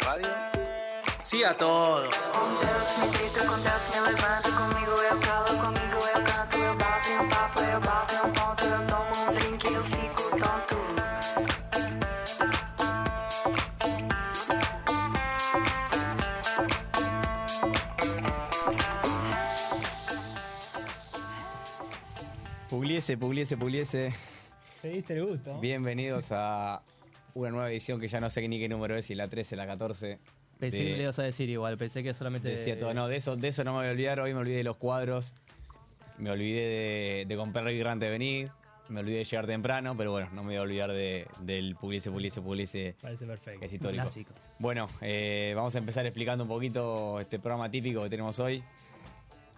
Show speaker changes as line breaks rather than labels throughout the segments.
radio?
Sí a todo.
Me grita, acontece, me levanta comigo, eu calo, comigo eu canto, eu bato em um papo, eu bato em um ponto, eu tomo um drink e eu fico tonto.
Pugliese, Pugliese, Pugliese,
Te diste el gusto.
bienvenidos a una nueva edición que ya no sé ni qué número es, si la 13, la 14.
Pensé
de-
que me lo ibas a decir igual, pensé que solamente.
Decía todo, no, de eso, de eso no me voy a olvidar, hoy me olvidé de los cuadros, me olvidé de, de comprar el grande de venir, me olvidé de llegar temprano, pero bueno, no me voy a olvidar de- del Pugliese, Pugliese, Pugliese,
Parece perfecto.
que es histórico.
Clásico.
Bueno, eh, vamos a empezar explicando un poquito este programa típico que tenemos hoy.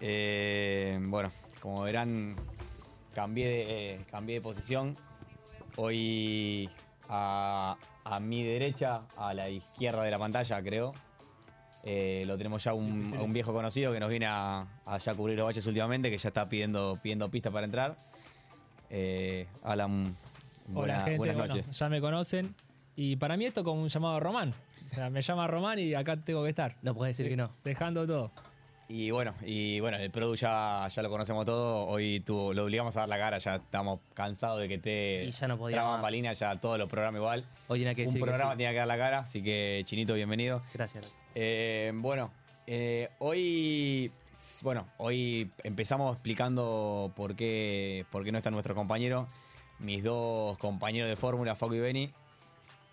Eh, bueno, como verán, cambié de, eh, cambié de posición. Hoy a, a mi derecha, a la izquierda de la pantalla, creo. eh, lo tenemos ya un, a un viejo conocido que nos viene a, a ya cubrir los baches últimamente, que ya está pidiendo, pidiendo pista para entrar. Eh, Alan, buena-
Hola, gente.
buenas
bueno,
noches.
ya me conocen. Y para mí esto como un llamado a Román. O sea, me llama Román y acá tengo que estar.
No puedes decir que no.
Dejando todo.
Y bueno, y bueno, el Produ ya, ya lo conocemos todo. Hoy tuvo, lo obligamos a dar la cara, ya estamos cansados de que te
Y ya no podía
tras
más.
bambalinas, ya todos los programas igual.
Hoy tiene que
Eh, Un
decir que
programa
sí.
tenía que dar la cara, así que Chinito, bienvenido.
Gracias.
Eh, bueno, eh, hoy. Bueno, hoy empezamos explicando por qué, por qué no está nuestro compañero. Mis dos compañeros de fórmula, Facu y Beni,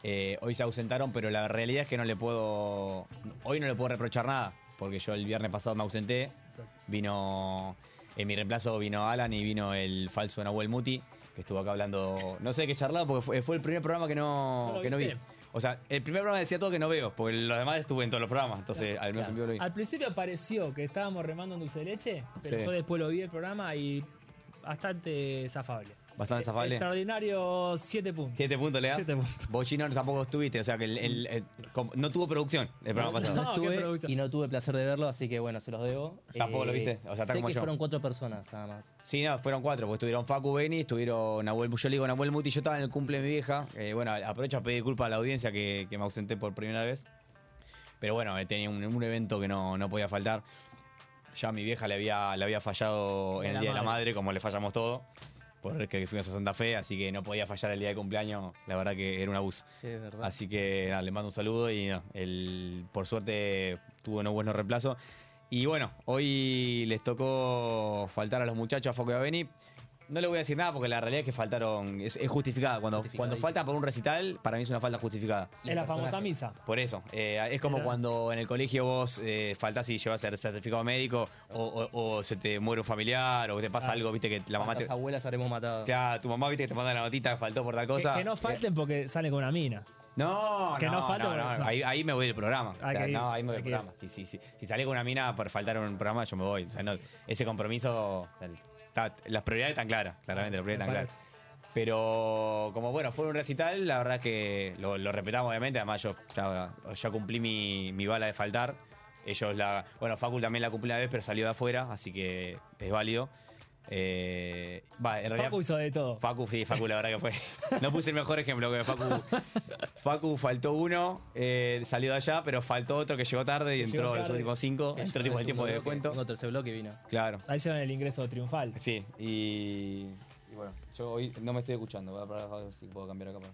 eh, hoy se ausentaron, pero la realidad es que no le puedo. Hoy no le puedo reprochar nada, porque yo el viernes pasado me ausenté. Vino. En mi reemplazo vino Alan y vino el falso Nahuel Muti, que estuvo acá hablando. No sé de qué charlado, porque fue, fue el primer programa que no,
No lo
que no vi.
viste.
O sea, el primer programa decía todo que no veo, porque los demás estuve en todos los programas, entonces al menos en vivo lo vi.
Al principio pareció que estábamos remando en dulce de leche, pero
Sí.
yo después lo vi el programa y bastante zafable. E-
Bastante zafable.
Extraordinario 7 puntos.
Siete ¿eh? puntos le das.
Siete puntos.
Vos chino tampoco estuviste, o sea que el- el- el- como- no tuvo producción el programa
No,
pasado.
qué
Estuve
producción.
y no tuve el placer de verlo, así que bueno, se los debo. Eh,
Tampoco lo viste, o sea, está
sé
como
que
yo.
fueron cuatro personas nada más.
Sí, no, fueron cuatro, porque estuvieron Facu Beni, estuvieron Nahuel, yo le digo Nahuel Muti, yo estaba en el cumple de mi vieja. Eh, bueno, aprovecho a pedir disculpas a la audiencia que, que me ausenté por primera vez. Pero bueno, eh, tenía un, un evento que no, no podía faltar. Ya a mi vieja le había, le había fallado
Con
en el
la
Día de la
madre.
Madre, como le fallamos todo, porque fuimos a Santa Fe, así que no podía fallar el día de cumpleaños, la verdad que era un abuso.
Sí, es verdad.
Así que nada, le mando un saludo y no, el, por suerte tuvo unos buenos reemplazos. Y bueno, hoy les tocó faltar a los muchachos a Foco y a Beni. No le voy a decir nada porque la realidad es que faltaron, es, es justificada. Cuando, cuando falta por un recital, para mí es una falta justificada.
Es la famosa misa.
Por eso, eh, es como
Mirá.
cuando en el colegio vos eh, faltás y llevas el certificado médico o, o- o se te muere un familiar o te pasa
Ah.
algo, viste que la mamá
Las
te...
abuelas haremos matado.
Claro, tu mamá viste que te manda la notita que faltó por tal
Que,
cosa.
que no falten porque salen con una mina.
No,
Que
no,
no falte,
no,
bueno,
no,
no.
Ahí, ahí me voy del programa.
Hay
O sea,
que
no,
irse,
ahí me voy del
hay que
programa. Si, si, si, si salí con una mina por faltar a un programa, yo me voy. O sea, no, ese compromiso, o sea, está- las prioridades están claras, claramente, las prioridades
Me
están claras. Pero como bueno, fue un recital, la verdad es que lo, lo respetamos obviamente, además yo ya, ya cumplí mi, mi bala de faltar. Ellos la. Bueno, Facu también la cumplí una vez, pero salió de afuera, así que es válido. Eh, va, en realidad-
Facu hizo de todo.
Facu, sí, Facu, la verdad que fue. No puse el mejor ejemplo, que Facu. Facu faltó uno, eh, salió de allá, pero faltó otro que llegó tarde y
llegó
entró los
tarde.
últimos cinco.
Ella
Entró
fue
tipo el
segundo
tiempo de
bloque, segundo
descuento.
o tercer bloque vino.
Claro.
Ahí hicieron el ingreso triunfal.
Sí, y. y bueno, yo hoy no me estoy escuchando. Voy a parar, a ver si puedo cambiar acá. para-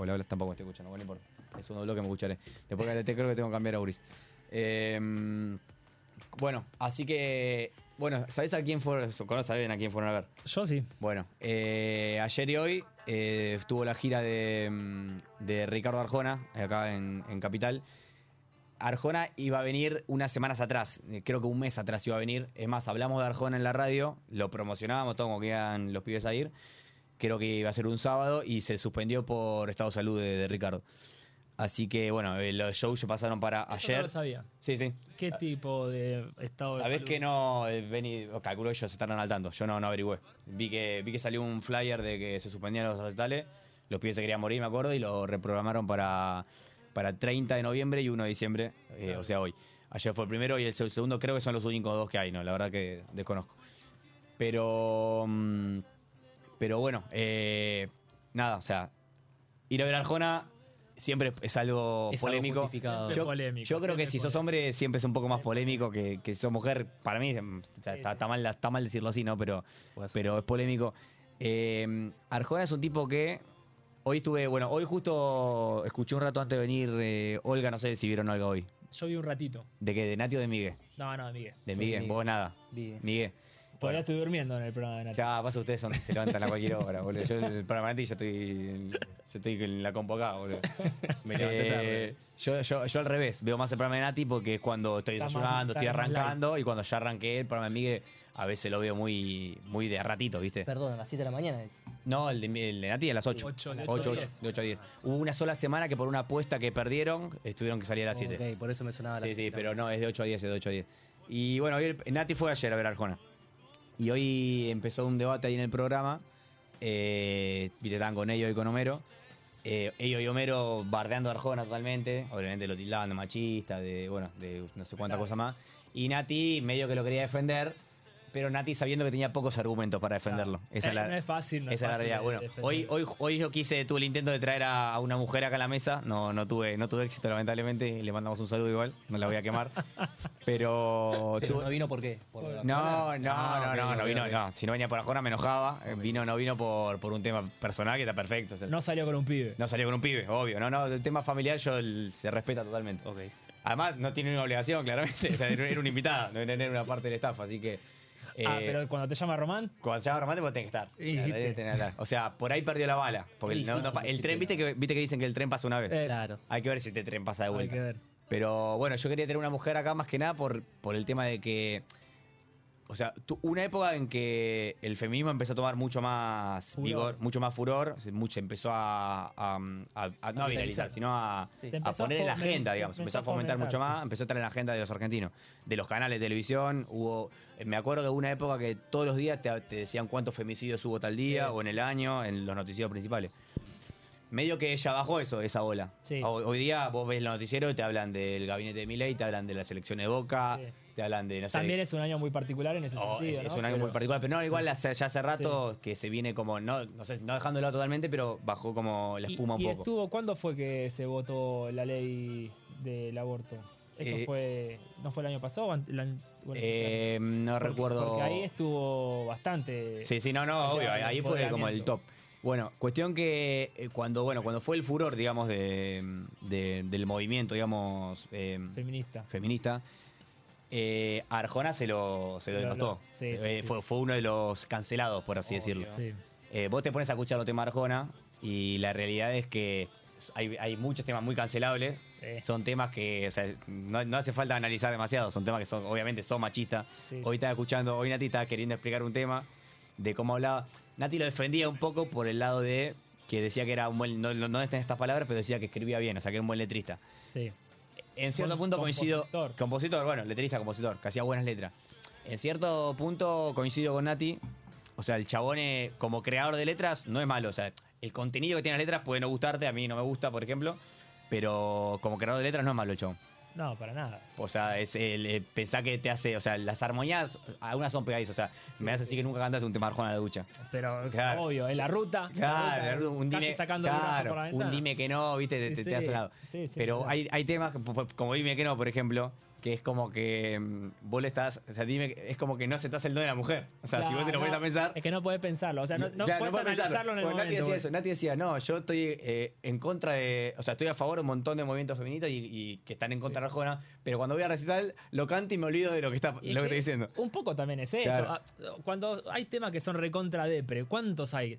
Hola, hola, tampoco me estoy escuchando. Bueno, no importa. El segundo bloque me escucharé. Después que te creo que tengo que cambiar a Uris. Eh, bueno, así que. Bueno, ¿sabés a quién fueron? ¿Saben a quién fueron a ver?
Yo sí.
Bueno, eh, ayer y hoy eh, estuvo la gira de, mm, de Ricardo Arjona, eh, acá en, en Capital. Arjona iba a venir unas semanas atrás, eh, creo que un mes atrás iba a venir. Es más, hablamos de Arjona en la radio, lo promocionábamos todo como que iban los pibes a ir. Creo que iba a ser un sábado y se suspendió por estado de salud de, de Ricardo. Así que bueno, eh, los shows se pasaron para
Eso No
ayer.
lo sabía.
Sí, sí.
¿Qué tipo de estado de
Sabés
salud?
que no, eh, Beni, o calculo ellos estarán al tanto. Yo no, no averigüé. Vi que, vi que salió un flyer de que se suspendían los recitales. Los pibes se querían morir, me acuerdo, y lo reprogramaron para, para 30 de noviembre y 1 de diciembre, eh, o sea, hoy. Ayer fue el primero y el se- segundo creo que son los únicos dos que hay, ¿no? La verdad que desconozco. Pero. mm, Pero bueno, eh, nada, o sea, ir a ver a Arjona siempre es algo
Es algo
polémico.
justificado.
Yo,
Polémico,
yo creo que
siempre
si sos
polémico.
hombre siempre es un poco más polémico que, que si sos mujer. Para mí mm, está, está- está mal, está mal decirlo así, ¿no? Pero,
Puede ser.
pero es polémico. Eh, Arjona es un tipo que hoy estuve, bueno, hoy justo escuché un rato antes de venir eh, Olga, no sé si vieron Olga hoy.
Yo vi un ratito.
¿De qué? ¿De Nati o de Miguel?
No, no, Miguel.
De
Yo
Miguel,
Miguel.
vos nada.
Vi.
Miguel.
Todavía estoy durmiendo en el programa de Nati.
Ya, pasa ustedes son, se levantan a cualquier hora, boludo. Yo el programa de Nati ya estoy. Yo estoy en la compo acá, boludo. Eh,
Me levanté tarde.
Yo, yo, yo al revés, veo más el programa de Nati porque es cuando estoy
Está más-
desayunando, estoy
está más light.
arrancando y cuando ya arranqué el programa de Miguel a veces lo veo muy, muy de a ratito, ¿viste?
Perdón, a las 7 de la mañana es.
No, el de, mi- el de Nati a las 8.
Ocho, de ocho
8,
a diez.
a 10. Hubo una sola semana que por una apuesta que perdieron, estuvieron que salir a las 7.
Ok, por eso me sonaba a las
Sí, sí,
siete.
pero no, es de 8 a 10, es de 8 a 10. Y bueno, hoy el- Nati fue ayer a ver a Arjona. Y hoy empezó un debate ahí en el programa. Eh, viste, estaban con ellos y con Homero. Eh, ellos y Homero bardeando a Arjona totalmente. Obviamente lo tildaban de machista, de bueno, de no sé cuánta cosa más. Y Nati medio que lo quería defender, pero Nati sabiendo que tenía pocos argumentos para defenderlo. Esa
Eh,
es la,
no es fácil, no es
esa es la
fácil
realidad.
de
Bueno,
defender.
hoy, hoy, hoy yo quise, tuve el intento de traer a, a una mujer acá a la mesa. No, no tuve, no tuve éxito, lamentablemente. Le mandamos un saludo igual, no la voy a quemar. Pero,
Pero
tuve-
no vino por qué. Por la
no, no,
vacuna. Ah,
no,
ok,
no, no
ok,
vino.
ok.
No, si no venía por Arjona me enojaba. Eh, Vino, no vino por, por un tema personal que está perfecto. o sea,
No salió con un pibe.
no salió con un pibe, obvio. No, no, el tema familiar yo el- se respeta totalmente.
Ok.
Además, no tiene una obligación, claramente. O sea, era era una invitada, no era una parte del staff, así que.
ah,
eh,
pero cuando te llama Román,
cuando se llama Román, vos tenés que estar.
Y-
La verdad es que tenés que estar. O sea, por ahí perdió la bala. Porque
Es
el- no- no
difícil,
pa- el
sí,
tren,
sí,
viste que, viste que dicen que el tren pasa una vez.
Eh,
Claro.
Hay que ver si este tren pasa de
hay
vuelta.
que ver.
Pero bueno, yo quería tener una mujer acá más que nada por, por el tema de que. O sea, tu- una época en que el feminismo empezó a tomar mucho más
Furor.
vigor, mucho más furor, se mucho, empezó a, a- a- a- no a viralizar,
viralizar.
sino a,
Sí.
Se
a
empezó
poner en la
fomen-
agenda,
se
digamos. Se empezó a fomentar, mucho
sí.
más, empezó a estar en la agenda de los argentinos, de los canales de televisión. Hubo, eh, me acuerdo que hubo una época que todos los días te, te decían cuántos femicidios hubo tal día
Sí.
o en el año, en los noticieros principales. Medio que ella bajó eso, esa bola.
Sí.
Hoy, hoy día vos ves los noticieros, te hablan del gabinete de Milei, te hablan de la selección de Boca,
Sí.
te hablan de, no sé,
También es un año muy particular en ese
Oh,
sentido.
es, es
¿no?
un año
Pero-
muy particular, pero no, igual hace- ya hace rato que se viene como, no, no sé, no dejando de lado totalmente, pero bajó como la
Y-
espuma
y,
un poco.
estuvo, ¿cuándo fue que se votó la ley del aborto? ¿Esto
Eh,
fue, no fue el año pasado? o ant- el an- bueno,
Eh, no
porque-
recuerdo.
Porque ahí estuvo bastante...
Sí, sí, no, no, obvio, ahí- ahí fue como el
empoderamiento.
top. Bueno, cuestión que eh, cuando, bueno, cuando fue el furor, digamos, de, de- del movimiento, digamos, eh,
Feminista.
feminista, eh, Arjona se lo, se lo
Se lo
denostó.
habló. Sí, sí,
Eh,
sí.
Fue, fue uno de los cancelados, por así
Obvio.
decirlo.
Sí.
Eh, vos te pones a escuchar los temas de Arjona y la realidad es que hay, hay muchos temas muy cancelables.
Sí.
Son temas que o sea, no, no hace falta analizar demasiado. Son temas que son, obviamente son machistas.
Sí,
hoy
sí.
estaba escuchando, hoy Nati estaba queriendo explicar un tema de cómo hablaba. Nati lo defendía un poco por el lado de que decía que era un buen, no, no, no está en estas palabras, pero decía que escribía bien, o sea que era un buen letrista.
sí.
En cierto
Buen
punto coincido.
compositor.
Compositor, bueno, letrista, compositor, que hacía buenas letras. En cierto punto coincido con Nati. O sea, el chabón eh, como creador de letras no es malo. O sea, el contenido que tiene las letras puede no gustarte, a mí no me gusta, por ejemplo. Pero como creador de letras no es malo el chabón.
No, para nada.
O sea, es el, eh, pensá que te hace. O sea, las armonías, algunas son pegadizas. O sea, me hace así que nunca cantaste un tema de Arjona en la ducha.
Pero es
Claro.
obvio, en la ruta.
Claro,
la ruta,
un
casi
dime,
sacando el brazo
claro,
por la
un
ventana.
dime que no, viste, te, te- te ha
Sí,
sonado.
sí, sí,
Pero
claro.
hay, hay temas, que, po- po- como dime que no, por ejemplo, que es como que mm, vos le estás, o sea, dime, que- es como que no aceptás el don de la mujer. O sea, si
Claro,
vos te lo pones
no,
a pensar...
Es que no podés pensarlo. O sea, no, no
Claro,
podés
podés
analizarlo en el
Bueno, Nati
momento. pues.
decía eso, Nati decía, no, yo estoy eh, en contra de, o sea, estoy a favor de un montón de movimientos feministas y, y que están en contra de Arjona, pero cuando voy a recital lo canto y me olvido de lo que está, lo
Y es
que estoy
que
diciendo.
Un poco también es eso.
Claro.
Ah, Cuando hay temas que son recontra depre, ¿cuántos hay?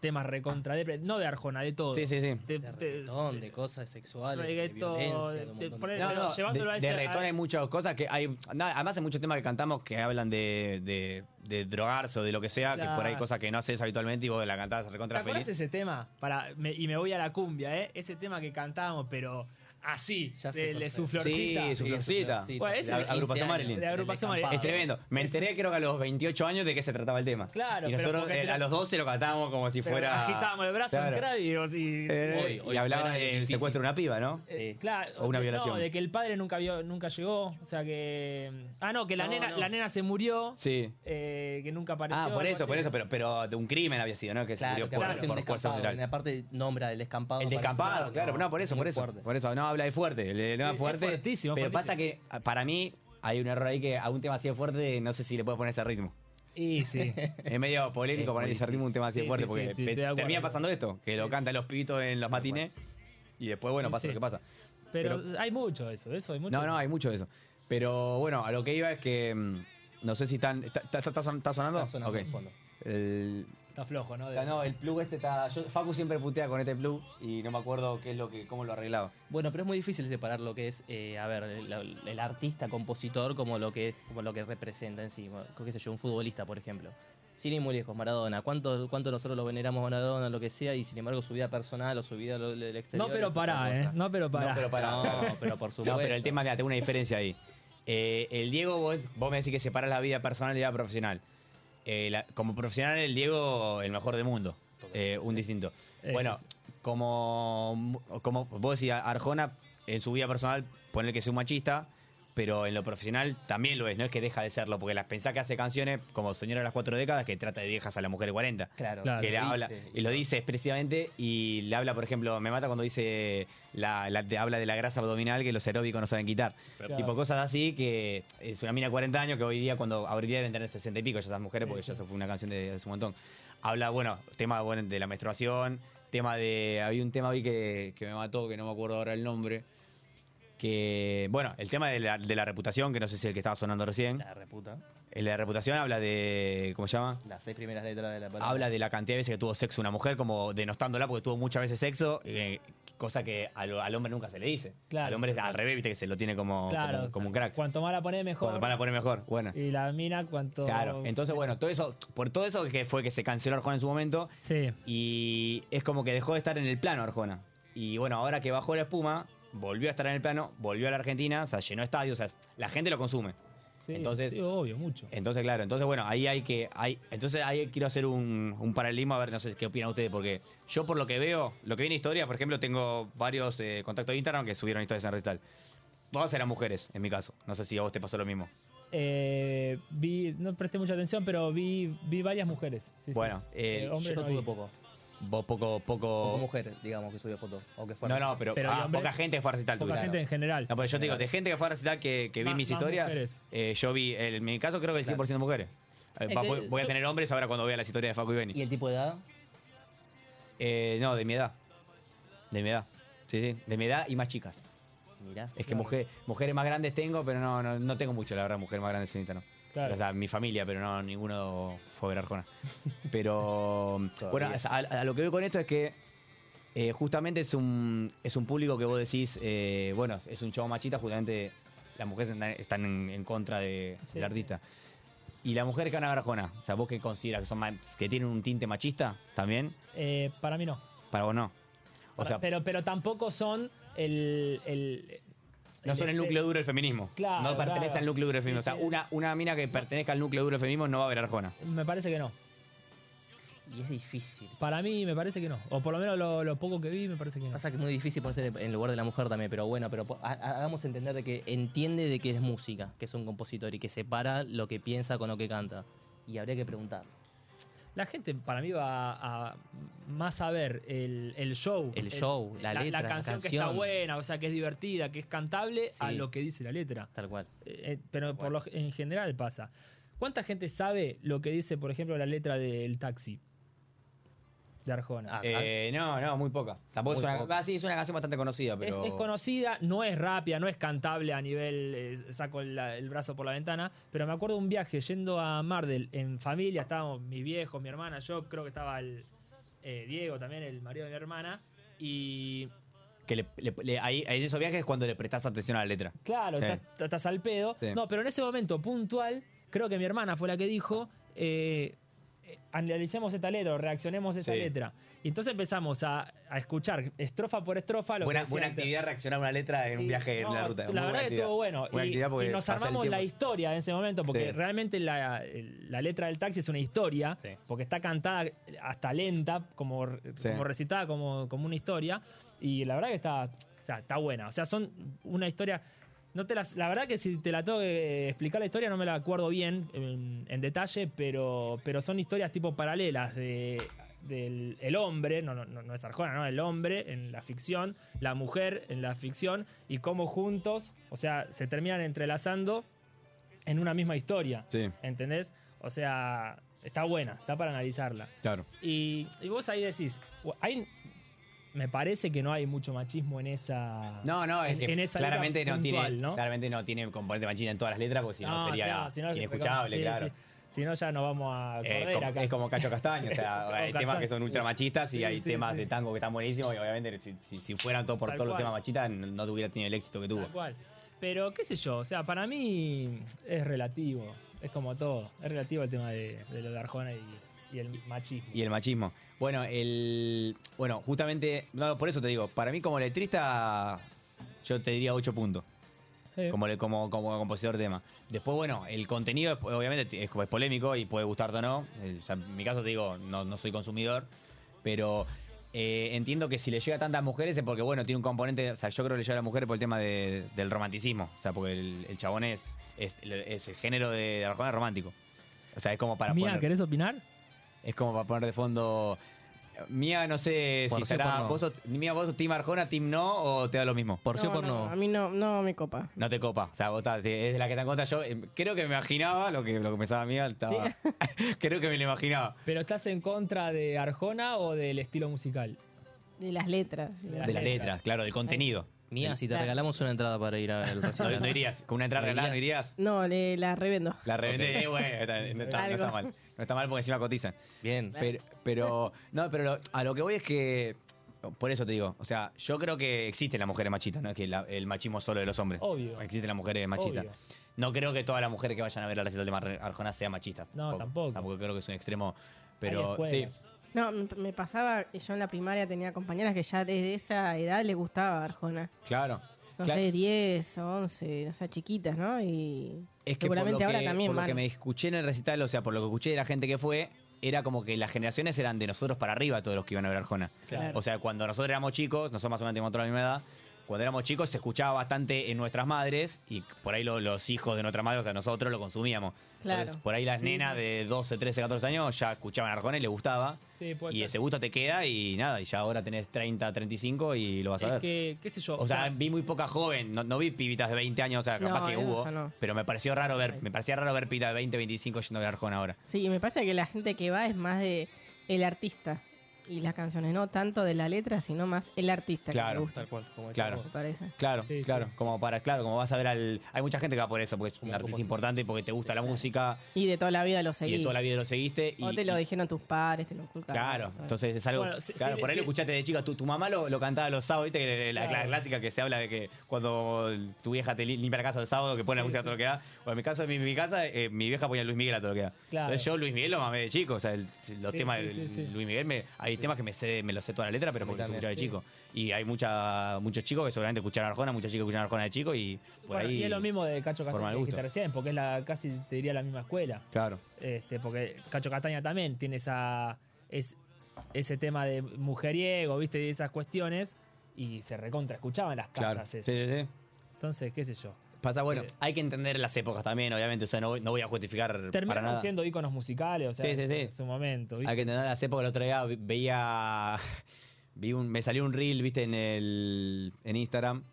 temas recontra depre- no de Arjona, de todo.
Sí, sí, sí.
De
Te- te-
reggaetón, de cosas sexuales, de
Reggaetón,
violencia, de un
te-
montón de
por ahí-
cosas.
pero llevándolo
de,
a
de
ese-
reggaetón
a-
hay muchas cosas que hay. nada, además, hay muchos temas que cantamos que hablan de, de, de drogarse o de lo que sea, que por ahí
Claro.
cosas que no haces habitualmente y vos la cantás
¿Te
recontra
acuerdas
feliz.
ese tema? Para, me- y me voy a la cumbia, ¿eh? Ese tema que cantábamos, pero así,
Ya sé
de,
cuál
de
es.
su
Sí,
florcita.
su
Sí,
florcita.
florcita.
Bueno, ese
La-
de 15
agrupación
años.
Marilyn.
De agrupación
El
Marilyn.
Es
acampado.
tremendo. Me enteré creo que a los 28 años de qué se trataba el tema.
Claro,
y
pero
nosotros
porque
eh,
te-
a los 12 lo cantábamos como si
Pero
fuera...
Agitábamos el brazo
Claro.
en crávidos y...
Eh,
Hoy- hoy
y hablaba
fuera
del
difícil.
secuestro de una piba, ¿no?
Sí.
Claro,
O una
de-
violación.
No, de que el padre nunca vio, nunca llegó. O sea que. Ah, no, que la
No,
nena,
no.
la nena se murió.
Sí.
eh, que nunca apareció.
Ah, por
algo
eso,
así.
por eso, pero, pero de un crimen había sido, ¿no? Que se
Claro,
murió
que
por,
aparece en
por
un
fuerza
descampado.
lateral.
y Aparte nombra el descampado.
El
parece-
descampado, claro, no, por
es
eso,
muy
por eso.
fuerte.
Por eso, no, habla de fuerte. El el tema es
Sí, es
fuerte.
fuertísimo,
pero pasa que
fuertísimo.
a- para mí hay un error ahí que a un tema así de fuerte no sé si le puedo poner ese ritmo.
Y sí.
Es medio polémico
Es
poner ese
muy
ritmo a un tema así de
Sí,
fuerte
sí,
porque
sí, sí,
pe-
estoy de acuerdo.
termina pasando esto, que lo cantan los pibitos en los matines y después, bueno,
Sí,
pasa
sí.
lo que pasa.
Pero, hay mucho de eso, de eso hay mucho.
No, no, hay mucho de eso. Pero bueno, a lo que iba es que mm, no sé si están... ¿Está, está- está son- está sonando?
Está sonando
Ok.
de fondo.
El,
Está flojo, ¿no? De-
Ah, No, el plug este está. yo- Facu siempre putea con este plug y no me acuerdo qué es lo que, cómo lo arreglaba.
Bueno, pero es muy difícil separar lo que es, eh, a ver, el, el artista, compositor, como lo que como lo que representa en sí. Bueno, qué sé yo, un futbolista, por ejemplo. Sin ir muy lejos, Maradona. ¿Cuánto, cuánto nosotros lo veneramos a Maradona, lo que sea, y sin embargo su vida personal o su vida lo- del exterior?
No, pero
es otra
pará,
cosa?
¿eh? No, pero pará.
No, pero para.
No, pero por supuesto.
No, pero el tema, mira, tengo una diferencia ahí. Eh, el Diego, vos, vos me decís que separas la vida personal y la vida profesional. Eh, la- como profesional, el Diego, el mejor del mundo. Eh, un distinto.
Es-
Bueno, como, como vos decís, Arjona, en su vida personal, poner que sea un machista, pero en lo profesional también lo es, no es que deja de serlo, porque las pensás que hace canciones como Señora de las Cuatro Décadas que trata de viejas a la mujer de 40.
Claro,
Claro.
que le
Ah, lo
habla,
dice.
y lo dice expresivamente y le habla, por ejemplo, me mata cuando dice, la, la- te habla de la grasa abdominal que los aeróbicos no saben quitar.
Claro.
Tipo cosas así que es una mina de 40 años que hoy día, cuando hoy día deben tener 60 y pico ya esas mujeres, porque ya se fue una canción de hace un montón. Habla, bueno, tema bueno, de la menstruación, tema de, había un tema vi que, que me mató, que no me acuerdo ahora el nombre. Que, bueno, el tema de la, de la reputación, que no sé si es el que estaba sonando recién.
La reputa.
El de La reputación habla de, ¿cómo se llama?
Las seis primeras letras de la palabra.
Habla de la cantidad de veces que tuvo sexo una mujer, como denostándola porque tuvo muchas veces sexo, eh, cosa que al, al hombre nunca se le dice.
Claro.
Al hombre es al revés, viste que se lo tiene como,
Claro,
como, como un crack.
Cuanto más la ponés,
Cuando
mejor.
van a poner mejor, bueno.
Y la mina, cuanto.
Claro, entonces bueno, todo eso, por todo eso que fue que se canceló Arjona en su momento,
Sí.
y es como que dejó de estar en el plano Arjona. Y bueno, ahora que bajó la espuma, volvió a estar en el plano, volvió a la Argentina, o sea, llenó estadios, o sea, la gente lo consume.
sí,
Entonces-
sí, obvio, mucho.
Entonces, claro, entonces, bueno, ahí hay que. Hay, entonces, ahí quiero hacer un, un paralelismo, a ver, no sé qué opinan ustedes, porque yo, por lo que veo, lo que viene historia, por ejemplo, tengo varios eh, contactos de Instagram que subieron historias en Red Tal. Todas eran mujeres, en mi caso. No sé si a vos te pasó lo mismo.
Eh, vi, no presté mucha atención, pero vi, vi varias mujeres. Sí, sí.
Bueno, eh,
Eh,
Yo
hombres no
tuve
vi.
poco.
Vos, poco.
Poco
poco
mujeres, digamos, que subió foto. O que fuera.
no, no, pero,
Pero,
ah,
¿y hombres?
poca gente fue a recital
Poca
tuya.
gente en general.
No, pero yo te digo, de gente que fue a recital que, que vi
Más-
mis
más
historias,
mujeres.
eh, yo vi, el- en mi caso, creo que el 100% mujeres. Eh,
Es
va-
que-
voy, voy a
yo-
tener hombres ahora cuando vea las historias de Facu y Beni.
¿Y el tipo de edad?
Eh, no, de mi edad. De mi edad. Sí, sí. De mi edad y más chicas.
Mirá.
Es que mujer- mujeres más grandes tengo, pero no, no, no tengo mucho, la verdad, mujeres más grandes en Instagram.
Claro.
O sea, mi familia, pero no, ninguno fue a ver Arjona. Pero, bueno,
Todavía.
a, a lo que veo con esto es que eh, justamente es un, es un público que vos decís, eh, bueno, es un chavo machista, justamente las mujeres están, están en, en contra de-
Sí.
del artista. Y las mujeres que van a ver Arjona, o sea, vos que consideras que, son, más- que tienen un tinte machista también,
Eh, para mí no.
para vos no. O
Para-
sea,
pero, pero tampoco son el. el-
No son el
este-
núcleo duro del feminismo.
Claro,
no pertenece
claro.
al núcleo duro del feminismo.
Sí,
O
sí.
sea, una, una mina que pertenezca al núcleo duro del feminismo no va a ver Arjona.
Me parece que no.
Y es difícil.
Para mí me parece que no. O por lo menos lo, lo poco que vi me parece que no.
Pasa que es muy difícil ponerse en el lugar de la mujer también, pero bueno, pero po- ha- ha- hagamos entender de que entiende de que es música, que es un compositor y que separa lo que piensa con lo que canta. Y habría que preguntar.
La gente para mí va a, a- más a ver el, el show.
El show, la letra, la
canción, que
canción.
está buena, o sea, que es divertida, que es cantable, a
Sí.
lo que dice la letra.
Tal cual.
Eh, eh, pero por lo, en general pasa. ¿Cuánta gente sabe lo que dice, por ejemplo, la letra del taxi? De Arjona.
Ah,
Eh, no, no, muy poca. Tampoco
Muy
es una.
poca.
Ah, sí, es una canción bastante conocida,
Es-
pero.
Es, conocida, no es rápida, no es cantable a nivel eh, saco la- el brazo por la ventana, pero me acuerdo un viaje yendo a Mardel en familia, estábamos mi viejo, mi hermana, yo creo que estaba el, eh, Diego también, el marido de mi hermana. Y
Que le- le- le- ahí, ahí en esos viajes es cuando le prestás atención a la letra.
Claro,
Sí.
estás, estás al pedo.
Sí.
No, pero en ese momento puntual, creo que mi hermana fue la que dijo, eh, eh, analicemos esta letra o reaccionemos a esa
Sí.
letra. Y entonces empezamos a, a escuchar estrofa por estrofa Ah, lo que
Buena,
decía
buena
antes.
actividad reaccionar a una letra en un
Y-
viaje
no,
en la ruta. Muy
La
buena
verdad que
actividad.
estuvo bueno.
Buena
Y,
actividad porque
y nos
pasa el
armamos la
tiempo.
historia en ese momento, porque
Sí.
realmente la, la letra del taxi es una historia,
Sí.
porque está cantada hasta lenta, como,
Sí.
como recitada como, como una historia. Y la verdad que está, o sea, está buena. O sea, son una historia. No te las, la verdad que si te la tengo que eh, explicar la historia no me la acuerdo bien en, en detalle, pero, pero son historias tipo paralelas de del el hombre, no, no, no no es Arjona, ¿no? El hombre en la ficción, la mujer en la ficción, y cómo juntos, o sea, se terminan entrelazando en una misma historia.
Sí,
¿Entendés? O sea, está buena, está para analizarla.
claro.
Y, y vos ahí decís, "Gu- hay- me parece que no hay mucho machismo en esa.
No, no, es
en-
que
en esa
claramente,
letra
no tiene,
puntual, ¿no?
claramente no tiene componente machina en todas las letras porque si no, sería
si no, si no-
inescuchable,
sí,
claro.
sí. Si no, ya nos vamos a
Eh,
correr
como-
acá.
es como Cacho Castaño, o sea,
Como
hay temas
Castaño.
que son ultra machistas y
Sí,
hay
sí,
temas
sí.
de tango que están buenísimos y obviamente si, si- si fueran todos por
Tal
todos los
cual.
temas machistas no, no hubiera tenido el éxito que tuvo.
Tal cual. Pero qué sé yo, o sea, para mí es relativo. Es como todo. Es relativo el tema de, de lo de Arjona y, y el machismo.
Y el machismo. Bueno, el bueno, justamente, no, por eso te digo, para mí como letrista yo te diría 8 puntos.
Eh,
como, le- como, como compositor de tema. Después, bueno, el contenido es- obviamente es, es polémico y puede gustarte o no. El- o sea, en mi caso te digo, no, no soy consumidor, pero eh, entiendo que si le llega a tantas mujeres es porque, bueno, tiene un componente, o sea, yo creo que le llega a las mujeres por el tema de- del romanticismo, o sea, porque el, el chabón es, es, es el género de, de Arjona es romántico. O sea, es como para
Mía,
poner,
¿querés opinar?
es como para poner de fondo... Mía, no sé si
Por sí,
estará...
por no.
Vos sos, Mía, vos sos Team Arjona, Team No, o te da lo mismo.
Por sí o
No,
por
no,
no.
A mí no, no me copa.
No te copa. O sea, vos estás, es de la que está en contra. Yo eh, creo que me imaginaba lo que, lo que pensaba mía. Estaba, creo que me lo imaginaba.
¿Pero estás en contra de Arjona o del estilo musical?
De las letras.
De
De
las
las letras, claro, del contenido.
Mía, si te
Claro.
regalamos una entrada para ir a ver el
No,
recital.
no irías. Con una entrada
¿No
regalada no
irías?
irías.
No, le, las revendo.
La revende, eh, bueno, está- no, está, no está
Algo.
mal. No está mal porque encima cotizan.
Bien.
Pero, pero no, pero lo- a lo que voy es que. Por eso te digo. O sea, yo creo que existen las mujeres machitas, no es que la- el machismo es solo de los hombres.
Obvio.
Existen las mujeres machitas.
Obvio.
No creo que todas las mujeres que vayan a ver la recital de Mar- Arjona sean machistas.
No, tampoco.
Tampoco creo que es un extremo.
Hay
Pero sí,
escuelas.
No, me, me pasaba, yo en la primaria tenía compañeras que ya desde esa edad les gustaba Arjona.
claro.
No
Claro.
sé, 10 o 11, o sea, chiquitas, ¿no? Y
Es que
seguramente
por lo
ahora
que,
también
por lo
van.
que me escuché en el recital, o sea, por lo que escuché de la gente que fue, era como que las generaciones eran de nosotros para arriba todos los que iban a ver Arjona.
Claro.
O sea, cuando nosotros éramos chicos, nosotros más o menos teníamos toda la misma edad, cuando éramos chicos se escuchaba bastante en nuestras madres y por ahí lo- los hijos de nuestra madre, o sea, nosotros lo consumíamos.
Claro.
por ahí las
Sí,
nenas
sí.
de 12, 13, 14 años ya escuchaban Arjona y les gustaba.
Sí, puede
Y
ser.
ese gusto te queda y nada, y ya ahora tenés 30, 35 y lo vas a
Es
ver.
que, qué sé yo.
O sea, vi muy poca joven, no, no vi pibitas de 20 años, o sea, capaz
No,
que
eso
hubo,
no.
pero me pareció raro ver, me parecía raro ver pibitas de 20, 25 yendo a ver Arjona ahora.
Sí, me pasa que la gente que va es más de el artista y las canciones, no tanto de la letra, sino más el artista que
Claro.
me gusta,
Tal cual, como decías
Claro.
vos.
me parece.
Claro,
Sí,
claro,
sí.
como para, claro, como vas a ver al hay mucha gente que va por eso, porque es un
Como
artista
compositor.
importante y porque te gusta la música
Y de toda la vida lo
y de
seguí.
toda la vida lo seguiste y
o te lo
y-
dijeron tus padres, te lo inculcaron.
Claro,
Bueno.
entonces es algo.
Bueno, sí,
claro,
sí,
por ahí
sí.
lo escuchaste de chica. Tu, tu mamá lo, lo cantaba los sábados, ¿viste? Que la, la
Claro.
clásica que se habla de que cuando tu vieja te li- limpia la casa el sábado, que pone la música a todo lo que da. O en mi caso, en mi, mi casa, eh, mi vieja ponía Luis Miguel a todo lo que da.
Claro.
Entonces yo Luis Miguel lo mamé de chico. O sea, el- los
Sí,
temas
sí,
de
sí, sí.
Luis Miguel, me, hay temas que me, sé, me los sé toda la letra, pero porque los
también,
escuchaba de
sí.
chico. Y hay mucha, muchos chicos que seguramente escucharon Arjona, muchos chicos que escucharon Arjona de chico y por
Bueno,
ahí.
y es lo mismo de Cacho
por
Castaña
mal
que dijiste
gusto.
recién, porque es la, casi te diría la misma escuela.
Claro.
Este, porque Cacho Castaña también tiene esa, es, ese tema de mujeriego, ¿viste? Y esas cuestiones. Y se recontra escuchaban en las
Claro.
casas
Sí,
eso.
sí, sí.
Entonces, qué sé yo.
Pasa, bueno,
Eh.
hay que entender las épocas también, obviamente. O sea, no, voy- no voy a justificar para
Terminaron
nada.
siendo íconos musicales, o sea,
Sí, sí, sí.
en su momento. ¿viste?
Hay que entender las épocas. El otro día vi- veía. Vi un, me salió un reel, viste, en el en Instagram.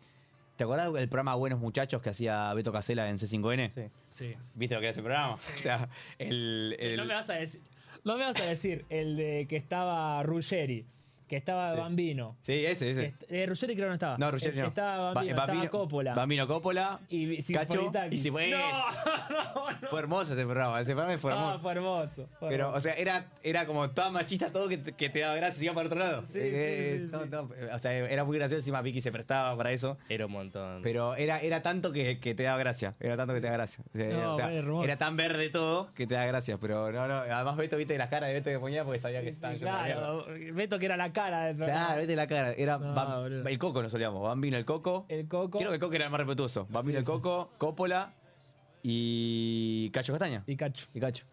¿Te acordás del programa Buenos Muchachos que hacía Beto Casela en C5N?
Sí.
Sí.
¿Viste lo que era ese programa? O sea, el. el-
No me vas a decir. No me vas a decir el de que estaba Ruggeri, que estaba
Sí.
Bambino.
Sí, ese,
que
ese.
est- eh, Ruggeri creo que no estaba.
No, Ruggeri
Eh,
no.
Estaba
Ba-
Bambino, estaba Coppola.
Bambino Coppola.
y
Cacho,
Sinfonitaki.
y si fue-
No, no, no.
Fue hermoso ese programa. Ese programa fue
Ah,
hermoso.
fue hermoso. fue
Pero,
hermoso.
o sea, era, era como tan machista todo que, te- que te daba gracia y iba para otro lado. Eh,
Sí, sí, sí,
no,
sí.
no, o sea, era muy gracioso. Encima Vicky se prestaba para eso.
Era un montón.
Pero era, era tanto que, que te daba gracia. Era tanto que te daba gracia. O sea,
No,
era- o sea,
fue hermoso.
era tan verde todo que te daba gracia. Pero no, no. Además, Beto, viste las caras de Beto que ponía porque sabía que estaban
Sí,
yendo a la mierda.
claro, Beto que era la cara del programa.
Claro, viste la cara. Era
No,
Bam-
boludo.
el coco, nos solíamos. Bambino el coco.
El Coco
Creo que el coco era el más respetuoso. Bambino el coco, Coppola y Cacho Castaña.
y Cacho.
Y Cacho.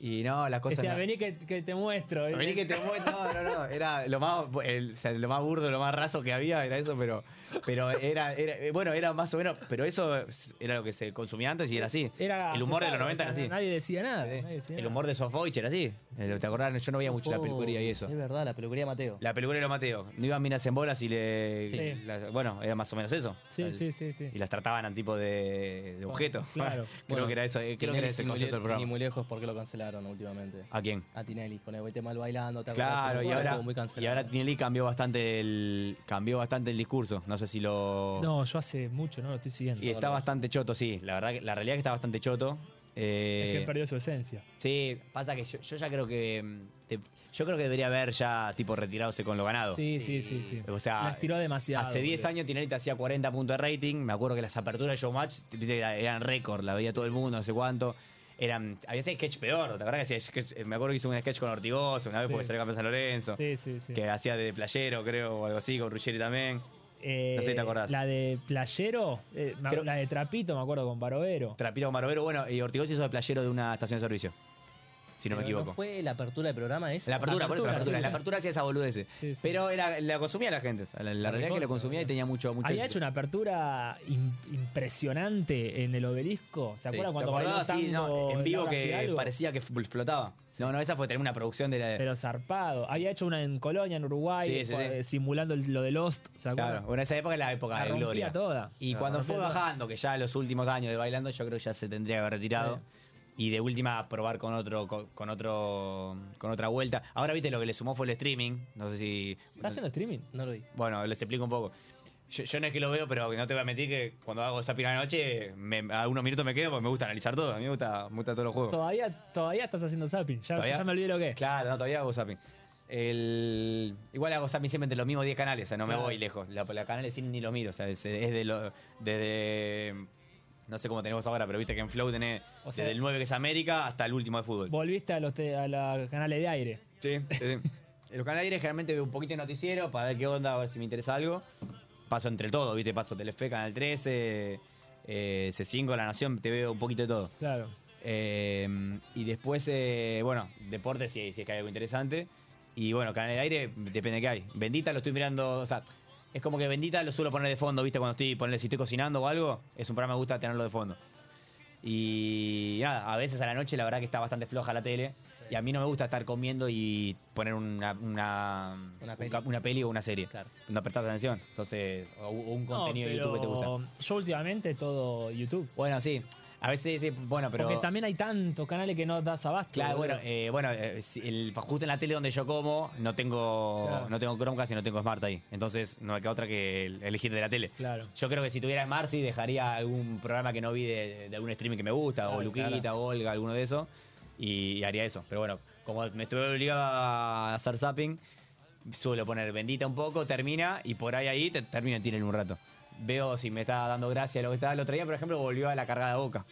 Y no, las
Que
cosas.
sea,
no-
vení que, que te muestro.
Vení que te mueve- No, no, no. Era lo más, el- o sea, lo más burdo, lo más raso que había, era eso, pero, pero era, era, eh, bueno, era más o menos, pero eso era lo que se consumía antes y era así.
Era
el humor de los
aceptable,
90 era
o sea,
así.
Nadie decía nada. nadie decía
El
nada.
humor de Sofovich era así. Eh, ¿Te acordás? Yo no veía mucho la
Oh,
peluquería y eso.
Es verdad, la peluquería Mateo.
La peluquería de los Mateo. No iban minas en bolas y le.
Sí.
la- bueno, era más o menos eso.
Sí,
El-
sí, sí, sí.
Y las trataban al tipo de, de objeto.
Claro.
creo
Bueno,
que era eso. eh, Creo que
Tinelli
era ese
sin
el concepto
muy-
del
sin ir
programa.
muy lejos porque lo cancelaron últimamente.
¿A quién?
A Tinelli, con el tema mal bailando. ¿te acordás?
Claro, y
Estuvo
ahora,
muy cancelado.
y ahora Tinelli cambió bastante el cambió bastante el discurso. No sé si lo.
No, yo hace mucho, no lo estoy siguiendo.
y está bastante choto, sí. La verdad, que- la realidad es que está bastante choto. Eh,
Es que perdió su esencia.
sí, pasa que yo, yo ya creo que mm, te- yo creo que debería haber ya tipo retirándose con lo ganado.
Sí, sí, sí, sí.
O sea,
la estiró demasiado.
Hace 10
boludo.
años Tinelli te hacía 40 puntos de rating. Me acuerdo que las aperturas de Showmatch viste, eran récord, la veía todo el mundo, no sé cuánto. Eran, había ese sketch peor, ¿te acordás? que hacía sketch- me acuerdo que hizo un sketch con Ortigoso una vez
Sí.
porque salió campeón San Lorenzo.
Sí, sí, sí.
que hacía de playero, creo, o algo así, con Ruggeri también.
Eh,
no sé si te acordás.
La de Playero, eh, me-
Creo-
la de Trapito, me acuerdo, con Barovero.
Trapito con Barbero, bueno, y Ortigoz hizo de playero de una estación de servicio, si no me
Pero
equivoco.
fue la apertura del programa esa?
La apertura, por eso, la apertura.
Apertura, sí,
La
sí.
apertura hacía esa boludez. eh.
Sí, sí.
Pero era, la consumía la gente. o sea, La, la realidad es que la
recontra,
consumía y tenía mucho, mucho
Había
éxito.
hecho una apertura im- impresionante en el obelisco. ¿Se
Sí.
acuerdan
¿Te
cuando bailó
acordás? Sí, no,
tango
en vivo
Laura
que
Fidalgo?
parecía que fl- flotaba. No, no, esa fue tener una producción de la.
Pero zarpado. Había hecho una en Colonia, en Uruguay,
Sí, sí, sí.
eh, simulando el- lo de Lost. ¿Se acuerdan?
claro, bueno, esa época es la época
La
de
rompía
Gloria.
toda.
Y
La
cuando
rompía
fue
toda.
bajando, que ya los últimos años de bailando, yo creo que ya se tendría que haber retirado.
Sí.
Y de última probar con otro, con, con otro, con otra vuelta. Ahora viste lo que le sumó fue el streaming. No sé si.
¿Está haciendo streaming?
No lo vi.
Bueno, les explico un poco. Yo, yo no es que lo veo, pero no te voy a mentir que cuando hago esa pira de noche, me, a unos minutos me quedo porque me gusta analizar todo. A mí me gusta, me gusta todos los juegos.
Todavía, todavía estás haciendo zapping. Ya,
Todavía-
ya me olvidé lo que es.
Claro, no, todavía hago zapping. El... Igual hago zapping siempre entre los mismos 10 canales, o sea, no me
Claro.
voy lejos. La, la canales sin ni lo miro, o sea, es, es de lo... Desde... No sé cómo tenemos ahora, pero viste que en Flow tenés
O sea-
desde el 9 que es América hasta el último de fútbol.
Volviste a los, te- a los canales de aire.
Sí, sí, sí. En los canales de aire generalmente veo un poquito de noticiero para ver qué onda, a ver si me interesa algo. Paso entre todo, viste, paso Telefe, Canal 13, eh, C5, La Nación, te veo un poquito de todo.
Claro.
Eh, y después, eh, bueno, deporte si, si es que hay algo interesante. Y bueno, canal de aire, depende de qué hay. Bendita lo estoy mirando, o sea, es como que Bendita lo suelo poner de fondo, ¿viste? Cuando estoy, ponerle, si estoy cocinando o algo, es un programa que me gusta tenerlo de fondo. Y nada, a veces a la noche la verdad que está bastante floja la tele. Y a mí no me gusta estar comiendo y poner una, una,
Una
un
peli.
cap- una peli o una serie.
Claro.
No prestar atención. Entonces, o, o un
No,
contenido de YouTube que te
pero
gusta.
Yo últimamente todo YouTube.
Bueno, sí. A veces, sí, bueno, pero...
Porque también hay tantos canales que no das abasto.
Claro,
boludo.
bueno, eh, bueno eh, si el, justo en la tele donde yo como, no tengo
Claro.
no tengo Chromecast y no tengo Smart ahí. Entonces, no me queda otra que el- elegir de la tele.
Claro.
Yo creo que si tuviera Smart, sí dejaría algún programa que no vi de, de algún streaming que me gusta, o
Claro,
Luquita,
claro.
o Olga, alguno de esos, y, y haría eso. Pero bueno, como me estuve obligado a hacer zapping, suelo poner bendita un poco, termina, y por ahí ahí te, termino en Tienen un rato. Veo si me está dando gracia lo que está. El otro día, por ejemplo, volvió a la cargada de boca.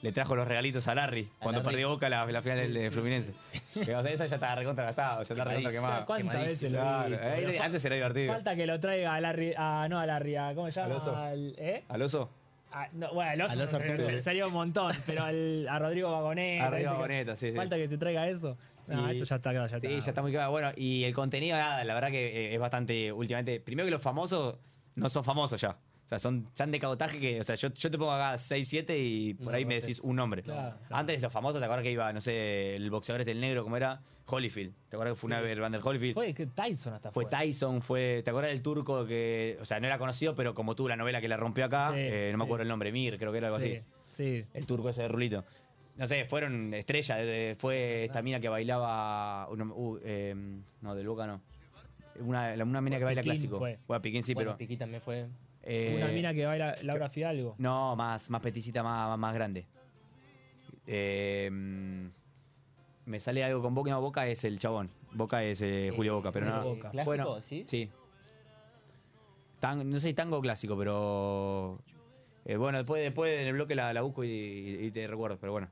Le trajo los regalitos a Larry
A
cuando
Larry.
perdió Boca la, la final del de Fluminense. Que, o sea, esa ya estaba recontra gastada, ya estaba recontra
malísimo.
quemada.
¿Cuántas
qué
veces lo
Claro,
hice,
ahí-
boludo?
antes era divertido.
Falta que lo traiga a Larry. A, no a Larry, a, ¿cómo se
Al oso.
llama? Al- ¿Eh?
¿Al oso?
A- no, bueno, al oso,
Al oso
se-
Arturo.
se- salió un montón, pero al- a Rodrigo Vagoneta.
A Rodrigo
¿viste?
Vagoneta, sí, sí.
Falta que se traiga eso. No,
Y-
eso ya está, ya está.
Sí, ya está muy claro. Bueno, y el contenido, nada, la verdad que eh, es bastante últimamente. Primero que los famosos no son famosos ya. O sea, son tan de cabotaje que, o sea, yo, yo te pongo acá 6, 7 y por
No,
ahí
no
me
sé.
decís un nombre.
Claro, claro.
Antes los famosos, ¿te acuerdas que iba, no sé, el boxeador este, el negro, ¿cómo era? Holyfield. ¿Te acuerdas que fue una vez el Vander Holyfield?
Fue que Tyson hasta
Fue Tyson, fue. ¿Te acuerdas del turco que. O sea, no era conocido, pero como tuvo la novela que la rompió acá,
Sí,
eh, no me
sí.
acuerdo el nombre, Mir, creo que era algo
Sí,
así.
sí.
El turco ese de Rulito. No sé, fueron uh, estrellas. de- de- fue esta mina que bailaba. uno- uh, eh, no, del em, Boca no. Una, la- una mina que baila
Piquín
clásico.
fue.
Bueno, Piquín sí,
bueno,
pero.
Piquí también fue.
eh,
Una mina que baila Laura Fidalgo.
No, más, más peticita, más, más- más grande. Eh, mm, me sale algo con Boca. No, Boca es el chabón. Boca es eh, Julio Boca, pero
eh,
no.
Boca.
¿Clásico?
Bueno,
¿sí?
Sí. Tan- no sé si tango o clásico, pero. eh, bueno, después, después en el bloque la, la busco y, y te recuerdo, pero bueno.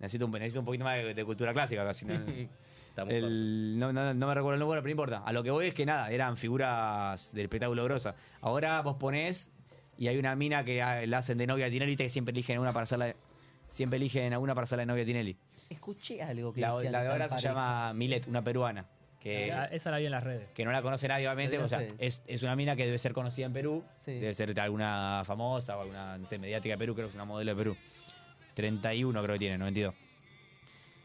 Necesito un, necesito un poquito más de, de cultura clásica casi. ¿no?
Está muy fuerte.
El- no, no- no me recuerdo el número, pero no importa. A lo que voy es que nada, eran figuras del espectáculo grosa. Ahora vos ponés y hay una mina que ah, la hacen de novia a Tinelli, viste que siempre eligen una para hacerla de- Siempre eligen a una para hacerla de novia a Tinelli.
Escuché algo que
La,
decían
la
que
de ahora se
están pareja. Ah,
llama Milet, una peruana. Que
La- Ah, esa la vi en las redes.
que no la conoce nadie, obviamente.
Pero
O
no
sea,
sé.
es, es una mina que debe ser conocida en Perú.
Sí.
Debe ser de alguna famosa o alguna, no sé, mediática de Perú. Creo que es una modelo de Perú. 31 creo que tiene, 92.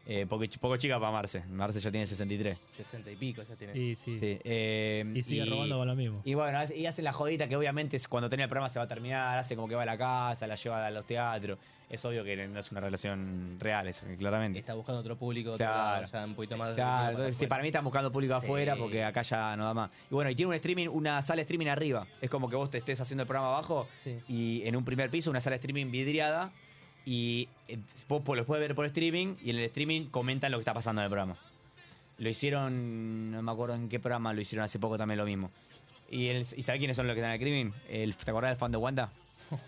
Eh, poco, chi- poco chica para Marce. Marce ya tiene 63.
60 y pico, ya tiene.
Y sí.
Sí, eh,
Y sigue robando con lo mismo.
Y bueno, hace- y hacen la jodita que obviamente es cuando termina el programa se va a terminar. Hace como que va a la casa, la lleva a los teatros. Es obvio que no es una relación real, eso, claramente.
Está buscando otro público, otro
Claro.
lado, ya un poquito más.
Claro,
más
entonces, sí,
afuera.
para mí están buscando público afuera
Sí.
porque acá ya no da más. Y bueno, y tiene un streaming, una sala de streaming arriba. Es como que vos te estés haciendo el programa abajo
Sí.
y en un primer piso, una sala de streaming vidriada. Y eh, vos po- los puedes ver por streaming y en el streaming comentan lo que está pasando en el programa. Lo hicieron, no me acuerdo en qué programa, lo hicieron hace poco también lo mismo. ¿Y, el, y sabés quiénes son los que están en el streaming? El, ¿Te acordás del fan de Wanda?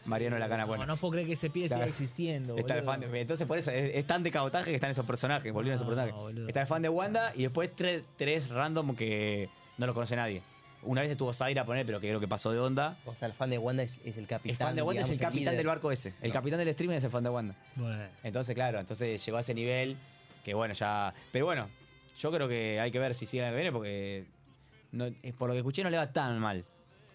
Mariano La Cana, ah, bueno.
No, no puedo creer que ese pibe siga
Claro.
existiendo.
Está el
boludo.
fan de- entonces por eso es, es tan de cabotaje que están esos personajes, volvieron esos
No,
personajes.
boludo.
Está el fan de Wanda y después tres, tres random que no los conoce nadie. Una vez estuvo Zaira a poner, pero que creo que pasó de onda.
O sea, el fan de Wanda es, es el capitán.
El fan de Wanda es el
digamos,
capitán
líder.
del barco ese. El capitán del streaming es el fan de Wanda.
Bueno.
Entonces, claro, entonces llegó a ese nivel que bueno, ya. Pero bueno, yo creo que hay que ver si sigue el año que viene porque no- eh, por lo que escuché no le va tan mal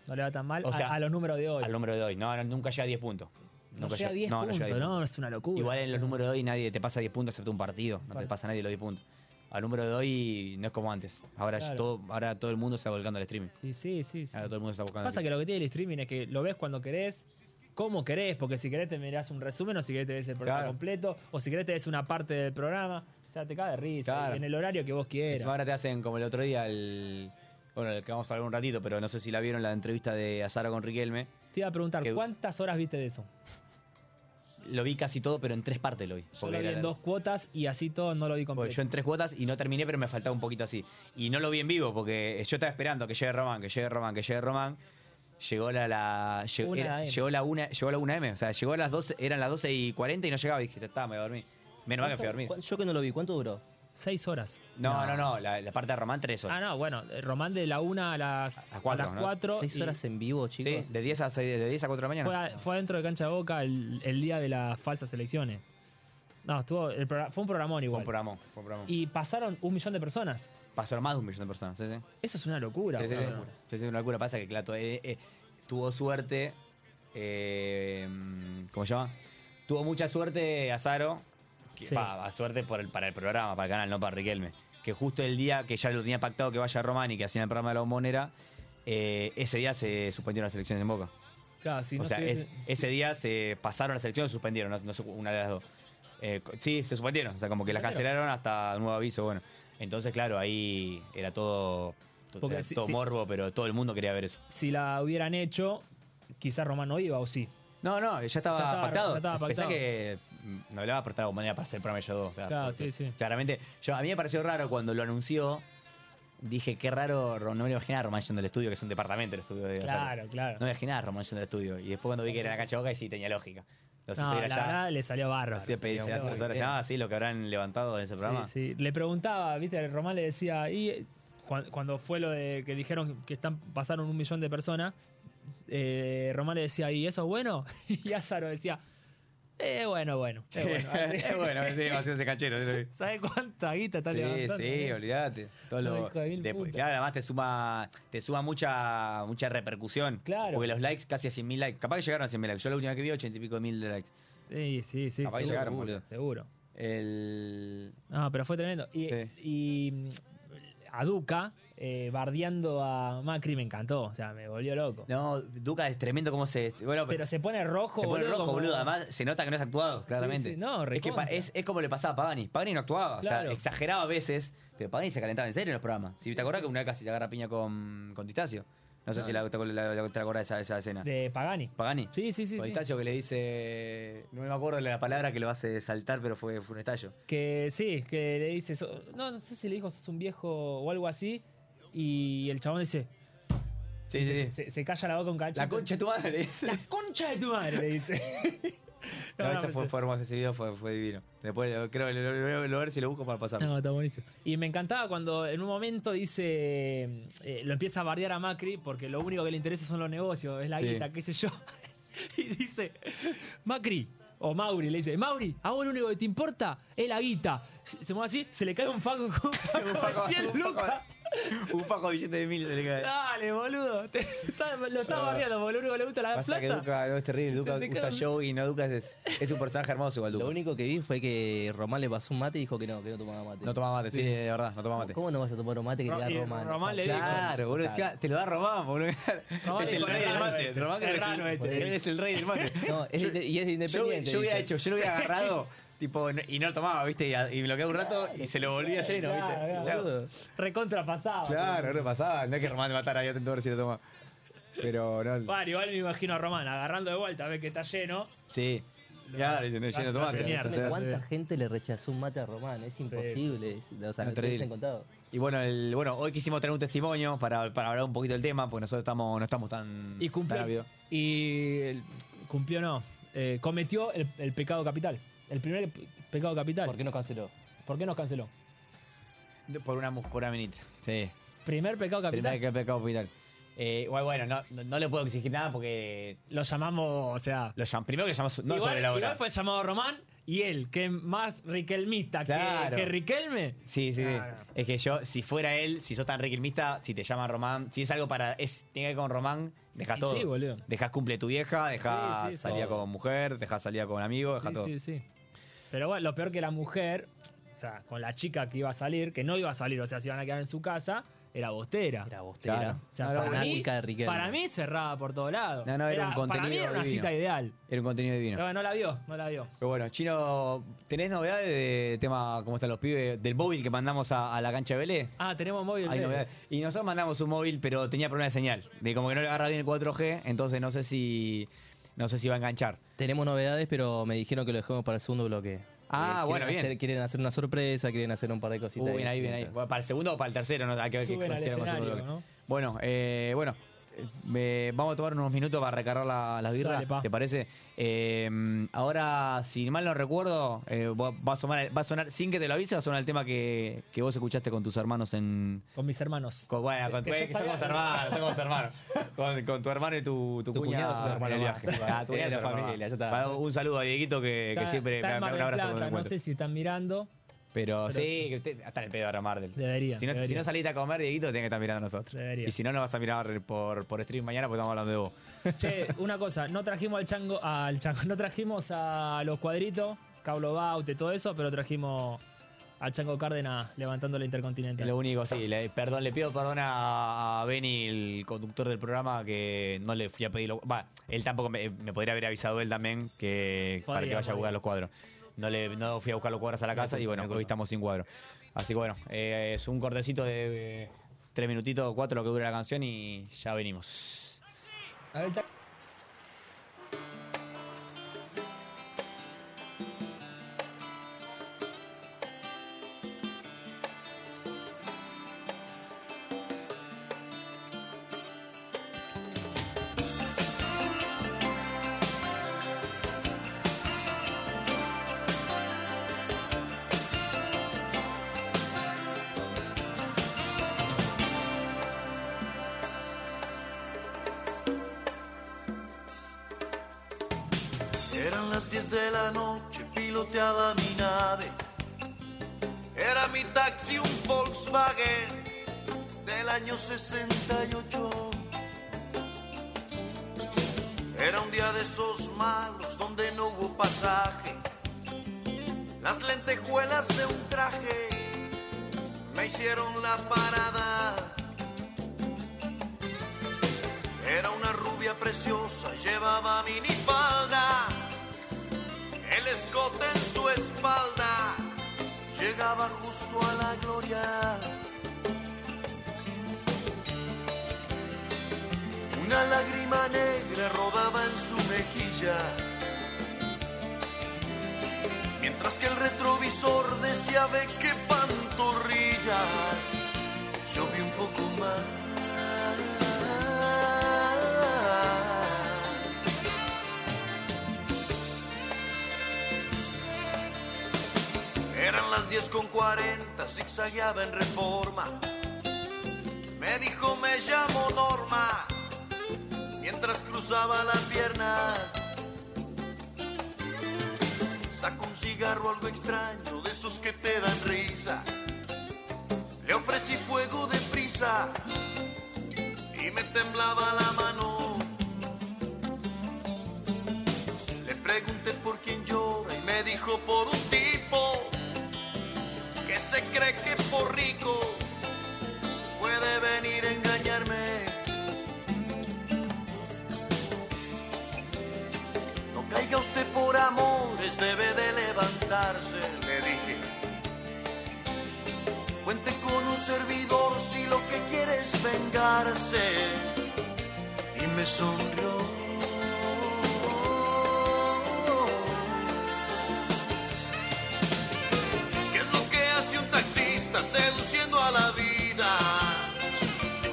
No le va tan mal
O
a-
sea,
a, los números de hoy.
al número de hoy. No, no, nunca llega a 10 puntos.
no
Nunca
llega a 10
no,
puntos,
llega a 10
¿no? Es una locura.
Igual en los números de hoy nadie te pasa 10 puntos excepto un partido. No
Claro.
te pasa nadie los 10 puntos. Al número de hoy no es como antes. Ahora,
Claro.
todo, ahora todo el mundo está volcando al streaming.
Sí, sí, sí. sí.
Ahora todo el mundo está buscando.
Pasa que lo que tiene el streaming es que lo ves cuando querés, como querés, porque si querés te mirás un resumen, o si querés te ves el programa
Claro.
completo, o si querés te ves una parte del programa. O sea, te cae de risa,
Claro.
y en el horario que vos quieras.
Encima ahora te hacen como el otro día el. Bueno, el que vamos a hablar un ratito, pero no sé si la vieron la entrevista de Azara con Riquelme.
Te iba a preguntar,
que-
¿cuántas horas viste de eso?
Lo vi casi todo, pero en tres partes lo vi.
Yo
Porque
lo vi
era-
en dos cuotas y así todo no lo vi
porque
completo.
yo en tres cuotas y no terminé, pero me faltaba un poquito así. Y no lo vi en vivo, porque yo estaba esperando que llegue Román, que llegue Román, que llegue Román. Llegó la, la llegó,
Una
era-
AM.
llegó la una, llegó la 1 M, o sea, llegó a las 12, eran las 12 y 40 y no llegaba, dije, ya está, me voy a dormir. Menos mal que me fui a dormir.
¿Cuán- Yo que no lo vi, ¿cuánto duró?
Seis horas.
No, no, no, la, la parte de Román tres
Ah,
horas.
no, bueno, eh, Román de la una a las,
A cuatro,
a las
¿no?
cuatro
¿Seis
y
horas en vivo, chicos?
sí, de 10 a 6, de 10 a 4 de la mañana.
Fue, a- fue adentro de Cancha de Boca el, el día de las falsas elecciones. No, estuvo, el progra- fue un programón
Fue
igual.
un programa, fue un programa.
Y pasaron un millón de personas.
Pasaron más de un millón de personas, sí, sí.
Eso es una locura.
Sí, sí,
boludo.
sí. Sí, sí, una locura. Pasa que Clato eh, eh, tuvo suerte. eh, ¿Cómo se llama? Tuvo mucha suerte Azaro. Que,
Sí.
pa, a suerte por el, para el programa, para el canal, no para Riquelme. Que justo el día que ya lo tenía pactado que vaya Román y que hacían el programa de la bombonera, eh, ese día se suspendieron las elecciones en Boca.
Claro, si
o
no
sea,
se
es-
hubiese-
ese día se pasaron las elecciones, se suspendieron, no, no sé, una de las dos. Eh, co- sí, se suspendieron, o sea, como que las cancelaron hasta nuevo aviso, bueno. Entonces, claro, ahí era todo, to-
Porque
era
si-
todo
si-
morbo, pero todo el mundo quería ver eso.
si la hubieran hecho, quizás Román no iba o sí.
No, no, ya estaba,
Ya estaba-
pactado.
ya estaba
Pensá
pactado.
que mm, no hablaba por estar de manera para hacer el programa de ellos dos. o sea,
Claro,
porque-
sí, sí.
Claramente, yo, a mí me pareció raro cuando lo anunció. Dije, qué raro, Ro- no me lo imaginaba a Román yendo al estudio, que es un departamento el estudio de Gonzalo.
Claro, claro.
No me imaginaba a Román yendo al estudio. Y después cuando vi que era la cancha de boca, y sí, tenía lógica. Los hizo
No,
ir
la
allá.
verdad le salió bárbaro.
Así de
Sí,
pedirse a las
bárbaro.
personas, ah, sí, lo que habrán levantado en ese programa.
Sí, sí. Le preguntaba, viste, Román le decía, y eh, cuan- cuando fue lo de que dijeron que están pasaron un millón de personas, eh, Román le decía, ¿y eso es bueno? Y Azaro decía, eh, bueno, bueno. Eh, bueno.
Es bueno, sí, va a ser ese canchero. sí, lo vi.
¿Sabes cuánta guita está
Sí,
levantando?
sí, olvídate. Todo
No,
lo-
hijo de mil
de-
putas.
claro, además te suma, te suma mucha, mucha repercusión.
Claro.
Porque los likes casi a 100.000 likes. Capaz que llegaron a 100.000 likes. Yo la última que vi, 80 y pico de mil de likes.
Sí, sí, sí.
Capaz que
seguro,
llegaron, boludo.
Seguro.
El.
No, pero fue tremendo. Y,
Sí.
y, mm, a Duca eh, bardeando a Macri, me encantó. O sea, me volvió loco.
No, Duca es tremendo cómo se. Bueno,
Pero se pone rojo,
se pone
boludo,
rojo,
como-
boludo. Además, se nota que no es actuado, claramente.
sí, no,
es, que pa-
recontra.
es, es como le pasaba a Pagani. Pagani no actuaba, o
Claro.
sea, exageraba a veces, pero Pagani se calentaba en serio en los programas. Si te acordás que una vez casi se agarra piña con, con Tistacio. No sé si la, te, la- la- te acordás de esa, esa escena.
De Pagani.
Pagani.
Sí, sí, sí.
Con
sí.
Tistacio que le dice. No me acuerdo la palabra que lo hace saltar, pero fue, fue un estallo.
Que sí, que le dice. so- No, no sé si le dijo sos un viejo o algo así. Y el chabón dice.
Sí, sí, sí.
Se, se calla la boca un cacho.
La concha de tu madre. le dice.
La concha de tu madre, le dice.
No,
No, no,
ese fue,
pero-
fue hermoso, ese video fue, fue divino. Después lo- creo que lo, lo- lo- lo- a ver si lo busco para pasar.
No, está buenísimo. Y me encantaba cuando en un momento dice, eh, lo empieza a bardear a Macri porque lo único que le interesa son los negocios, es la
Sí.
guita, qué sé yo. y dice, Macri. O Mauri le dice, Mauri, a vos lo único que te importa es la guita. Se se mueve así, se le cae un faco con un faco
faco-
de 100
un faco-
lucas.
Un fajo de billete de mil se le cae.
Dale, boludo. Te- está- lo está bardeando porque lo único que le gusta es la
Pasa que
plata.
Duca no, es terrible, Duca
te
usa
cagan.
show y no Duca es, es un personaje hermoso igual Duca.
Lo único que vi fue que Román le pasó un mate y dijo que no, que no tomaba mate.
No tomaba mate, sí, de verdad, no tomaba mate.
¿Cómo no vas a tomar un mate que
Ro-
te da
y
Román?
Román le
Claro, boludo, encima te lo da Román, boludo.
Román
es
le
el
dijo,
rey del
"Raro
mate.
este,
Román creo que
raro
es, el,
este.
él es el rey del mate.
No, es inde- y es
Yo,
independiente.
yo hubiera
dice.
hecho, yo lo hubiera agarrado, tipo, no- y no lo tomaba, viste, y, a- y me lo quedaba un rato y se lo volvía lleno,
Claro,
viste. Chao.
claro. Recontrapasado.
Claro, no le pasaba, no es que Román le matara ahí atento a ver si lo toma. Pero no,
Bueno, igual me imagino a Román agarrando de vuelta, a ver que está lleno.
sí. Claro, dice, no, lleno de
Lo hace
tomate.
mierda.
O sea,
¿Cuánta gente le rechazó un mate a Román? Es imposible. es- O sea,
No,
no te
terrible.
hubiesen contado.
Y bueno, el, bueno, hoy quisimos tener un testimonio para, para hablar un poquito del tema, porque nosotros estamos, no estamos tan,
Y cumplió.
tan ávidos.
Y el- cumplió, no. eh, cometió el, el pecado capital. El primer pe- pecado capital.
¿Por qué no canceló?
¿Por qué nos canceló?
De- Por una, mus- por una minita. Sí.
Primer pecado capital.
Primera que pecado capital. Eh, bueno, bueno, no, no- no le puedo exigir nada porque
Lo llamamos, o sea.
lo llam- primero que llamamos no
igual,
sobre la hora.
igual fue llamado Román y él, que es más riquelmista que-
Claro.
que, Riquelme.
Sí, sí, sí.
Claro.
Es que yo, si fuera él, si sos tan requilmista, si te llama Román, si es algo para. Es, tiene que ver con Román, dejas
Y
todo.
sí, boludo.
Dejas cumple tu vieja, dejas
Sí, sí,
salida
todo.
con mujer, dejas salida con amigos, dejas
Sí,
todo.
sí, sí. Pero bueno, lo peor que la mujer, o sea, con la chica que iba a salir, que no iba a salir, o sea, se iban a quedar en su casa, era bostera.
Era bostera.
Claro.
O sea,
Ahora,
para, mí,
fanática de Riquelme.
para mí cerrada por todos lados.
No, no, era un
Para mí
contenido
era una
divino.
cita ideal.
Era un contenido divino.
Pero no la vio, no la vio.
Pero bueno, Chino, ¿tenés novedades de tema cómo están los pibes del móvil que mandamos a, a la cancha de Belé?
Ah, tenemos móvil.
Hay
B.
novedades. Y nosotros mandamos un móvil, pero tenía problema de señal. De como que no le agarra bien el 4G, entonces no sé si no sé si va a enganchar.
Tenemos novedades, pero me dijeron que lo dejemos para el segundo bloque. Eh,
Ah,
quieren
bueno, bien.
hacer- quieren hacer una sorpresa, quieren hacer un par de cositas.
Uh, bien ahí, bien ahí.
distintas.
Bueno, para el segundo o para el tercero, no hay que ver qué
Suben al
consideramos el
escenario,
bloque.
¿no?
Bueno, eh, bueno. eh, me- vamos a tomar unos minutos para recargar la- las birras,
Dale, pa.
¿te parece? Eh, ahora, si mal no recuerdo, eh, va, va a sonar, va a sonar, sin que te lo avise, va a sonar el tema que, que vos escuchaste con tus hermanos en,
Con mis hermanos.
Con, bueno, con,
Que
eh,
yo
que somos
sabía-
hermanos, somos hermanos. Con, con tu hermano y tu, tu,
Tu
cuñada
cuñado es un hermano
en el
más.
viaje. Ah, tu
Tenía
cuñado
la
es un hermano
familia,
más.
ya está.
Bueno, Un saludo a Dieguito que, que
Está-
siempre
está en
me, me da
Mar
un
del
abrazo.
Plata,
cuando me
No
encuentro.
sé si están mirando.
pero,
pero-
sí, que usted- hasta el pedo ahora Mar del.
Debería,
Si no, si
debería.
no saliste a comer, Dieguito, tiene que estar mirando a nosotros.
Debería.
Y si no, nos vas a mirar por, por stream mañana porque estamos hablando de vos.
Che, una cosa, no trajimos al chango, al chango, no trajimos a los cuadritos, Cablo Baute, todo eso, pero trajimos al chango Cárdenas levantando la Intercontinental.
Lo único, sí, le, perdón, le pido perdón a, a Benny, el conductor del programa, que no le fui a pedirlo. Va, él tampoco me, me podría haber avisado él también que para
Podría,
que vaya a
podría.
buscar los cuadros. No le no fui a buscar los cuadros a la casa y bueno, hoy estamos sin cuadro. Así que bueno, eh, es un cortecito de eh, tres minutitos, cuatro lo que dura la canción y ya venimos.
A ver, ta-
Eran las 10 de la noche, piloteaba mi nave. Era mi taxi, un Volkswagen del año 68. Era un día de esos malos donde no hubo pasaje. Las lentejuelas de un traje me hicieron la parada. Era una rubia preciosa, llevaba minifalda, el escote en su espalda, llegaba justo a la gloria. Una lágrima negra rodaba en su mejilla, mientras que el retrovisor decía ve qué pantorrillas, yo vi un poco más. Eran las 10 con 40, zigzagueaba en reforma. Me dijo, me llamo Norma, mientras cruzaba la pierna. Sacó un cigarro algo extraño, de esos que te dan risa. Le ofrecí fuego de prisa y me temblaba la mano. Le pregunté por quién llora y me dijo por un tipo que se cree que por rico puede venir a engañarme. No caiga usted por amores, debe de levantarse, le dije. Cuente con un servidor si lo que quiere es vengarse. Y me sonrió. ¿Qué es lo que hace un taxista seduciendo a la vida?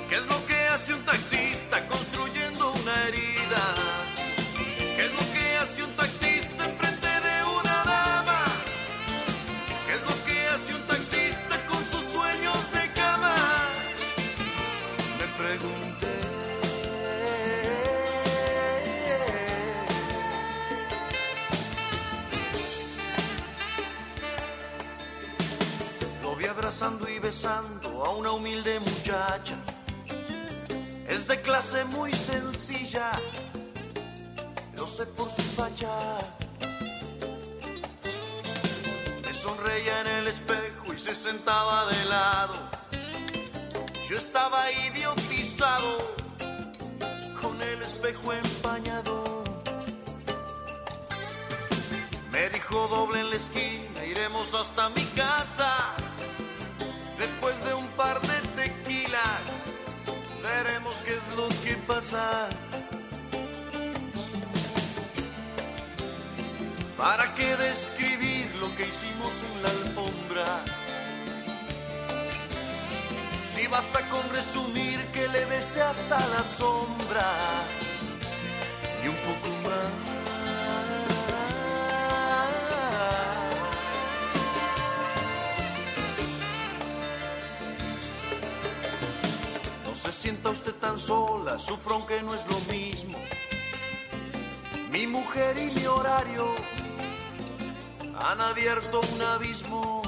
¿Qué es lo que hace un taxista construyendo una herida? ¿Qué es lo que hace un taxista enfrente de una dama? ¿Qué es lo que hace un taxista con sus sueños de cama? Me pregunté. Lo vi abrazando y besando a una humilde muchacha. Es de clase muy sencilla, lo sé por su facha. Me sonreía en el espejo y se sentaba de lado. Yo estaba idiotizado, con el espejo empañado. Me dijo doble en la esquina, iremos hasta mi casa. Después de un par de tequilas, veremos qué es lo que pasa. ¿Para qué describir lo que hicimos en la alfombra? Si basta con resumir que le besé hasta la sombra y un poco más. No se sienta usted tan sola, sufro aunque no es lo mismo. Mi mujer y mi horario han abierto un abismo.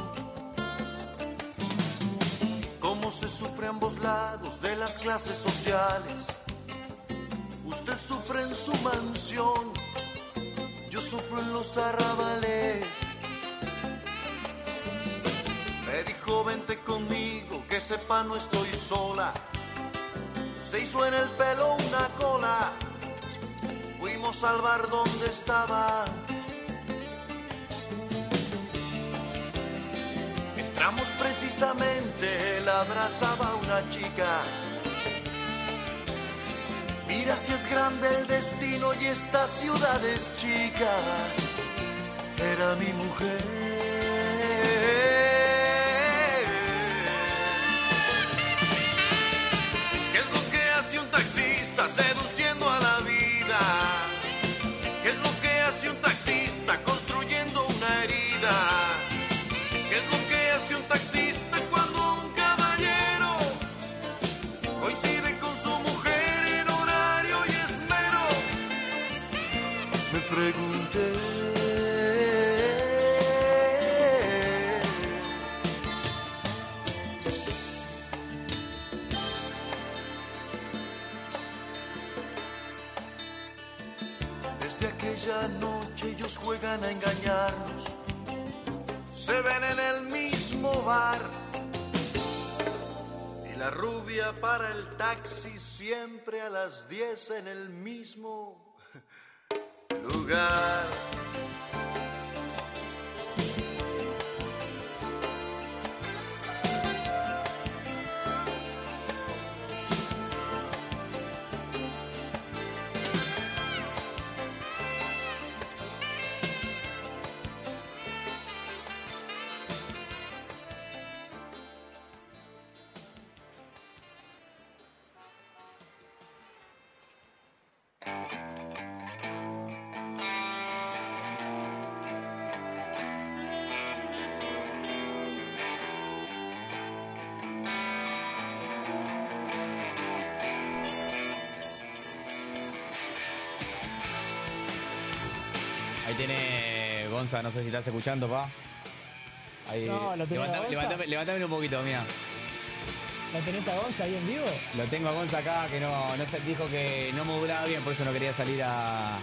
Cómo se sufre a ambos lados de las clases sociales. Usted sufre en su mansión, yo sufro en los arrabales. Me dijo vente conmigo, que sepa no estoy sola. Se hizo en el pelo una cola, fuimos al bar donde estaba. Entramos precisamente, él abrazaba a una chica. Mira si es grande el destino y esta ciudad es chica. Era mi mujer. ¿Qué es lo que hace un taxista seduciendo a la vida? ¿Qué es lo que hace un taxista construyendo una herida? ¿Qué es lo que hace un taxista cuando un caballero coincide con su mujer en horario y esmero. Me pregunté. Desde aquella noche ellos juegan a engañarnos. Se ven en el mismo bar La rubia para el taxi siempre a las 10 en el mismo lugar.
Ahí tiene Gonza, no sé si estás escuchando, pa. Ahí.
No, lo tenía
levantame,
Gonza.
levantame- levantame un poquito, mía.
¿La tenés a Gonza ahí en vivo?
Lo tengo a Gonza acá que no, no se, dijo que no modulaba bien, por eso no quería salir a.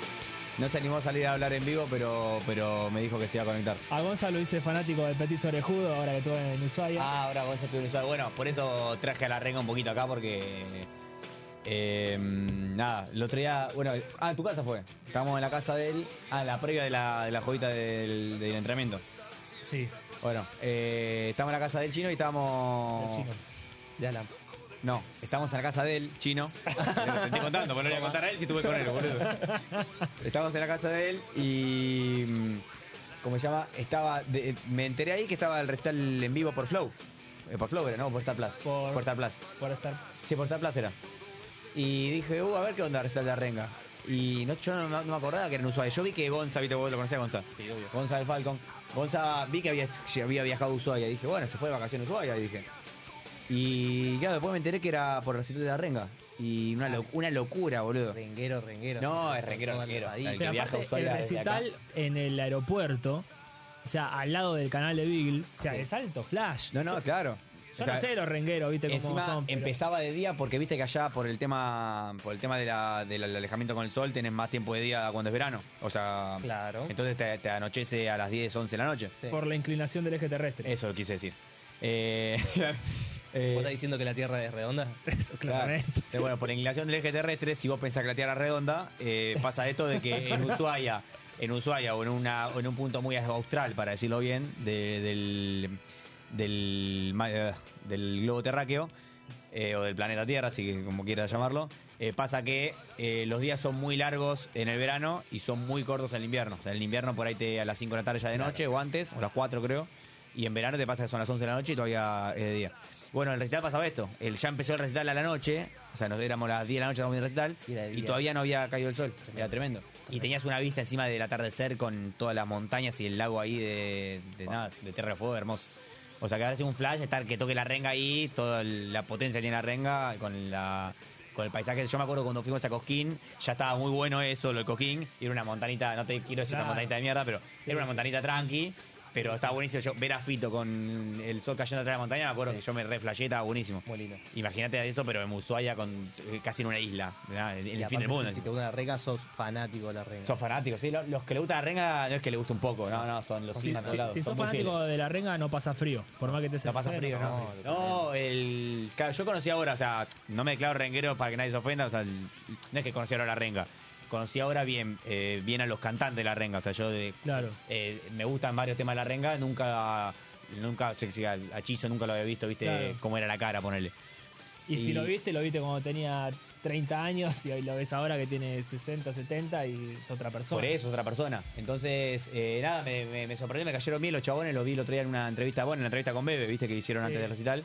No se animó a salir a hablar en vivo, pero, pero me dijo que se iba a conectar.
A Gonza lo hice fanático del Petit Orejudo, ahora que estuvo en Ushuaia.
Ah, ahora Gonza estuvo en Ushuaia. Bueno, por eso traje a la renga un poquito acá porque. eh, nada, el otro día. Bueno, ah, en tu casa fue. Estábamos en la casa de él. Ah, la previa de la, de la jodita del, del entrenamiento.
Sí,
Bueno, eh, estábamos en la casa del chino y estábamos.
el chino.
De Alan.
No, estábamos en la casa del chino. Te te estoy contando, porque no le voy a contar a él si estuve con él, boludo. Estábamos en la casa de él y. mm, ¿Cómo se llama? Estaba. de- me enteré ahí que estaba el recital en vivo por Flow. Eh, por Flow era, ¿no? Por Star Plus.
Por-
Star Plus.
Por estar.
Sí, por Star Plus era. Y dije, uh, a ver qué onda el recital de la renga. Y no, yo no, no me acordaba que era en Ushuaia. Yo vi que Gonza, viste, vos lo conocías, Gonza.
Sí, obvio.
Gonza del Falcon. Gonza, vi que había, que había viajado a Ushuaia. Dije, bueno, se fue de vacaciones a Ushuaia, dije. Y claro, después me enteré que era por el recital de la renga. Y una, lo- una locura, boludo.
Ah. Renguero, renguero.
No, es renguero,
Todo
renguero.
arrapadito.
que
Pero
viaja a
aparte, el
Ushuaia desde
recital en el aeropuerto, o sea, al lado del canal de Beagle, o sea,
Sí.
es alto flash.
No, no, claro.
Yo
O sea,
no sé los rengueros, viste, cómo
Encima
son. pero-
empezaba de día porque viste que allá por el tema por el tema de la- del alejamiento con el sol tenés más tiempo de día cuando es verano. O sea,
Claro.
entonces te, te anochece a las 10, 11 de la noche.
Sí.
Por la inclinación del eje terrestre.
Eso quise decir. Eh, eh,
¿Vos estás diciendo que la Tierra es redonda?
Eso,
claro.
claramente.
Eh, Bueno, por la inclinación del eje terrestre, si vos pensás que la Tierra es redonda, eh, pasa esto de que en Ushuaia, en Ushuaia o en, una, o en un punto muy austral, para decirlo bien, de- del, del, ma- eh, del globo terráqueo, eh, o del planeta Tierra, así que como quieras llamarlo, eh, pasa que eh, los días son muy largos en el verano y son muy cortos en el invierno. O sea, en el invierno por ahí te, a las 5 de la tarde ya de noche, o antes, o a las 4 creo, y en verano te pasa que son las 11 de la noche y todavía es de día. Bueno, el recital pasaba esto, el, ya empezó el recital a la noche, o sea, nos éramos las 10 de la noche, estábamos en el
Y era de
recital, y
día.
todavía no había caído el sol, era tremendo. Y tenías una vista encima del atardecer con todas las montañas y el lago ahí de, de nada, de Tierra de Fuego, hermoso. O sea, que habrá sido un flash, estar que toque la renga ahí, toda el- la potencia que tiene la renga, con la con el paisaje. Yo me acuerdo cuando fuimos a Cosquín, ya estaba muy bueno eso, lo de Cosquín. y Era una montanita, no te quiero decir
Claro.
una montanita de mierda, pero era una montanita tranqui. Pero estaba buenísimo. Yo ver a Fito con el sol cayendo atrás de la montaña, me acuerdo que yo me reflashé, estaba buenísimo.
Muy lindo.
Imagínate eso, pero en Ushuaia, con, eh, casi en una isla, ¿verdad? En
Y
el fin
aparte,
del mundo.
Si te gusta la renga, sos fanático de la renga.
Son fanáticos, sí. Lo- Los que le gusta la renga no es que le guste un poco, no, no, son los
Si,
signos
si- si sos fanático de la renga, no pasa frío. Por más que te
No pasa frío, ¿no? No, el. Claro, yo conocí ahora, o sea, no me declaro renguero para que nadie se ofenda, o sea, el- no es que conocí ahora la renga. Conocí ahora bien, eh, bien a los cantantes de la renga, o sea, yo de,
Claro.
eh, me gustan varios temas de la renga, nunca. Nunca, sé si al- a Chizo nunca lo había visto, viste
Claro.
cómo era la cara, ponele.
Y, si
Y-
lo viste, lo viste cuando tenía 30 años y hoy lo ves ahora que tiene 60, 70 y es otra persona.
Por eso, otra persona. Entonces, eh, nada, me, me- me sorprendió, me cayeron bien los chabones, lo vi el otro día en una entrevista, bueno, en la entrevista con Bebe, viste, que hicieron antes
Sí.
del recital.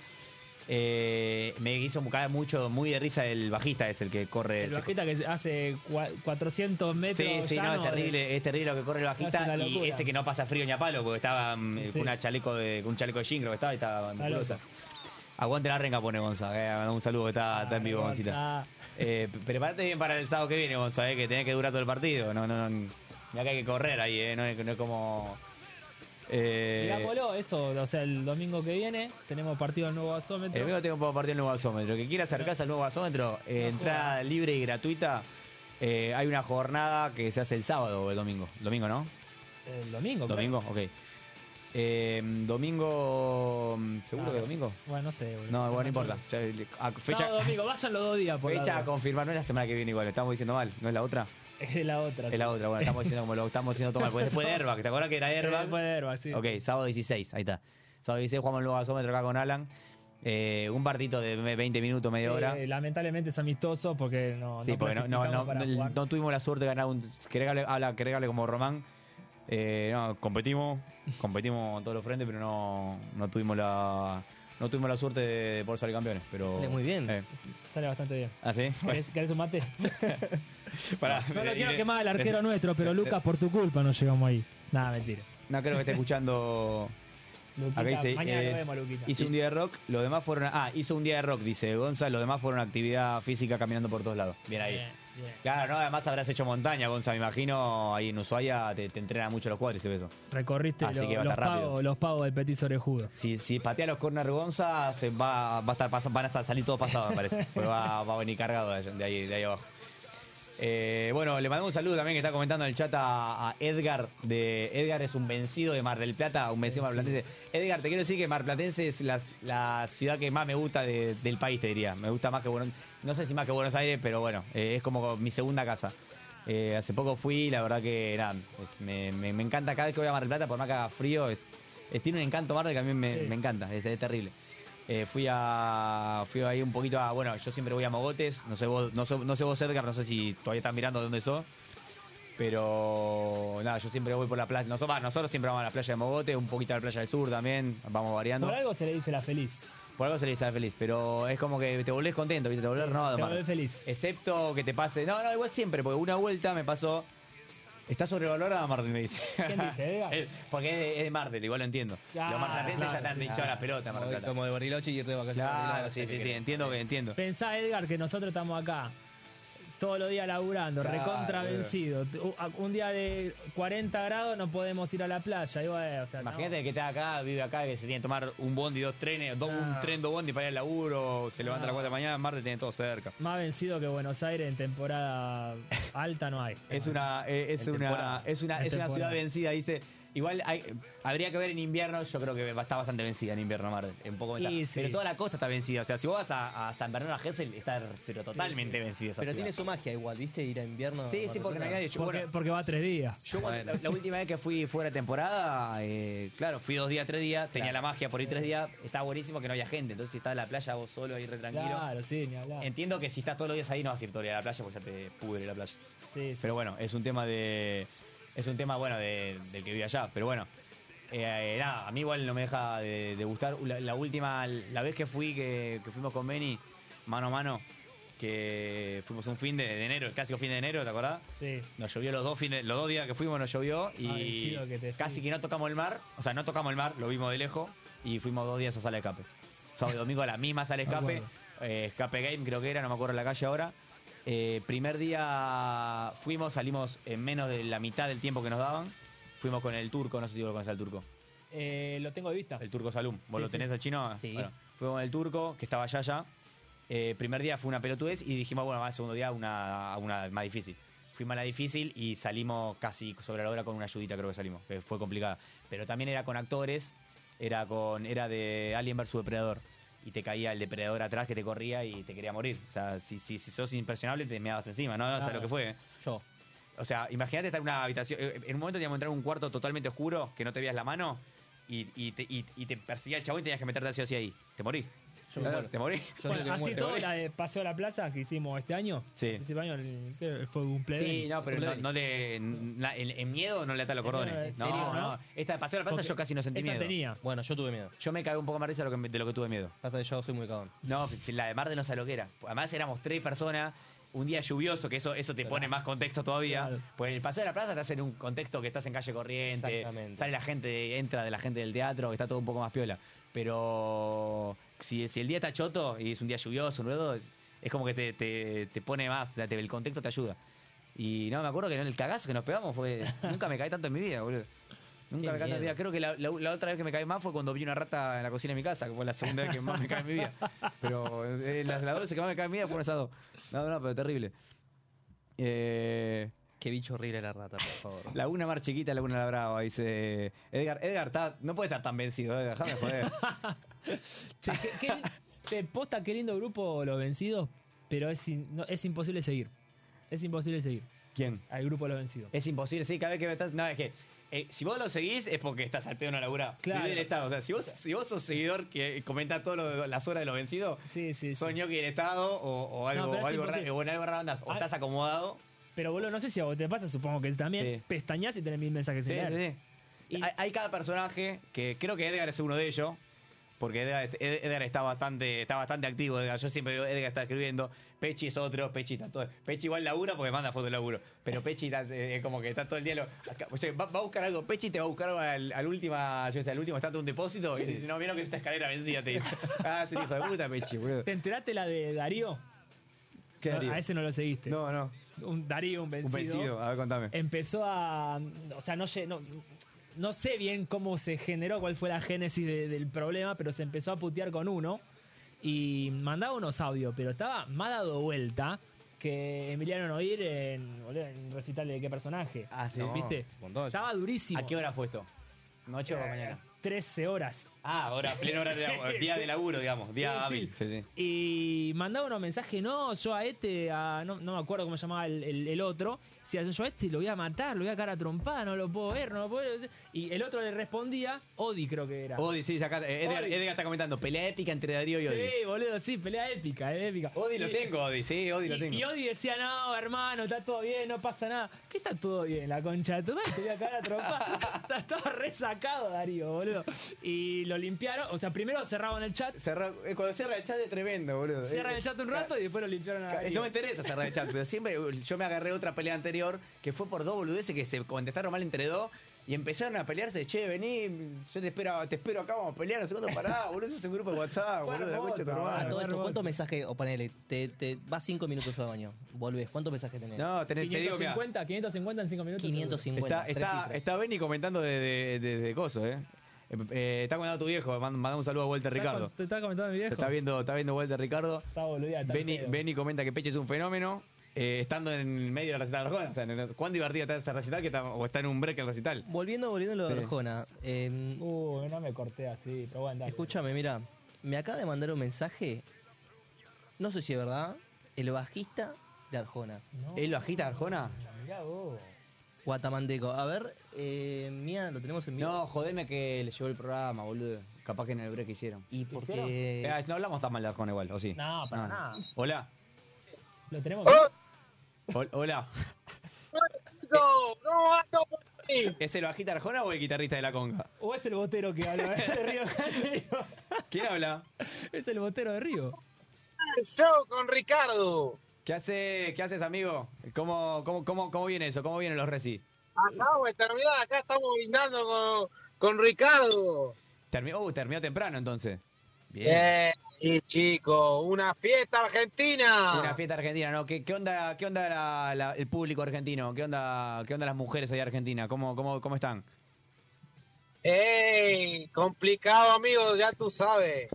Eh, me hizo mu- caer mucho, muy de risa el bajista, es el que corre.
El
se-
bajista que hace cua- 400 metros.
Sí, sí, no,
llano
es
de-
terrible, es terrible lo que corre el
eh. Es
bajista
una
y
locura.
ese que no pasa frío ni a palo, porque estaba mm,
Sí.
con una chaleco de, con un chaleco de jean, creo que estaba y estaba
Está
musculosa.
loco.
Aguante la renga, pone Gonza, eh, manda un saludo, está, está en vivo,
Ah,
Gonzita.
ah,
Eh, p- prepárate bien para el sábado que viene, Gonza, eh, que tenés que durar todo el partido. No, no, no. Mirá que hay que correr ahí, eh, no, es, no es como. eh,
Sigámoslo, eso, o sea, el domingo que viene tenemos partido del nuevo
el
gasómetro.
domingo tengo para partido el nuevo gasómetro. Que quiera acercarse al nuevo gasómetro, eh,
No
entrada
joda.
libre y gratuita. Eh, hay una jornada que se hace el sábado o el domingo. Domingo, ¿no?
El domingo, claro.
Domingo, ok. Eh, domingo. mm, ¿Seguro
No,
que
no.
domingo?
Ah. Bueno, no sé, boludo.
No, bueno, no importa. Ya, le- a- fecha
Sábado, domingo, vayan los dos días por la
fecha a
duda.
confirmar, no es la semana que viene igual, lo estamos diciendo mal, ¿no es la otra?
Es la otra.
Es la otra, bueno, estamos diciendo como lo estamos diciendo todo mal. Pues después de Airbag, ¿te acuerdas que era
Herba.
Airbag?
Después de Herba, Eh, sí.
Ok, sábado 16, ahí está. Sábado 16 jugamos el nuevo gasómetro acá con Alan. Eh, un partito de me- 20 minutos, media hora.
Eh, lamentablemente es amistoso porque no.
Sí, porque no, no, no,
clasificamos para
no-
jugar.
no tuvimos la suerte de ganar un. querés que hable- habla- querés que hable como Román. Eh, no, competimos, competimos en todos los frentes, pero no, no tuvimos la. No tuvimos la suerte de poder salir campeones. Pero.
Sale muy bien.
Eh,
Sale bastante bien.
¿Ah, sí?
¿Querés, querés un mate?
Pará,
No lo
eh,
quiero
eh,
quemar el arquero
eh,
nuestro, pero Lucas, por tu culpa no llegamos ahí. Nada, mentira.
No creo que esté escuchando.
Luquita,
Acá dice,
mañana
eh,
lo vemos, Luquita.
Hizo un día de rock, los demás fueron. Ah, hizo un día de rock, dice Gonza, los demás fueron actividad física caminando por todos lados. Bien ahí.
Bien, bien.
Claro, no, además habrás hecho montaña, Gonza, me imagino. Ahí en Ushuaia te, te entrena mucho los cuádriceps eso.
Recorriste
Así
lo-
Ah, que va a
los,
estar rápido.
pagos, los pagos del Petit Orejudo.
Si, si patea los corners Gonza, se va, va a estar, pas- van a estar- salir todos pasados, me parece. Porque va, va a venir cargado de, de ahí, de ahí abajo. Eh, bueno, le mandamos un saludo también que está comentando en el chat a, a Edgar. De, Edgar es un vencido de Mar del Plata, un vencido marplatense. Edgar, te quiero decir que Marplatense es la, la ciudad que más me gusta de- del país, te diría. Me gusta más que Buenos No sé si más que Buenos Aires, pero bueno, eh, es como mi segunda casa. Eh, hace poco fui, la verdad que nada, es- me, me- me encanta cada vez que voy a Mar del Plata, por más que haga frío, es- es- tiene un encanto Mar del que a mí me,
Sí.
me encanta, es, es terrible. Eh, fui a fui ahí un poquito a, bueno, yo siempre voy a Mogotes, no sé vos, no sé, no sé vos Edgar, no sé si todavía estás mirando de dónde sos. Pero nada, yo siempre voy por la playa. Nosotros, va, nosotros siempre vamos a la playa de Mogotes, un poquito a la playa del sur también, vamos variando.
Por algo se le dice la feliz.
Por algo se le dice feliz, pero es como que te volvés contento, ¿viste? Te volvés renovado.
Te
mano.
volvés feliz.
Excepto que te pase. No, no, igual siempre, porque una vuelta me pasó. Está sobrevalorada Martel, me dice.
¿Quién dice, Edgar?
Eh, Porque es de, es de Martel, igual lo entiendo.
Claro,
Los marplatenses ya
claro,
te han
sí,
hinchado las pelotas, Mar
Como
del
de,
Plata.
como de Bariloche y irte de vacaciones. a
Claro,
Bariloche,
sí,
que
sí, sí,
querés.
entiendo que entiendo.
Pensá, Edgar, que nosotros estamos acá todos los días laburando,
Claro.
recontra vencido. U- a- Un día de 40 grados no podemos ir a la playa. y bueno, o sea,
Imagínate que está acá, vive acá, que se tiene que tomar un bondi, dos trenes, dos- un
No.
tren, dos bondi para ir al laburo, se levanta a las
No.
4 de la mañana, Marte tiene todo cerca.
no, más vencido que Buenos Aires en temporada alta no hay.
Es una, eh, es
En
una,
temporada.
es una,
En
es una ciudad
temporada.
vencida, dice. Igual hay- habría que ver en invierno, yo creo que va- está bastante vencida en invierno, Mar, un poco ventaja.
Y sí.
Pero toda la costa está vencida, o sea, si vos vas a, a San Bernardo, a Gessel, está pero totalmente vencida esa
Pero
ciudad.
tiene su magia igual, ¿viste? Ir a invierno.
Sí, sí, porque no hay nadie. Yo,
Porque,
bueno,
porque va tres días.
yo cuando- la, la última vez que fui fuera de temporada, eh, claro, fui dos días, tres días, tenía la magia por ahí tres días, estaba buenísimo que no había gente, entonces si estás en la playa vos solo ahí re tranquilo.
Claro, sí, ni hablar.
Entiendo que si estás todos los días ahí no vas a ir todo el día a la playa porque ya te pudre la playa.
Sí, sí.
Pero bueno, es un tema de. Es un tema, bueno, de- del que vive allá. Pero bueno, eh, nada, a mí igual no me deja de, de gustar. La, la última, la vez que fui, que, que fuimos con Benny, mano a mano, que fuimos un fin de, de enero, el clásico fin de enero, ¿te acordás?
Sí.
Nos llovió los dos fines, los dos días que fuimos nos llovió y
Ay, sí, lo que te fui.
casi que no tocamos el mar, o sea, no tocamos el mar, lo vimos de lejos y fuimos dos días a sala de escape. Sábado y domingo a la misma sala de
Me
escape,
acuerdo.
eh, escape game creo que era, no me acuerdo la calle ahora. Eh, primer día fuimos, salimos en menos de la mitad del tiempo que nos daban. Fuimos con el turco, no sé si vos lo conocés al turco.
Eh, lo tengo de vista.
El turco Salum. ¿Vos
Sí,
lo
sí.
tenés al chino?
Sí.
Bueno, fue con el turco, que estaba allá ya. Eh, primer día fue una pelotudez y dijimos, bueno, va, segundo día una, una más difícil. Fuimos a la difícil y salimos casi sobre la hora con una ayudita, creo que salimos, que fue complicada. Pero también era con actores, era con era de Alien vs Depredador. Y te caía el depredador atrás que te corría y te quería morir. O sea, si, si, si sos impresionable te meabas encima, ¿no? O sea,
Claro.
lo que fue. ¿eh?
Yo.
O sea, imagínate estar en una habitación. eh, En un momento teníamos que entrar en un cuarto totalmente oscuro, que no te veías la mano, y, y te, y- y te perseguía el chabón y tenías que meterte así o así ahí. Te morís.
Yo me muero.
¿Te morís?
Yo
Bueno,
creo que
así
muero.
todo la de Paseo a la Plaza que hicimos este año.
Sí.
Este año el- creo que fue un plebe.
Sí, no, pero no, no le. na- En, en miedo no le atas los
¿En serio?
cordones.
¿En
No,
serio,
no.
no?
Esta de paseo a la plaza
Porque
yo casi no sentí
Esa
miedo.
tenía.
Bueno, yo tuve miedo.
Yo me cagué un poco más de risa de lo que, de lo que tuve miedo.
Pasa que yo soy muy cagón.
No, la de Marde no sé lo que era. Además éramos tres personas, un día lluvioso, que eso, eso te pone más contexto todavía.
Claro.
Pues en el paseo de la plaza estás en un contexto que estás en calle corriente,
Exactamente.
sale la gente, entra de la gente del teatro, que está todo un poco más piola. Pero si, si el día está choto y es un día lluvioso, luego es como que te, te- te pone más, te- el contexto te ayuda. Y no, me acuerdo que en el cagazo que nos pegamos fue. nunca me caí tanto en mi vida, boludo. Nunca
Qué
me caí tanto en mi vida.
miedo.
Creo que la, la- la otra vez que me caí más fue cuando vi una rata en la cocina de mi casa, que fue la segunda vez que más me caí en mi vida. Pero eh, las, las dos veces que más me caí en mi vida fueron esas dos. No, no, pero terrible. Eh,
Qué bicho horrible la rata, por favor.
Laguna Mar Chiquita, Laguna La Brava, dice Edgar. Edgar, está- no puede estar tan vencido, Edgar, déjame joder.
Che, qué- qué- te posta qué lindo grupo Los Vencidos, pero es, in- no- es imposible seguir. Es imposible seguir
¿Quién?
al grupo Los Vencidos.
Es imposible, sí, cada vez que me estás. No, es que. eh, si vos lo seguís es porque estás al pedo de una labura.
Claro.
Vive el Estado. O sea, si vos, si vos sos seguidor que comenta todas las horas de los vencidos,
Sí, sí, sí.
soñó que el Estado o, o algo,
No, pero
o
es
algo,
imposible.
ra- o en algo raro andás. O
Ah.
estás acomodado.
Pero boludo, no sé si a vos te pasa, supongo que también.
Sí.
Pestañas y tenés mil mensajes
Sí,
en
sí, sí.
Y-
Hay, hay cada personaje que creo que Edgar es uno de ellos. Porque Edgar, Edgar está bastante está bastante activo. Edgar. Yo siempre veo Edgar está escribiendo. Pechi es otro. Pechi está todo. Pechi igual labura porque manda fotos de laburo. Pero Pechi está, eh, como que está todo el día. lo- acá- o sea, va, va a buscar algo. Pechi te va a buscar al, al última, yo sé, al último estante de un depósito. Y dice: No, vieron que es esta escalera vencida. Te dice: Ah, es un hijo de puta, Pechi, boludo.
¿Te enteraste la de Darío?
¿Qué
No,
haría?
A ese no lo seguiste.
No, no.
Un Darío, un
Un
vencido.
vencido. A ver, contame.
Empezó a. O sea, no, lle- no, no sé bien cómo se generó, cuál fue la génesis de- del problema, pero se empezó a putear con uno y mandaba unos audios, pero estaba más dado vuelta que Emiliano Noir en, boludo, en recital de qué personaje.
Ah, sí.
¿Viste?
un montón.
Estaba durísimo.
¿A qué hora fue esto? ¿Noche o
Eh.
mañana?
13 horas.
Ah, ahora, pleno hora de laburo, día de laburo, digamos, día
Sí,
hábil. Sí, sí.
Y mandaba unos mensajes, no, yo a este, a- no, no me acuerdo cómo se llamaba el, el- el otro, si yo a este lo voy a matar, lo voy a cagar a trompada, no lo puedo ver, no lo puedo ver. Y el otro le respondía, Odi creo que era.
Odi, sí, acá, eh, Edgar,
Odi.
Edgar está comentando, pelea épica entre Darío y Odi.
Sí, boludo, sí, pelea épica, eh, épica.
Odi lo
Y-
tengo, Odi, sí, Odi lo
Y,
tengo.
y Odi decía, no, hermano, está todo bien, no pasa nada. ¿Qué está todo bien, la concha de tu madre? Te voy a cagar a trompada. Está- Estaba resacado, Darío, boludo. Y lo limpiaron, o sea, primero cerraban el chat,
Cerró- eh, cuando cierra el chat es tremendo, boludo.
cierran el chat un rato y después lo limpiaron a
Eh,
Darío.
No me interesa cerrar el chat, pero siempre eh, yo me agarré otra pelea anterior que fue por dos boludeces que se contestaron mal entre dos y empezaron a pelearse. Che, vení, yo te espero, te espero acá, vamos a pelear. No sé cuánto pará, boludo, ese es un grupo de WhatsApp,
Fue
boludo, de
hermoso,
concha de tu
A
hermano.
todo
hermano.
esto,
hermoso.
¿cuántos mensajes? O ponele, te, te vas cinco minutos al baño, volvés. ¿Cuántos mensajes tenés?
No, tenés, te digo, mirá,
550, 550 en 5 minutos.
550.
Está,
tres
está,
cifras.
está Benny comentando de, de, de- de coso, ¿eh? Eh, eh, está comentando tu viejo, mand- manda un saludo a Walter Ricardo.
Te estaba comentando mi
Te
viejo.
está viendo, está viendo Walter Ricardo.
Está boludeada, está
Benny,
al pedo.
Benny comenta que Peche es un fenómeno. eh, estando en el medio de la recital de Arjona. O sea, en el- ¿cuán divertida está ese recital? Que está, o está en un break el recital.
Volviendo, volviendo a lo de
Sí.
Arjona. eh,
Uh, no me corté así, pero bueno, dale.
escúchame, mira, me acaba de mandar un mensaje. No sé si es verdad. El bajista de Arjona.
¿Él lo agita Arjona?
Mirá vos.
Guatamanteco. A ver, eh, Mía, lo tenemos en vivo.
No, jodeme que le llevó el programa, boludo. Capaz que en el break hicieron.
Y porque.
Eh, no hablamos tan mal de Arjona igual, ¿o sí?
No, para
Ah.
nada.
Hola.
Lo tenemos.
Hol- hola. ¿Es el bajista Arjona o el guitarrista de la conga?
O Oh, es el botero que habla eh, de Río de Janeiro.
¿Quién habla?
Es el botero de Río.
¿Qué, hace, ¿Qué haces, amigo? ¿Cómo, cómo, cómo, cómo viene eso? ¿Cómo vienen los resi?
Acabo de terminar, acá estamos brindando con, con Ricardo.
Terminó, uh, terminó temprano entonces.
Bien. Y chicos, una fiesta argentina.
Una fiesta argentina, ¿no? ¿Qué, qué onda, qué onda la- la- el público argentino? ¿Qué onda, qué onda las mujeres allá Argentina? ¿Cómo, cómo, cómo están?
¡Ey! Complicado, amigo, ya tú sabes.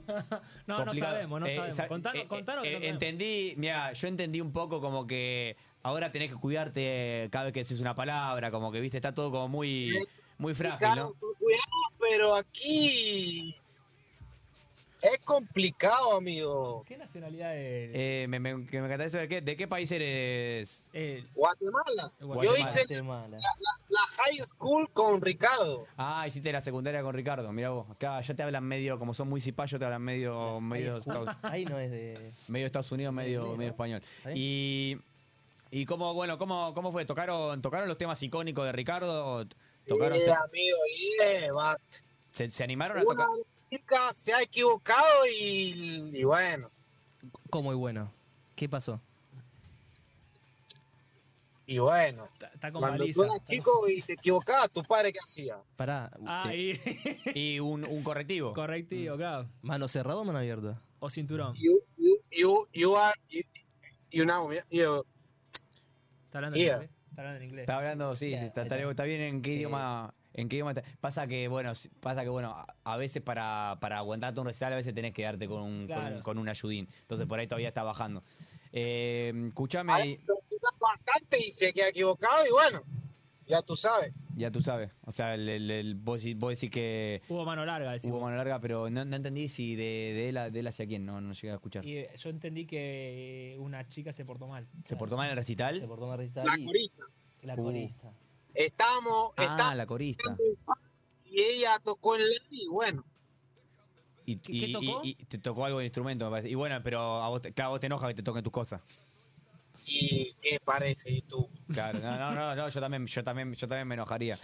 No,
Complicado.
no sabemos, no
Eh,
sabemos.
sa-
Contanos,
eh,
contanos
eh,
que no sabemos.
Entendí, mira, yo entendí un poco como que ahora tenés que cuidarte cada vez que decís una palabra, como que viste, está todo como muy, muy frágil,
Complicado,
¿no?
con cuidado, pero aquí es complicado, amigo.
¿Qué nacionalidad es?
Eh, me, me, que me encantaría saber qué, de qué país eres.
Eh,
Guatemala.
Guatemala,
Yo hice
Guatemala.
la high school con Ricardo.
Ah, hiciste la secundaria con Ricardo, mira vos. Acá ya te hablan medio, como son muy cipayos, te hablan medio, medio, Estados,
Ahí no es de.
medio Estados Unidos, medio, medio español.
Está bien.
Y, y cómo, bueno, cómo, cómo fue, tocaron, tocaron los temas icónicos de Ricardo, tocaron,
Eh,
se-
amigo, yeah, va.
se, se animaron a
Una
tocar.
chica se ha equivocado y, y bueno,
¿Cómo y bueno? ¿Qué pasó?
y bueno.
está, está con
Cuando
baliza.
tú eras chico y te equivocabas, tu padre qué hacía.
Pará.
Ah.
eh,
Ahí.
Y un, un correctivo.
Correctivo, claro.
¿Mano cerrada o mano abierta?
O cinturón.
You, you, you, you are, you, you know, you-
Está hablando en
Yeah.
inglés. Está hablando en inglés.
Está hablando, sí, sí, está, está- está bien en qué
Eh,
idioma. En qué idioma está. Pasa que, bueno, si- pasa que, bueno, a- a veces para, para aguantarte un recital, a veces tenés que darte con un, con un-
Claro.
con un ayudín. Entonces por ahí todavía está bajando. Eh, escuchame.
Pero tú estás bastante y se queda equivocado y bueno, ya tú sabes.
Ya tú sabes. O sea, el, el- el- vos, decí- vos decís que
Hubo mano larga, decimos.
hubo mano larga, pero no, no entendí si de, de él, a- de él hacia quién. No, no llegué a escuchar.
Y eh, yo entendí que una chica se portó mal.
¿Se portó mal en el
Se
recital?
portó mal recital
La
y-
corista.
La
Uh.
corista.
Estábamos,
Ah,
estábamos
la corista.
y ella tocó el ley y bueno,
Y,
¿Qué- qué
y-
tocó?
y- y te tocó algo de instrumento, me parece. Y bueno, pero a vos, te- claro, a vos te enoja que te toquen tus cosas.
y qué parece y tú.
Claro, no, no, no, no, yo también, yo también, yo también me enojaría.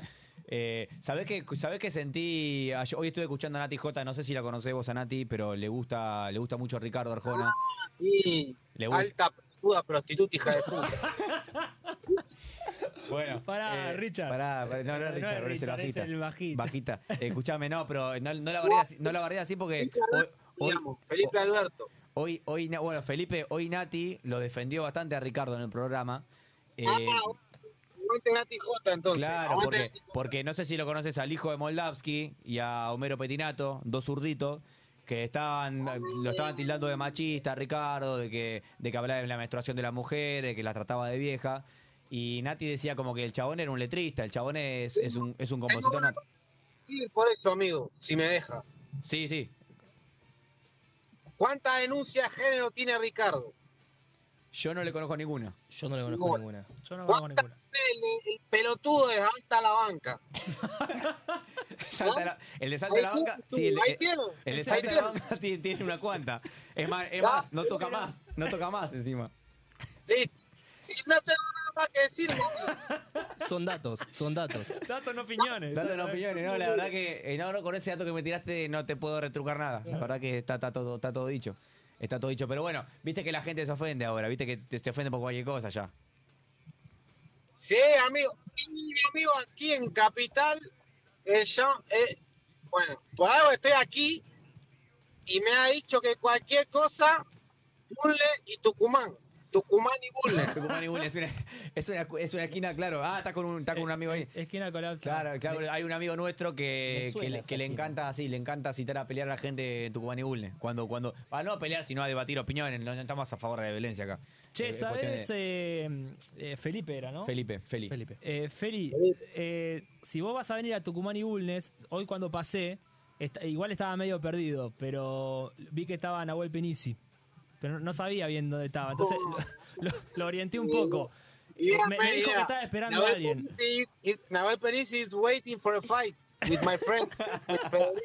Eh, ¿Sabés que sabés que sentí? ayer- Hoy estuve escuchando a Nati J, no sé si la conocés vos a Nati, pero le gusta, le gusta mucho Ricardo Arjona.
Así,
Le gusta.
alta puta prostituta, hija de puta.
Bueno,
Pará, Richard.
Eh,
Eh,
Pará, pará, no, no,
No
es
es
Richard, es el
Richard, es
bajita.
el bajita.
Bajita. Eh, escuchame, no, pero no, no la guardé así, no la guardé así porque hoy,
Te
hoy,
amo, Felipe Alberto.
hoy- hoy Na- bueno, Felipe, hoy Nati lo defendió bastante a Ricardo en el programa. Eh,
Ah, aguante Nati J entonces.
Claro,
aguante
porque,
Nati J.
porque no sé si lo conoces al hijo de Moldavsky y a Homero Petinato, dos zurditos, que estaban,
Ah,
lo estaban tildando de machista, a Ricardo, de que, de que hablaba de la menstruación de las mujeres, de que las trataba de vieja. Y Nati decía como que el chabón era un letrista, el chabón es, es un, es un compositor.
una
nato.
Sí, por eso, amigo, si me deja.
Sí, sí.
¿Cuántas denuncias de género tiene Ricardo?
Yo no le conozco ninguna.
Yo no le conozco
Bueno.
ninguna.
Yo no conozco ninguna.
El, el pelotudo de Alta la Banca.
Salta la- el de Salta a la
¿Ah? Ahí
banca,
tiene,
sí, el,
ahí
el-
tiene.
el de
ahí
Salta a la
tiene.
banca tiene, tiene una cuanta. Es más, es
Ya,
más, no toca más, no toca más encima.
Listo. Y no tengo nada más que decir. ¿no?
Son datos, son datos.
Datos no opiniones.
Dando las opiniones, ¿no? La verdad que eh, no, no, con ese dato que me tiraste no te puedo retrucar nada. La verdad que está, está todo, está todo dicho. Está todo dicho. Pero bueno, viste que la gente se ofende ahora, viste que te- se ofende por cualquier cosa ya.
Sí, amigo. Y mi amigo aquí en Capital, eh, yo, eh, bueno, por algo estoy aquí y me ha dicho que cualquier cosa, Burle y Tucumán. Tucumán y Burle.
Tucumán y Bull es una, es una, es una esquina, claro. Ah, está con un, está con un amigo ahí.
Esquina colapsa.
Claro,
Eh,
claro, hay un amigo nuestro que,
Me suena
que le-
esa
que le
esquina.
encanta así, le encanta citar a pelear a la gente en Tucumán y Bulnes. Cuando, cuando, ah, no a pelear, sino a debatir opiniones, no, no estamos a favor de la violencia acá. Eh,
Che,
es cuestión de-
¿sabes? eh, eh, Felipe era, ¿no?
Felipe, Felipe.
Felipe.
Eh, Feli, eh, si vos vas a venir a Tucumán y Bulnes, hoy cuando pasé, est- igual estaba medio perdido, pero vi que estaba Nahuel Penisi. Pero no sabía bien dónde estaba, entonces lo, lo- lo orienté un poco. Me, me dijo que estaba esperando a
Nahuel
alguien.
Penisi is- Nahuel Penisi is waiting for a fight with my friend. with Federico.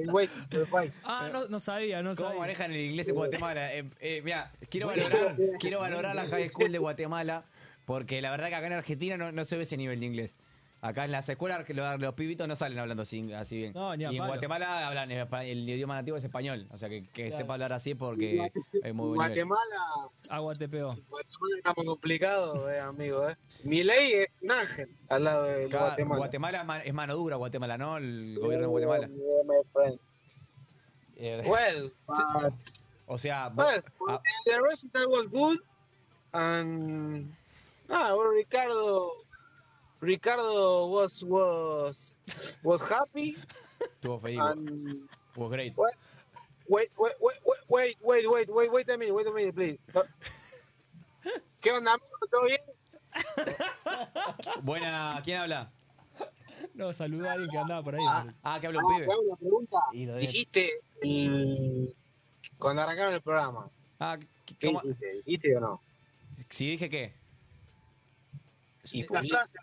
He's waiting for a fight.
Ah, no, no sabía, no
¿Cómo
sabía.
manejan el inglés en Guatemala? Eh, eh, mirá, quiero valorar, quiero valorar la high school de Guatemala, porque la verdad que acá en Argentina no, no se ve ese nivel de inglés. Acá en las escuelas que los, los pibitos no salen hablando así, así bien.
No, ni a
y en
palo.
Guatemala hablan espa- el idioma nativo es español, o sea que, que sepa hablar así porque es muy buen nivel.
Guatemala,
Aguatepeo.
Guatemala está muy complicado, eh, amigo. Eh. Mi ley es un ángel al lado de
Claro,
Guatemala.
Guatemala es ma- es mano dura, Guatemala, ¿no? El gobierno de Guatemala.
Yeah, my friend.
Eh,
Well, but,
o sea, vos-
well,
ah,
the recital was good. And ah, well, Ricardo, Ricardo was was was happy.
estuvo feliz,
And
estuvo great.
What? Wait, wait, wait, wait, wait, wait, wait, wait a minute, wait a minute, please. No. ¿Qué onda, amigo? ¿Todo bien?
Buena, ¿quién habla?
No, saludó a alguien que andaba por ahí. parece.
Ah, que habla un
Ah,
pibe.
te hago una pregunta.
Y lo de-
Dijiste mm, cuando arrancaron el programa.
Ah,
¿Qué
¿cómo-
dijiste? ¿Dijiste o no?
si dije qué.
Eh,
La frase,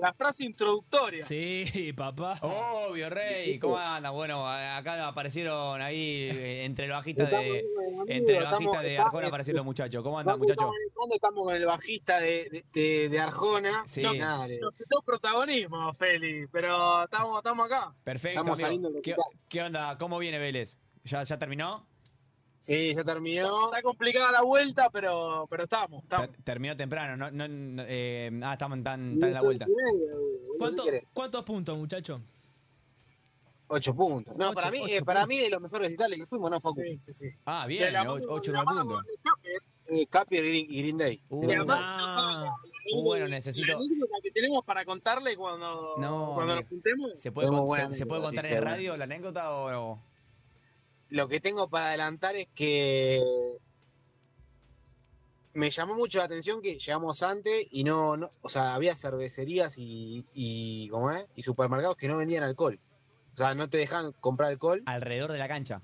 la- la frase introductoria.
Sí, papá.
Oh,
Obvio, Rey, ¿cómo anda? Bueno, a- acá aparecieron ahí eh, entre el bajista de entre el bajista de Arjona aparecieron los muchachos. ¿Cómo andan, muchachos?
Estamos, estamos con el bajista de, de, de- de Arjona.
Sí.
No, nada, le-
Nos quitó protagonismo, Feli, pero estamos, estamos acá.
Perfecto,
Estamos
amigo.
saliendo del
¿Qué,
hospital.
qué onda? ¿Cómo viene Vélez? ¿Ya, ya terminó?
sí, ya terminó.
Está complicada la vuelta, pero, pero estamos, estamos.
Ter- terminó temprano. No, no- no, eh, ah, estamos tan, tan en la vuelta.
¿Cuánto-
¿Cuánto?
¿Cuántos puntos, muchacho?
Ocho puntos. No,
Ocho-
para mí, eh,
ocho
para mí de los mejores recitales que fuimos, ¿no, Facu?
Sí, sí, sí.
Ah, bien,
la mano-
8
de la
nueve
mano
puntos.
con el Joker,
Eh, Capi y Green, y Green Day.
Uh,
De la
no.
mano.
Ah,
Uh, bueno,
La
necesito.
anécdota que tenemos para contarle cuando,
No,
cuando
amigo.
nos juntemos.
¿Se puede,
Tenemos
con-
buena
se- se puede
anécdota,
contar
sí,
en el
seguro.
radio la anécdota o no?
Lo que tengo para adelantar es que me llamó mucho la atención que llegamos antes y no, no o sea, había cervecerías y, y, ¿cómo es? y supermercados que no vendían alcohol. O sea, no te dejaban comprar alcohol.
Alrededor de la cancha.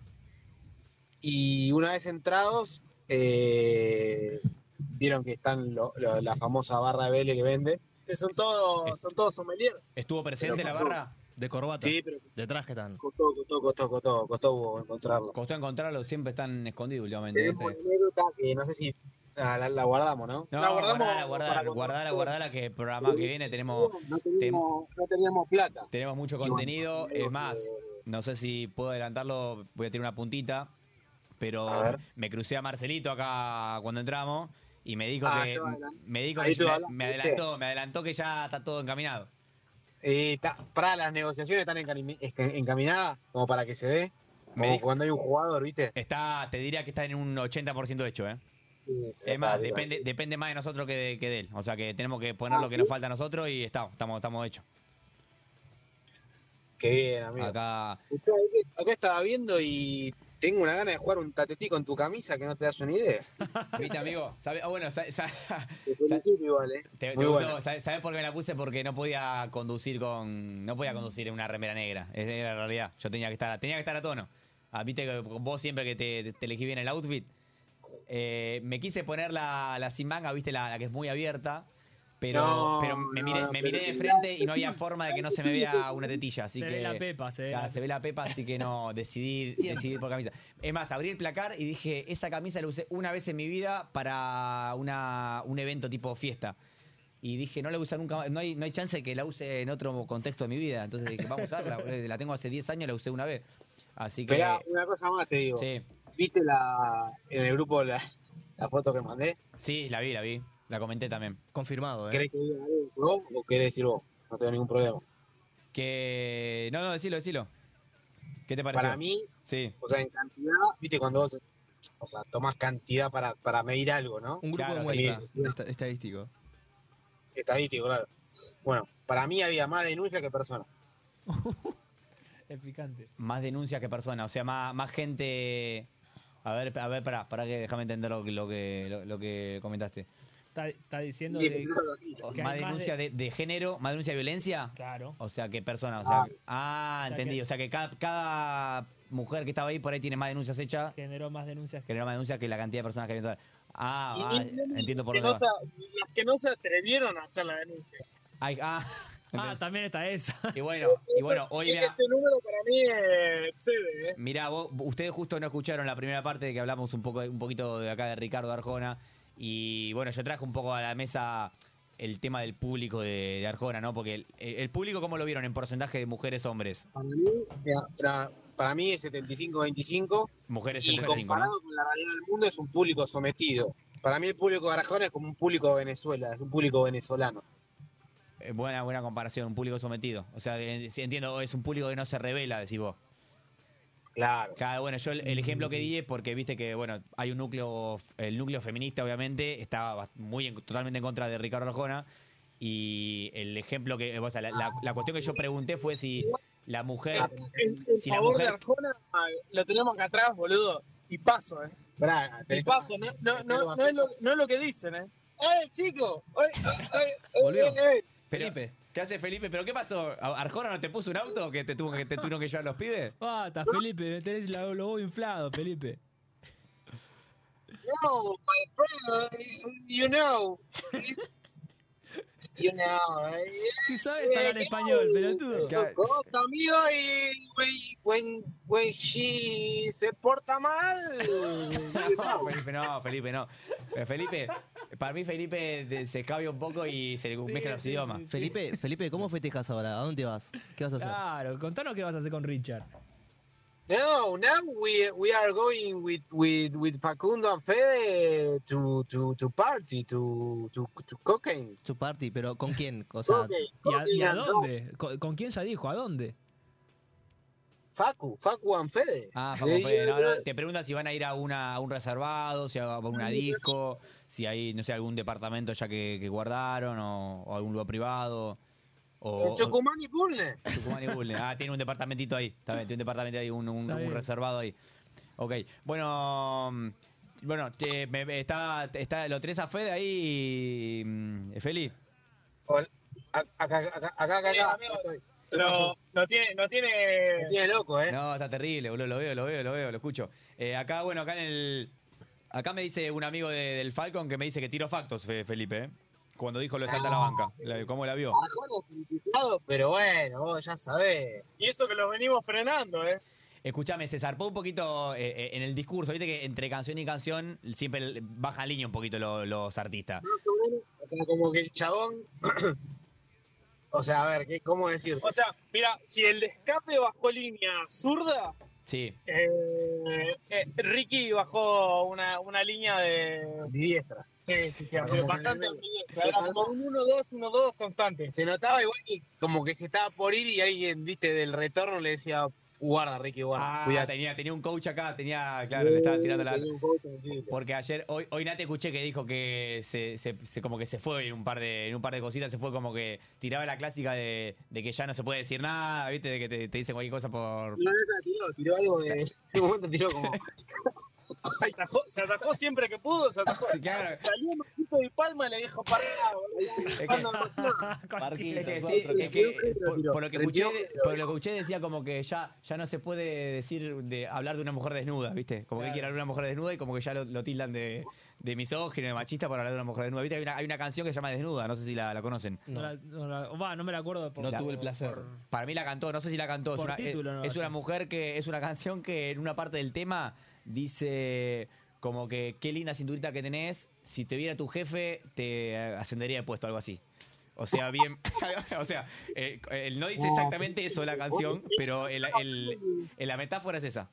Y una vez entrados, eh, vieron que están lo- lo- la famosa barra de BL que vende.
Sí, son todos, son todos sommelier.
¿Estuvo
presente la barra?
De corbata.
Sí, pero
De traje tan.
costó, costó, costó, costó, costó encontrarlo.
Costó encontrarlo, siempre están escondidos últimamente.
Tenemos una anécdota que no sé si ah, la, la guardamos, ¿no?
No, guardala, guardala, guardala, guardala, que el programa que viene tenemos,
No teníamos, no teníamos plata.
tenemos mucho contenido. Es más, no sé si puedo adelantarlo, voy a tirar una puntita, pero
A ver.
me crucé a Marcelito acá cuando entramos y me dijo
Ah,
que,
yo adelanté.
me, dijo
Ahí
que
tú
me,
hablaste,
me
¿viste?
adelantó, me adelantó que ya está todo encaminado.
Eh, ta- para las negociaciones están encami- esca- encaminadas como para que se dé.
Me
Como
dijo-
cuando hay un jugador, ¿viste?
Está, te diría que está en un 80% hecho, ¿eh? Es más, depende, depende más de nosotros que de, que de él. O sea que tenemos que poner
Ah,
lo que
¿sí?
nos falta a nosotros y está, estamos, estamos hechos.
Qué bien, amigo.
Acá,
Escuchá, acá- acá estaba viendo y tengo una gana de jugar un tatetí con tu camisa que no te das una idea.
viste, amigo, ¿sabes? Ah, bueno, ¿sabes?
Te felicito igual, ¿eh?
Te- te
Muy
gustó,
bueno.
¿sabe- ¿Sabes por qué me la puse? Porque no podía conducir con. No podía conducir en una remera negra. Esa era la realidad. Yo tenía que estar, tenía que estar a tono. Ah, Viste que vos siempre que te, te elegí bien el outfit. eh, me quise poner la, la sin manga, viste, la, la que es muy abierta. Pero,
No,
pero me
no,
miré,
no,
me
pero
miré de
sí,
frente y
sí,
no había
sí,
forma de que no se
sí,
me vea
sí.
una tetilla. Así
Se
que,
ve la pepa, se ve
Claro,
la
se ve la pepa, así que no, decidí, decidí por camisa. Es más, abrí el placar y dije, esa camisa la usé una vez en mi vida para una, un evento tipo fiesta. Y dije, no la voy a usar nunca más, no hay, no hay chance que la use en otro contexto de mi vida. Entonces dije, vamos a usarla, boludo. la tengo hace 10 años, la usé una vez. Así que...
Esperá, una cosa más te digo.
Sí,
¿Viste la, en el grupo la, la foto que mandé?
sí, la vi, la vi, la comenté también.
Confirmado, ¿eh?
¿Querés que diga algo vos o querés decir vos? No tengo ningún problema.
Que... No, no, decilo, decilo. ¿Qué te pareció?
Para mí,
Sí.
o sea, en cantidad, ¿viste? Cuando vos, o sea, tomás cantidad para, para medir algo, ¿no?
Un grupo
Claro,
de
sí.
muestra esta- estadístico.
Estadístico, claro. Bueno, para mí había más denuncias que personas.
Es picante.
Más denuncias que personas, o sea, más, más gente... A ver, a ver, pará, pará que déjame entender lo, que- lo que, lo, lo que comentaste.
Está, está diciendo
Y
que,
pensaba así.
que hay
Más denuncia de, de género, más denuncia de violencia.
Claro.
O sea, que persona, o sea... Ah,
O sea
entendí,
que-
o sea que cada, cada mujer que estaba ahí por ahí tiene más denuncias hechas.
Generó más denuncias que.
generó más denuncias que la cantidad de personas que había en total. Ah, ah, entiendo por
que
dónde
no
va.
se, Los que no se atrevieron a hacer la denuncia.
Ay, ah,
Ah, también está esa.
y bueno, y bueno, hoy
Ese-
mira,
Ese número para mí eh, excede, ¿eh?
mirá, vos, ustedes justo no escucharon la primera parte de que hablamos un poco un poquito de acá de Ricardo Arjona y bueno, yo traje un poco a la mesa el tema del público de, de Arjona, ¿no? Porque el, el público cómo lo vieron en porcentaje de mujeres hombres,
Para mí, mira, para- para mí es 75-25
mujeres
y
35, ¿no?
comparado con la realidad del mundo es un público sometido. Para mí el público de Arajona es como un público de Venezuela, es un público venezolano.
Eh, Buena buena comparación, un público sometido. O sea, de- si entiendo, es un público que no se revela, decís vos.
Claro.
Claro, bueno, yo el, el ejemplo que di es porque viste que, bueno, hay un núcleo, el núcleo feminista obviamente está bas- muy en- totalmente en contra de Ricardo Arjona y el ejemplo que, o sea, la, la- la cuestión que yo pregunté fue si la mujer,
El, el
Si la
favor
mujer-
de Arjona ah, lo tenemos acá atrás, boludo. Y paso, ¿eh?
Pará,
Y
tenés-
paso, no, no, no, no es, lo, no es lo que dicen, ¿eh?
¡Eh, chico! ¡Eh, eh, eh,
Volvió.
eh, eh!
Pero-
Felipe.
¿qué hace Felipe? ¿Pero qué pasó? ¿A- ¿Arjona no te puso un auto que te tuvo que, te tuvieron que llevar los pibes?
Basta, Felipe, tenés la- los huevos inflados, Felipe.
No, my friend, you know. You know. eh.
Si sabes hablar español, pelotudo.
Son cosas, amigo, y wey, when, when she se porta mal.
No, Felipe, no, Felipe, no. Eh, Felipe, para mí Felipe de- se cabia un poco y se le mezclan los
sí,
idiomas.
sí, Ah. sí.
Felipe, Felipe, ¿cómo festejas ahora? ¿A dónde vas? ¿Qué vas a hacer?
Claro, contanos qué vas a hacer con Richard.
No, now we we are going with with with Facundo and Fede to to to party to to to cocaine.
Su party, pero ¿con quién? O sea,
Cocaine,
¿Y a,
cocaine
y a
and
dónde?
drugs.
¿Con, con quién ya dijo? ¿A dónde?
Facu, Facu and Fede.
Ah, Facu
Sí,
Fede, no, no, te pregunta si van a ir a, una, a un reservado, si a una disco, si hay, no sé, algún departamento ya que, que guardaron o, o algún lugar privado. O,
oh,
En Tucumán y Pulne.
o Tucumán y Bulnes. Ah, tiene un departamentito ahí, está bien, tiene un departamento ahí, un, un-
Está
un
bien.
reservado ahí. Ok, bueno, mm, Bueno, che, me- me- está, está, lo tenés a Fede ahí, mm, Feli.
Acá, acá, acá, acá, acá.
Pero no tiene, no tiene.
loco, ¿eh?
No, está terrible, boludo. Lo veo, lo veo, lo veo, lo escucho. Eh, acá, bueno, acá en el. Acá me dice un amigo de- del Falcon que me dice que tiro factos, Fe- Felipe, ¿eh? Cuando dijo lo de salta a la banca. La- ¿Cómo la vio?
Pero bueno, vos ya sabés.
Y eso que los venimos frenando, ¿eh?
Escuchame, se zarpó un poquito eh, eh, en el discurso. Viste que entre canción y canción siempre le- baja línea un poquito lo- los artistas.
Más o menos, como- Como que el chabón. o sea, a ver, ¿qué, ¿cómo decir?
O sea, mira, si el de escape bajó línea zurda,
Sí.
eh, eh, Ricky bajó una, una línea de.
Didiestra.
Sí, sí, sí,
Como que
bastante.
en el
ambidiestra, era como un 1-2, 1-2 constante.
Se notaba igual que como que se estaba por ir y alguien, viste, del retorno le decía, guarda, Ricky, guarda.
Ah,
cuidate.
tenía, tenía un coach acá, tenía, claro, le estaba tirando la.
Tenía un coach tranquilo.
Porque ayer, hoy, hoy Nate escuché que dijo que se, se- se- como que se fue en un par de, en un par de cositas, se fue como que tiraba la clásica de, de que ya no se puede decir nada, viste, de que te, te dicen cualquier cosa por.
No, esa tiró, tiró algo de. de momento tiró como.
Se atajó, se atajó siempre que pudo, se atajó.
Sí, claro.
Salió Marquito de Palma y le dijo, pará, boludo,
que-
Fernando Martín".
Es que,
Parquito,
sí,
otro
es
que-
que, por, por lo que escuché,
Rendió, pero-
por lo que escuché decía como que ya, ya no se puede decir de hablar de una mujer desnuda, viste, como que quiere hablar de una mujer desnuda y como que ya lo, lo tildan de, de misógino, de machista por hablar de una mujer desnuda, viste, hay una, hay una canción que se llama Desnuda, no sé si la, la conocen.
No, la- no la- va, no me la acuerdo. Por,
No tuve el
por-
placer.
por-
Para mí la cantó, no sé si la cantó.
Por
es una, es-
título, no,
es
sí.
una mujer que es una canción que en una parte del tema dice como que qué linda cinturita que tenés, si te viera tu jefe te eh, ascendería de puesto, algo así. O sea, bien, o sea, eh, él no dice exactamente eso la canción, pero el- el- el- la metáfora es esa.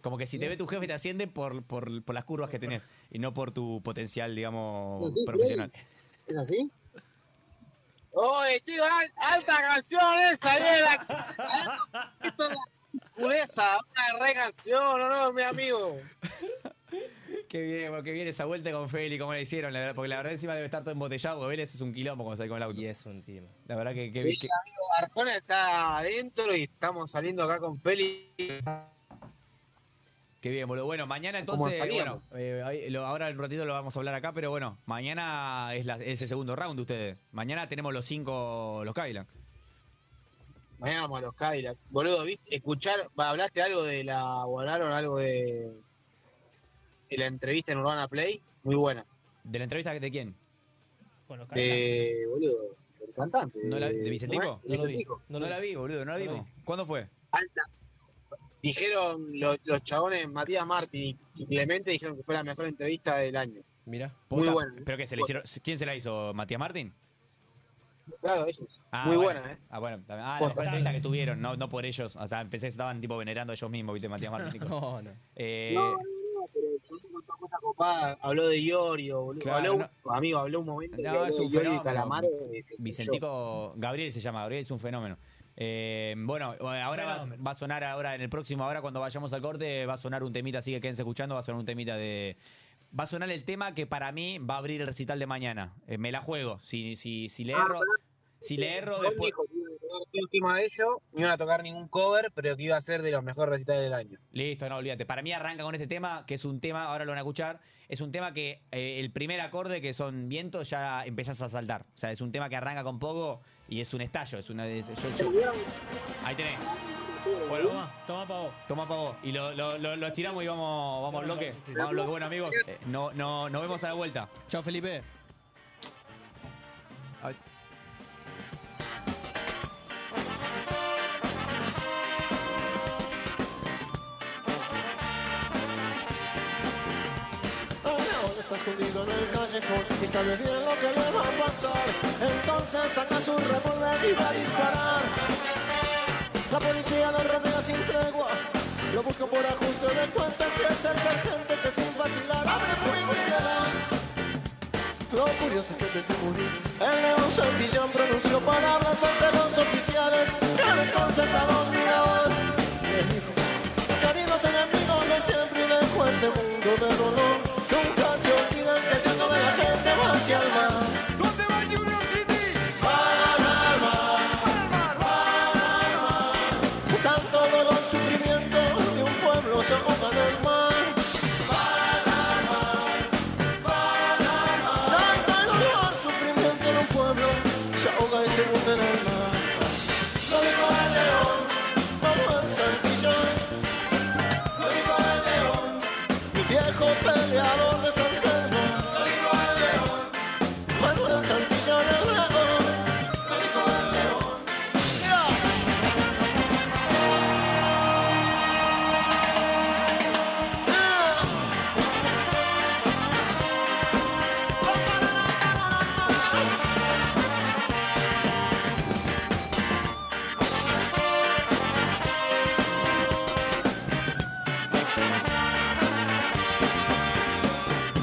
Como que si te ve tu jefe te asciende por, por, por las curvas que tenés y no por tu potencial, digamos,
Sí, sí.
profesional.
¿Es así? Oye, chico, al- alta canción esa, ¿eh? La- Esto es la pureza, una re canción, ¿o no, mi amigo?
Qué bien, bueno, qué bien esa vuelta con Feli, cómo la hicieron, la verdad, porque la verdad encima debe estar todo embotellado, porque Vélez es un quilombo cuando sale con el auto.
Y es un tema.
La verdad que, que-
Sí,
que-
amigo, Arjona está adentro y estamos saliendo acá con Feli.
qué bien, boludo. Bueno, mañana
Como
entonces, bueno,
sabíamos.
eh, ahí lo- ahora en un ratito lo vamos a hablar acá, pero bueno, mañana es, la- es el segundo round de ustedes. Mañana tenemos los cinco, los Kylan.
Mañana vamos a los Cadillac. Boludo, ¿viste? Escuchar, va, hablaste algo de la. o hablaron algo de. de la entrevista en Urbana Play. Muy buena.
¿De la entrevista de quién?
con los Cadillac.
Eh, boludo, el cantante.
¿No la- ¿De Vicentico?
¿De Vicentico?
No, la vi, boludo, no la vimos. ¿Cuándo fue?
alta. Dijeron lo- los chabones Matías Martín y Clemente dijeron que fue la mejor entrevista del año.
Mirá.
Muy
Puta,
buena.
¿Pero qué se le hicieron? ¿Quién se la hizo? ¿Matías Martín?
Claro, ellos.
Ah,
Muy
bueno.
buena, ¿eh?
Ah, bueno, también. Ah, la mejor
Posta.
entrevista que tuvieron, no, no por ellos. O sea, empecé, estaban tipo venerando ellos mismos, viste, Matías Martín. y cosas.
No, no.
Eh,
No, no, no, pero el chabón contó cosas copadas. Habló de Iorio, boludo.
Claro,
habló, un- Amigo, habló un momento.
No,
que habló de
es un
Iorio y
fenómeno.
Calamaro, eh, que-
Vicentico, Gabriel se llama, Gabriel es un fenómeno. Eh, bueno, ahora va, va a sonar ahora, en el próximo, ahora cuando vayamos al corte, va a sonar un temita, así que quédense escuchando, va a sonar un temita de... Va a sonar el tema que para mí va a abrir el recital de mañana. Eh, me la juego. Si, si, si le
Ah,
erro,
pará. Eh,
si le erro
Chabón
después...
dijo que iba a tocar todo el tema de ellos, no iban a tocar ningún cover, pero que iba a ser de los mejores recitales del año.
Listo, no, olvídate. Para mí arranca con este tema, que es un tema, ahora lo van a escuchar, es un tema que eh, el primer acorde, que son vientos, ya empezás a saltar. O sea, es un tema que arranca con poco y es un estallo. Es una, es- yo- yo- Ahí tenés.
Bueno, toma, toma pa' vos.
Toma para vos. Y lo, lo, lo, lo estiramos y vamos, vamos al bloque.
Sí.
Vamos al bloque. Bueno, amigos, eh, no, no, nos vemos a la vuelta.
Chao, Felipe.
Aún está escondido en el callejón y sabes bien lo que le va a pasar. Entonces saca su revólver y va a disparar. La policía lo rodea sin tregua, lo busca por ajuste de cuentas y es el sargento que sin vacilar abre fuego y le da. Lo curioso es que desde morir el león Santillán pronunció palabras ante los oficiales que desconcertados miraban. Queridos enemigos de siempre y dejo este mundo de dolor Nunca se olviden que el llanto de la gente va hacia el mar ¿Dónde va Junior City? Para el mar Para el mar Santo dolor, sufrimiento de un pueblo se ahoga en el mar Para el mar
viejo peleador de San Telmo. Manuel Santillán el dragón.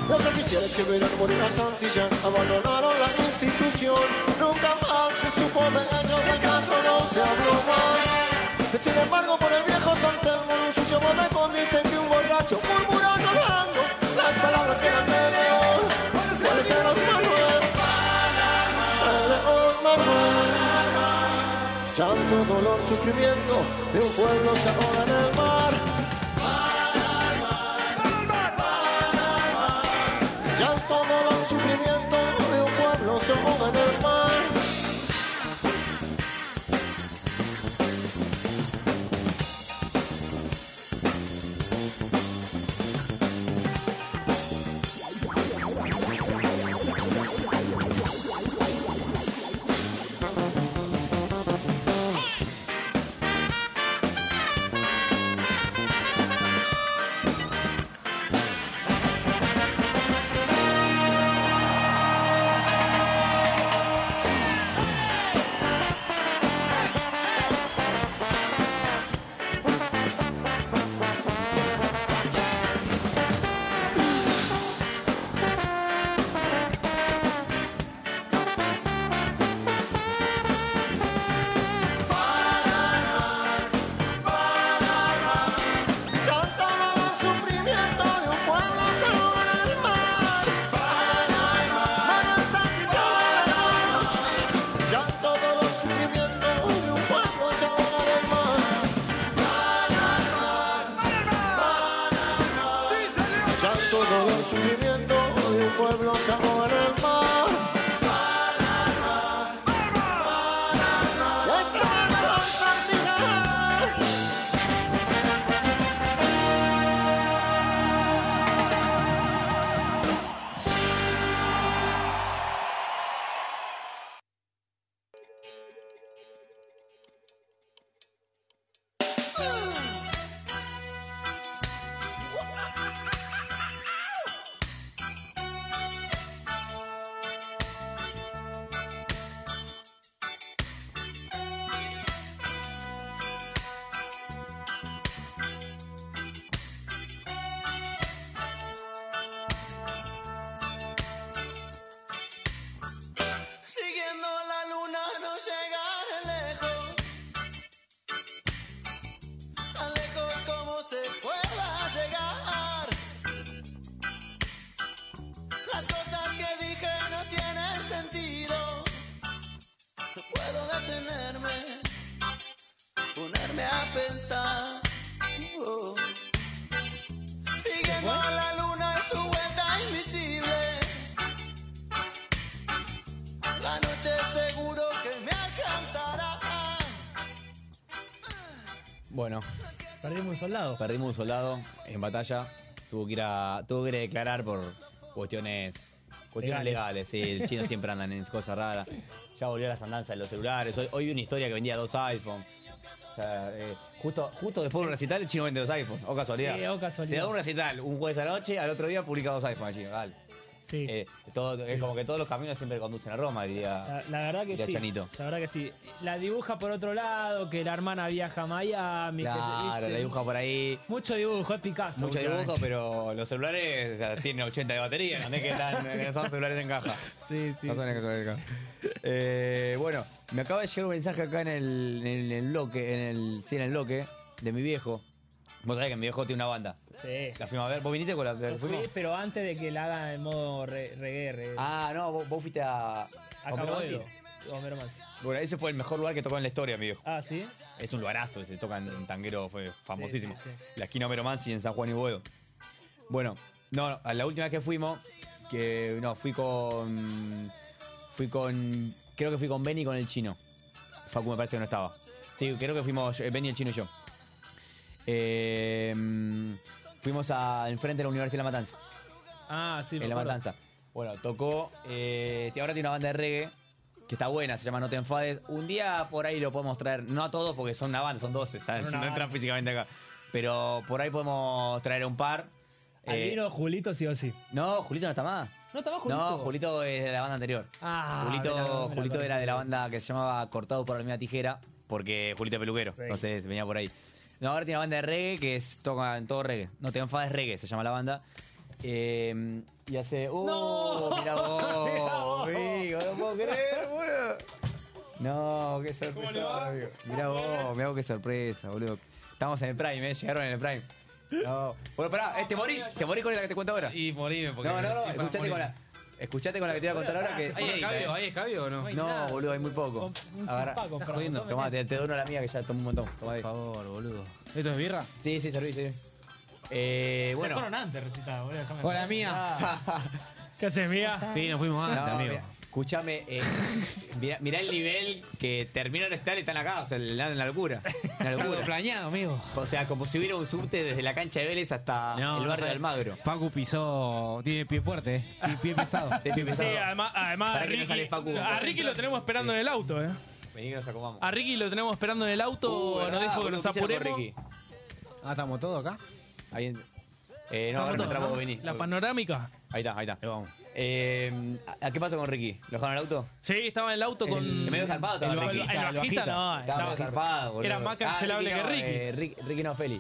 Los oficiales
que vieron morir a Santillán abandonaron la institución. Nunca más se supo de ellos, del caso no se habló más. Sin embargo, por el viejo San Telmo, en un sucio bodegón, dicen que un borracho murmuró llorando las palabras que eran de León. Pareceros Manuel, el León Manuel. Llanto, dolor, sufrimiento de un pueblo se ahoga en el mar. Ya todo lo sufrimiento de un pueblo se ahoga en el mar. Ya todo lo sufrimiento de un pueblo se ahoga en el mar. Manuel Santillán. Ya todo lo sufrimiento de un pueblo se ahoga en el mar. Ya todo el sufrimiento de un pueblo se ahoga en el mar. Ya está Manuel Santillán.
Siguiendo la luna no llegaré lejos, tan lejos como se pueda llegar. Las cosas que dije no tienen sentido, no puedo detenerme, ponerme a pensar. Oh. Siguiendo a la luna en su vuelta invisible. La noche seguro que me alcanzará.
Bueno. Perdimos un soldado. Perdimos un soldado en batalla. Tuvo que ir a, tuvo que ir a declarar por cuestiones, cuestiones legales.
Legales.
Sí, el chino siempre andan en cosas raras. Ya volvió a las andanzas de los celulares. Hoy, hoy vi una historia que vendía dos iPhones. O sea, eh, justo, justo después de un recital, el chino vende dos iPhones. O casualidad.
Sí, o casualidad.
Se da un recital, un jueves a la noche, al otro día publica dos iPhones el chino. Dale.
Sí. Ah,
Eh, todo- Es como que todos los caminos siempre conducen a Roma, diría.
La, la verdad que
diría
sí.
Chanito.
La verdad que sí. La dibuja por otro lado, que la hermana viaja a Miami. que se-
Claro,
¿viste?
la dibuja por ahí.
Mucho dibujo, es Picasso.
Mucho dibujo,
últimamente.
pero los celulares o sea, tienen 80 de batería, no es que están, eh, son celulares en caja.
Sí, sí.
No son celulares en caja. Eh, bueno, me acaba de llegar un mensaje acá en el, en el- en el bloque, en el, sí, en el bloque, de mi viejo. Vos sabés que mi viejo tiene una banda.
Sí.
La fuimos a ver, vos viniste con la, la que
Fui,
fuimos.
pero antes de que la haga en modo re- reggae. reggae.
Ah, no, vos, vos fuiste a.
a
Homero Mansi.
Caboedo. Homero Mansi.
Bueno, ese fue el mejor lugar que tocó en la historia, mi viejo.
Ah, ¿sí?
Es un luarazo ese, tocan un tanguero, fue famosísimo.
sí, sí.
La esquina Homero Mansi en San Juan y Boedo. Bueno, no, no, a la última vez que fuimos, que no, fui con. Fui con. Creo que fui con Benny y con el chino. Facu me parece que no estaba. Sí, creo que fuimos eh, Benny, el chino y yo. Eh, Fuimos a, enfrente de la Universidad de La Matanza.
Ah, sí, me
en La
acuerdo.
Matanza. Bueno, tocó. eh, ahora tiene una banda de reggae que está buena, se llama No Te Enfades. Un día por ahí lo podemos traer, no a todos porque son una banda, son 12, ¿sabes?
Son una
No entran
banda.
físicamente acá. Pero por ahí podemos traer un par.
Al
Eh,
vino Julito sí o sí.
no, Julito no está más.
No estaba Julito.
No, Julito es de la banda anterior.
Ah,
Julito,
me la- me la
Julito
perdí.
era de la banda que se llamaba Cortado por la misma tijera, porque Julito es peluquero, entonces venía por ahí. No, ahora tiene una banda de reggae que es, toca en todo reggae. No te enfades reggae, se llama la banda. Eh, y hace. ¡Uh!
No.
Mirá vos,
Mirá vos.
amigo, no puedo creer, boludo. No, qué sorpresa, amigo. Mirá vos, mirá vos qué sorpresa, boludo. Estamos en el Prime, eh, llegaron en el Prime. No. Bueno, pará, eh, te morís, te morís con la que te cuento ahora.
Y moríme, porque.
No, no, no,
estoy para
escuchate
morir.
con la. Escuchate con la que te voy a contar ahora que. eh.
¿Hay escabio? ¿Hay escabio o no?
No, boludo, hay muy poco.
un
Agarra-
zipá comprado,
Estás jodiendo.
tome.
Tomá, te, te dono la mía que ya tomé un montón. Por favor, boludo. ¿Esto es birra? Sí, sí, serví, sí. Eh, bueno.
Se fueron antes recitado, boludo. déjame-
Hola, mía.
Ah. ¿Qué haces, mía?
Sí, nos fuimos
antes, amigo.
Escúchame, eh, mirá, mirá el nivel que terminó el recital y están acá, o sea, la, la locura. La locura. planeado, amigo. O sea, como si hubiera un subte desde la cancha de Vélez hasta
No,
el
no
barrio
sabe.
de Almagro.
Facu pisó. Tiene pie fuerte, eh. Y pie pesado.
Pie
Sí,
pesado.
además, además
Para que no
Ricky-
sale Facu.
a Ricky lo tenemos esperando en el auto, eh.
Vení que nos acomamos.
A Ricky lo tenemos esperando en el auto,
Uh,
nos
verdad,
dijo que
boludo,
nos
¿qué hicieron con
apuremos.
Ricky? Ah, estamos todos acá.
Ahí en- eh, no,
Estamos
ahora no
todos,
entramos,
¿no?
vení.
La panorámica.
Ahí está, ahí está. Vamos. Eh, ¿a- ¿a ¿Qué pasó con Ricky? ¿Lo dejaron en el auto?
Sí, estaba en el auto con.
El medio zarpado estaba
el,
Ricky.
el bajita,
Ah,
no,
Estaba
estaba
medio zarpado, boludo.
Era más cancelable
Ah,
que
no,
Ricky.
eh, Ricky, Ricky no, Feli.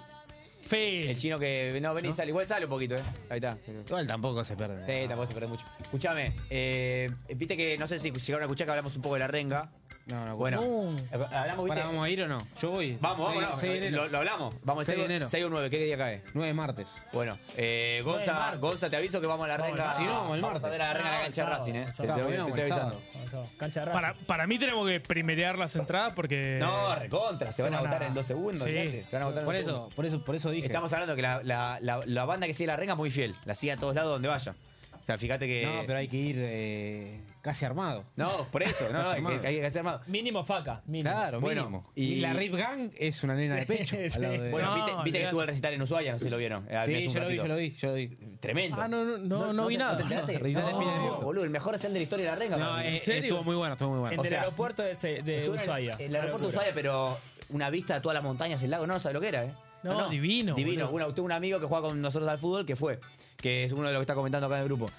Feli.
El chino que no venís, sale. Igual sale un poquito, ¿eh? Ahí está.
Igual tampoco se pierde.
Sí, tampoco se pierde mucho. Escuchame, eh, viste que no sé si llegaron a escuchar que hablamos un poco de la renga.
No, no,
Bueno,
no.
hablamos, ¿viste?
Pará, ¿Vamos a ir o no? Yo voy.
Vamos,
Seis-
vamos,
seis de
no,
enero.
lo, lo hablamos. Vamos,
Seis de
6,
enero.
6 o 9, ¿qué día cae?
9 martes.
Bueno, eh,
Nueve de
Gonza,
martes.
Gonza, te aviso que vamos a la
Vamos,
renga.
si no, vamos el
Vamos a
martes.
ver a la renga de
Ah,
la cancha de
el sábado,
Racing, ¿eh?
el
Te-
sábado.
te-
Vamos,
te
el
estoy
sábado.
avisando.
Cancha de para, para mí tenemos que primerear las entradas porque.
No, recontra, se van a agotar en dos segundos,
Sí.
olvidate, se van a agotar en
Por
dos
eso,
segundos.
por eso, por eso dije.
Estamos hablando que la, la- la- la banda que sigue la renga es muy fiel, la sigue a todos lados donde vaya. O sea, fíjate que.
No, pero hay que ir eh, casi armado.
No, por eso, no, no, hay, que- hay que hacer más.
Mínimo faca. Mínimo.
Claro,
Bueno,
mínimo.
y-
Y, la Rip Gang es una nena de pecho.
Sí,
al lado de-
Bueno, viste, viste que
olvidate.
estuvo el recital en Ushuaia, no sé si lo vieron. eh, hace
Sí,
un
yo lo vi,
ratito.
yo lo vi, yo lo vi.
Tremendo.
Ah, no, no, no, no, vi
te-
nada.
te enteraste?
Recital de
No,
fines de agosto.
boludo, el mejor recital de la historia de la renga.
No,
para mí.
eh, estuvo muy bueno, estuvo muy
En
bueno.
el
O sea,
aeropuerto de, se- de
Estuvo en el-
Ushuaia.
El aeropuerto de Ushuaia, pero una vista a todas las montañas, el lago, no, no sabe lo que era, ¿eh?
No, divino,
Divino.
boludo.
Bueno, tengo un amigo que juega con nosotros al fútbol que fue, que es uno de los que está comentando acá en el grupo.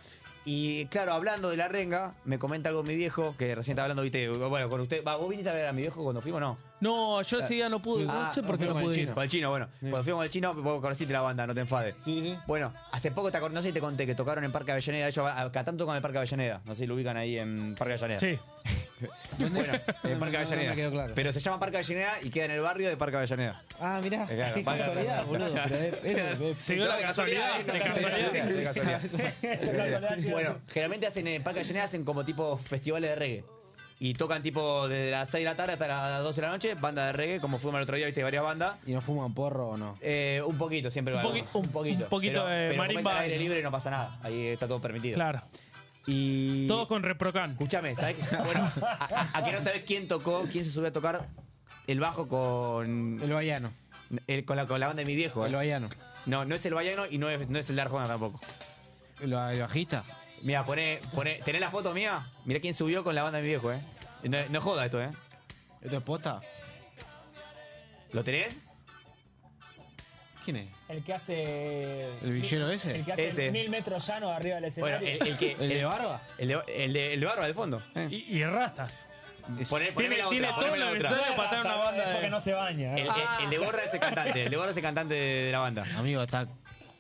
Y claro, hablando de la renga, me comenta algo mi viejo, que recién estaba hablando, viste, bueno, con usted. Va, ¿Vos viniste a ver a mi viejo cuando fuimos no?
No, yo ese día no pude.
Ah,
no sé por qué
fuimos
no
con el
pude ir.
chino, Con el chino, bueno. Cuando fuimos con el chino, vos conociste la banda, no te enfades. Bueno, hace poco te acordás, no sé si te conté que tocaron en Parque Avellaneda. Ellos a- acá tanto con el Parque Avellaneda. No sé si lo ubican ahí en Parque Avellaneda.
Sí.
bueno, en Parque
no, no
Avellaneda.
me quedó claro.
Pero se llama Parque Avellaneda y queda en el barrio de Parque Avellaneda.
Ah, mirá.
Eh, claro,
Qué
vale.
casualidad, boludo. pero es- es- es-
Se dio la casualidad,
esa
de casualidad.
de casualidad.
Esa casualidad, sí,
Bueno, generalmente hacen en el Parque Avellaneda hacen como tipo festivales de reggae. Y tocan tipo desde las 6 de la tarde hasta las 12 de la noche, banda de reggae, como fuimos el otro día, viste, varias bandas.
¿Y no fuman porro o no?
Eh, un poquito, siempre
Un
va
poqui-
un poquito.
un poquito
pero,
de
pero como es
marimba.
al aire libre no pasa nada. Ahí está todo permitido.
Claro.
Y.
Todos con reprocan.
Escúchame, ¿sabes qué? Bueno, a, a- a que no sabes quién tocó, quién se subió a tocar el bajo con.
El vallano.
con, la, con la banda de mi viejo. ¿eh?
El vallano.
No, no es el vallano y no es, no es el de Arjona tampoco.
¿El, ba- el bajista?
Mira, poné, poné. ¿Tenés la foto mía? Mirá quién subió con la banda de mi viejo, eh. No, no joda esto, eh.
¿Esto es posta?
¿Lo tenés?
¿Quién es?
El que hace.
¿El villero ese?
El que hace
Ese.
mil metros llano arriba del
Bueno,
escenario.
el, el que.
¿El de barba? Eh.
El de, el de, el de barba de fondo.
Y, y rastas.
Poné- poneme
Tiene,
la otra,
tiene todo
poneme la
lo
otra.
necesario para estar en una banda.
de-
Porque no se baña.
El,
¿eh?
el- el de gorra es el cantante, el de gorra es el cantante de, de la banda.
Amigo, está.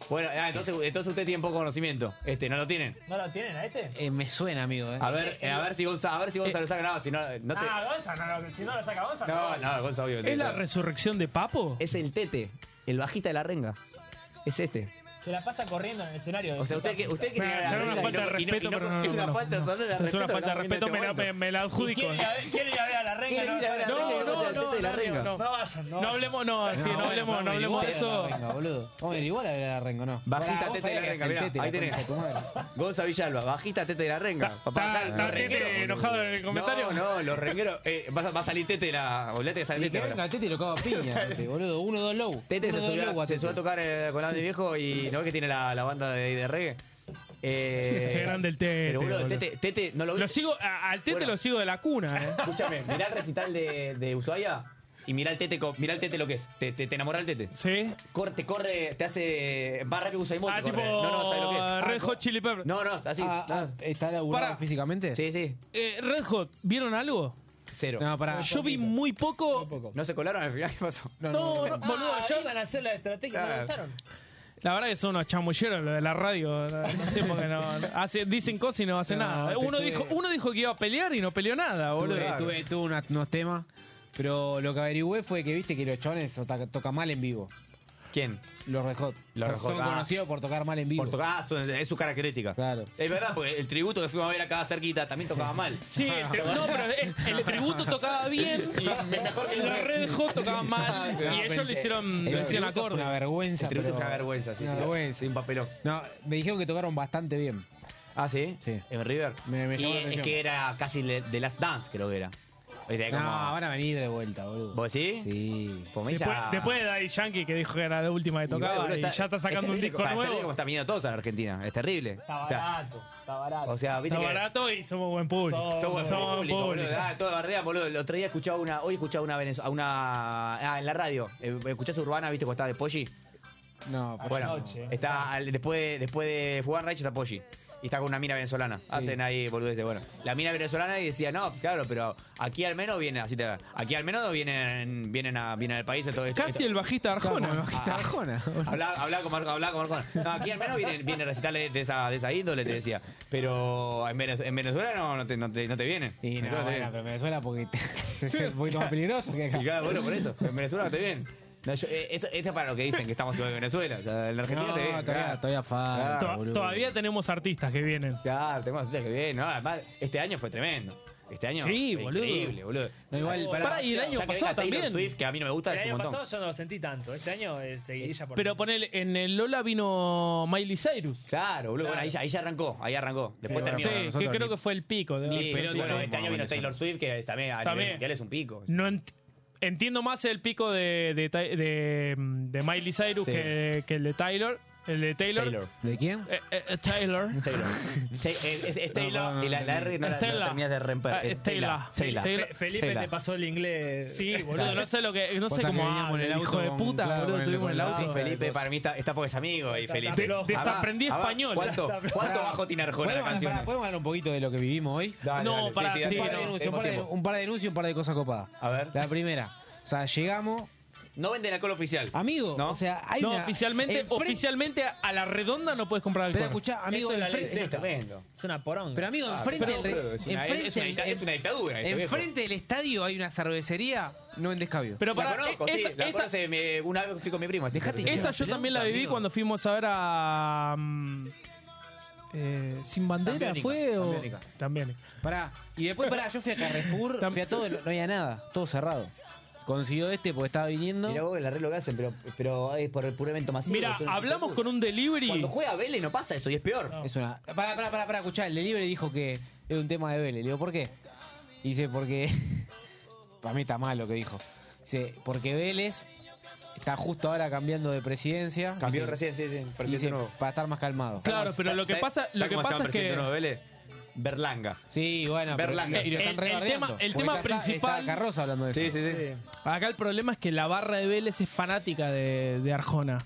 Bueno, ah, entonces, entonces usted tiene poco conocimiento. Este, ¿no lo tienen?
¿No lo tienen a este?
Eh, me suena, amigo. eh.
A ver, eh, a ver si Gonza, a ver si Gonza lo saca. No, si no, no te.
Ah, Gonza, no, no, si no lo saca Gonza.
No, no, Gonza, obvio.
¿Es la resurrección de Papo?
Es el Tete, el bajista de la renga. Es este.
Se la pasa corriendo en el escenario.
O sea, usted que- usted que tiene la
Es una
regla y no-
falta de
y no-
respeto,
y no-
pero no,
es una
no,
falta
no.
total de
O sea, Es una
respeto
falta de
que no
respeto,
viene
me
en
la,
este
me- me la adjudico.
¿Quiere ir a ver-
¿Quiere ir a ver a la
¿Quiere ir a ver a la renga?
No,
No,
no,
no,
no,
de la
no,
renga.
no, no vayan, no. No hablemos, no, sí, no hablemos, no hablemos de eso.
Vamos a ir igual a ver a la renga, ¿no?
Bajita
Ahora, vos
teta de la renga,
sabés que es el
mirá,
tete,
ahí
la
tenés.
concha de tu madre.
Gonza Villalba, bajita tete de la renga. Papá,
está Tete enojado
en el
comentario? No, no, los rengueros. eh, va, a- va a salir tete de la. Olvídate que sale
Y
tete.
que
ahora.
venga el tete y lo cago a piña, tete, boludo. Uno, dos low.
Tete
Uno,
se
dos
subió,
low a
se
tete.
subió a tocar eh, con Andy Viejo y no ves que tiene la, la banda de, de reggae. Eh,
Qué grande el Tete,
Pero boludo,
boludo.
tete, tete, no lo vi.
Lo sigo, a- al Tete lo sigo de la cuna, eh.
Escúchame, mirá el recital de, de Ushuaia y mirá el tete, co- mirá el tete lo que es. Te, te, te enamora el tete.
Sí.
Corre, te corre, te hace. Va rápido que Usain Bolt.
Ah,
te corre.
tipo,
No, no, ¿sabes lo que es? Ah,
Red
co-
Hot Chili Peppers.
No, no, así.
Ah, ah, ¿Está laburado
Pará.
físicamente?
Sí, sí.
Eh, Red Hot, ¿vieron algo?
Cero.
No, pará.
Yo vi muy poco.
¿No se colaron al final? ¿Qué pasó?
No, no,
no.
boludo,
Ah,
yo-
iban a hacer la estrategia,
Claro. La verdad que son unos chamulleros lo de la radio. No sé por qué no. hace- dicen cosas y no hacen
No,
nada.
te
Uno
estoy-
dijo, uno dijo que iba a pelear y no peleó nada, boludo.
Tuve, tuve, tuve una- unos temas, pero lo que averigüé fue que viste que los chones tocan mal en vivo.
¿Quién?
Los Red Hot.
Los Red Hot,
Son
ah.
conocidos por tocar mal en vivo.
Por tocar, ah, son- es su característica.
Claro.
Es verdad, porque el tributo que fuimos a ver acá cerquita también tocaba mal.
Sí, el tri- no, pero el, el tributo tocaba bien. Y
Mejor que el
los Red Hot tocaban mal.
No,
y ellos
pensé,
lo hicieron,
el
lo hicieron
tributo
acorde.
fue Una vergüenza.
El tributo
pero-
fue una vergüenza, sí,
Una
sí.
vergüenza.
Sí, un papelón.
No, me dijeron que tocaron bastante bien.
Ah, sí. En River.
Me, me llamó
y
la
es
atención.
que era casi le- de Last Dance, creo que era. O sea,
No,
como-
van a venir de vuelta, boludo.
¿Vos sí?
Sí.
Pues me
Después,
ya-
después de Daddy Yankee, que dijo que era la última que
Igual,
tocaba,
boludo,
y, ya está sacando
es
un
terrible
disco
como- Es terrible como
nuevo.
está viniendo todos en Argentina. Es terrible.
Está
O sea,
barato, está barato.
o sea, viste
está
que-
barato y somos buen público.
Somos
Somos
público,
público.
boludo. Ah, todo barrea, boludo. El otro día escuchaba una, hoy escuchaba una venez- a una ah, en la radio. Eh, ¿Escuchaste Urbana, viste cuando estaba de Poggi?
No, pero
Bueno,
no.
está al- después de, después de jugar Reich está Poggi. Y está con una mina venezolana. Hacen ahí boludeces. Bueno, la mina venezolana y decía, no, claro, pero aquí al menos vienen, así te aquí al menos vienen, vienen a, vienen al país todo esto.
Casi el bajista de Arjona. Ah,
Como el bajista de Arjona.
Hablaba, hablaba con Marco, hablaba con Marco. No, aquí al menos vienen, vienen recitales de esa, de esa índole, te decía. Pero en Venezuela, en Venezuela no, no, te, no, te, no te vienen.
Y
En Venezuela
no,
te
bueno,
vienen.
pero Venezuela porque es un poquito más peligroso que acá.
Y claro, bueno, por eso. En Venezuela no te vienen. No, yo- eh, eso- esto es para lo que dicen que estamos en Venezuela. O sea, en la Argentina
No,
te vienen.
todavía,
claro.
todavía falta,
Claro.
To-
boludo.
Todavía tenemos artistas que vienen.
Claro, tenemos artistas que vienen. No, además, este año fue tremendo. Este año
Sí,
fue
boludo.
increíble, boludo.
No, igual,
pará, Pará, y el año
Ya que
pasado
venga Taylor
también.
Swift, que a mí no me gusta,
El
es un
año
montón.
pasado yo no lo sentí tanto. Este año es
Eh,
seguidilla por. Pero ponele, en el Lola vino Miley Cyrus.
Claro, boludo.
Claro.
Bueno, ahí, ya- ahí ya arrancó, ahí arrancó. Después
sí,
terminó.
que creo que fue el pico. de-
Y,
pero,
bueno,
tipo,
este año vino Taylor Swift, que también a
También.
nivel mundial es un pico.
no ent- entiendo más el pico de, de, Ta- de- de Miley Cyrus
Sí.
que, que el de Taylor. El de Taylor.
Taylor.
¿De quién?
Eh, eh, eh, Taylor.
Taylor. Ta- eh, es, es Taylor y la, la R no la, no
Estela.
terminas de romper.
Ah,
Es
Estela.
Taylor.
Fe-
Taylor.
Felipe
Taylor.
te pasó el inglés. Sí, boludo, no sé lo que. No
Cosa
sé
que
cómo
veníamos
habla,
en el
el hijo
auto
de
con-
puta,
claro,
boludo.
con el-
Estuvimos
con
en el
el
auto.
auto.
Felipe para mí está, está porque es amigo y
Está-
Felipe.
está-
Además-
desaprendí
además,
español.
¿Cuánto,
Está- está-
cuánto bajó tiene Arjona la
¿Podemos,
canción?
pará, ¿podemos hablar un poquito de lo que vivimos hoy?
Dale,
No,
dale, sí,
pará,
sí,
sí,
un,
dale,
par
no,
tenemos
de denuncias, un par de,
tiempo.
un par de denuncias y un par de cosas copadas.
A ver.
La primera, o sea, llegamos.
No venden alcohol oficial.
Amigo,
¿No?
o sea, hay
No,
una.
oficialmente,
enfrente-
oficialmente a la redonda no puedes comprar
Pero
alcohol.
escuchá, amigo,
Eso es la
enfrente-
Sí, tremendo.
Es una poronga.
Pero amigo, enfrente
pero,
del-
boludo, es una-
enfrente
es una
del-
dicta- es una dictadura esto, Este viejo.
Enfrente del estadio hay una cervecería, no en descabio.
Pero
La
para
conozco, sí, la conoce, me- una vez fui con mi primo. así que-
Dejate hinchar.
Esa yo
Trompa,
también la viví
amigo.
cuando fuimos a ver a. mm, eh, ¿Sin bandera
También,
fue? o-
también.
También.
Pará, y después pará, yo fui a Carrefour, fui a todo, no había nada, todo cerrado. Consiguió este porque estaba
Mirá
viniendo.
vos el arreglo que hacen, pero, pero es por el puro evento masivo.
Mira,
es una
hablamos con
dictadura.
un delivery.
Cuando juega Vélez no pasa eso y es peor.
Es una. Pará, pará, pará, pará, escuchá, el delivery dijo que era un tema de Vélez. Le digo, ¿por qué? Y dice, porque. Para mí está mal lo que dijo. Dice, porque Vélez está justo ahora cambiando de presidencia.
Cambió
Dice,
recién, sí, sí.
dice,
Presidente nuevo.
Para estar más calmado.
Claro, pero lo que
¿Sabes-
pasa, lo
sabes
que
cómo se
pasa
llama
es
el
que. Ah,
presidente nuevo de Vélez? Berlanga.
Sí, bueno, pero-
Berlanga.
y lo están
El- el- el
rebardeando,
tema- el
porque
tema
acá está-
principal-
Está Carroza hablando de
Sí,
eso.
sí, sí.
Acá el problema es que la barra de Vélez es fanática de, de Arjona.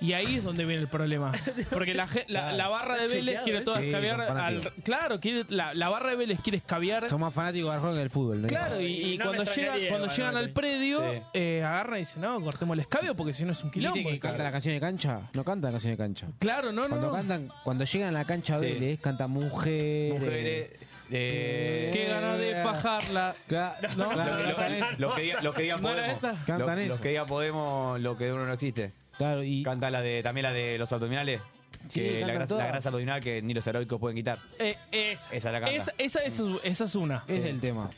Y ahí es donde viene el problema. Porque la, ge- la- la barra de
Está
Vélez
chequeado
quiere
eso.
todo
Sí,
escabiar.
son
al-
fanáticos.
claro, quiere- la, la barra de Vélez quiere escabiar.
Son más fanáticos de Arjona que del fútbol, ¿no?
Claro, y, y
No me
cuando, llegan,
extrañaría,
cuando
Manuel.
llegan al predio,
Sí.
eh, agarran y dicen, no, cortemos el escabio porque si no es un
¿Viste
quilombo.
que canta la canción de cancha? No canta la canción de cancha.
Claro, no, no.
Cuando
no.
cantan, cuando llegan a la cancha
Sí.
Vélez, cantan mujeres.
Mujeres. eh,
Qué ganas de fajarla.
Claro,
No,
claro,
Lo, lo-
cantan-
lo que diga, lo que diga
No era
Podemos.
esa.
Cantan
Lo, lo
eso.
que diga Podemos, lo que de uno no existe.
Claro, y.
Canta la de, también la de los abdominales.
Sí,
que la
cantan
grasa, la
todas.
grasa abdominal que ni los heroicos pueden quitar.
Eh, es,
Esa la canta.
Esa, esa es, esa es una.
Es el tema.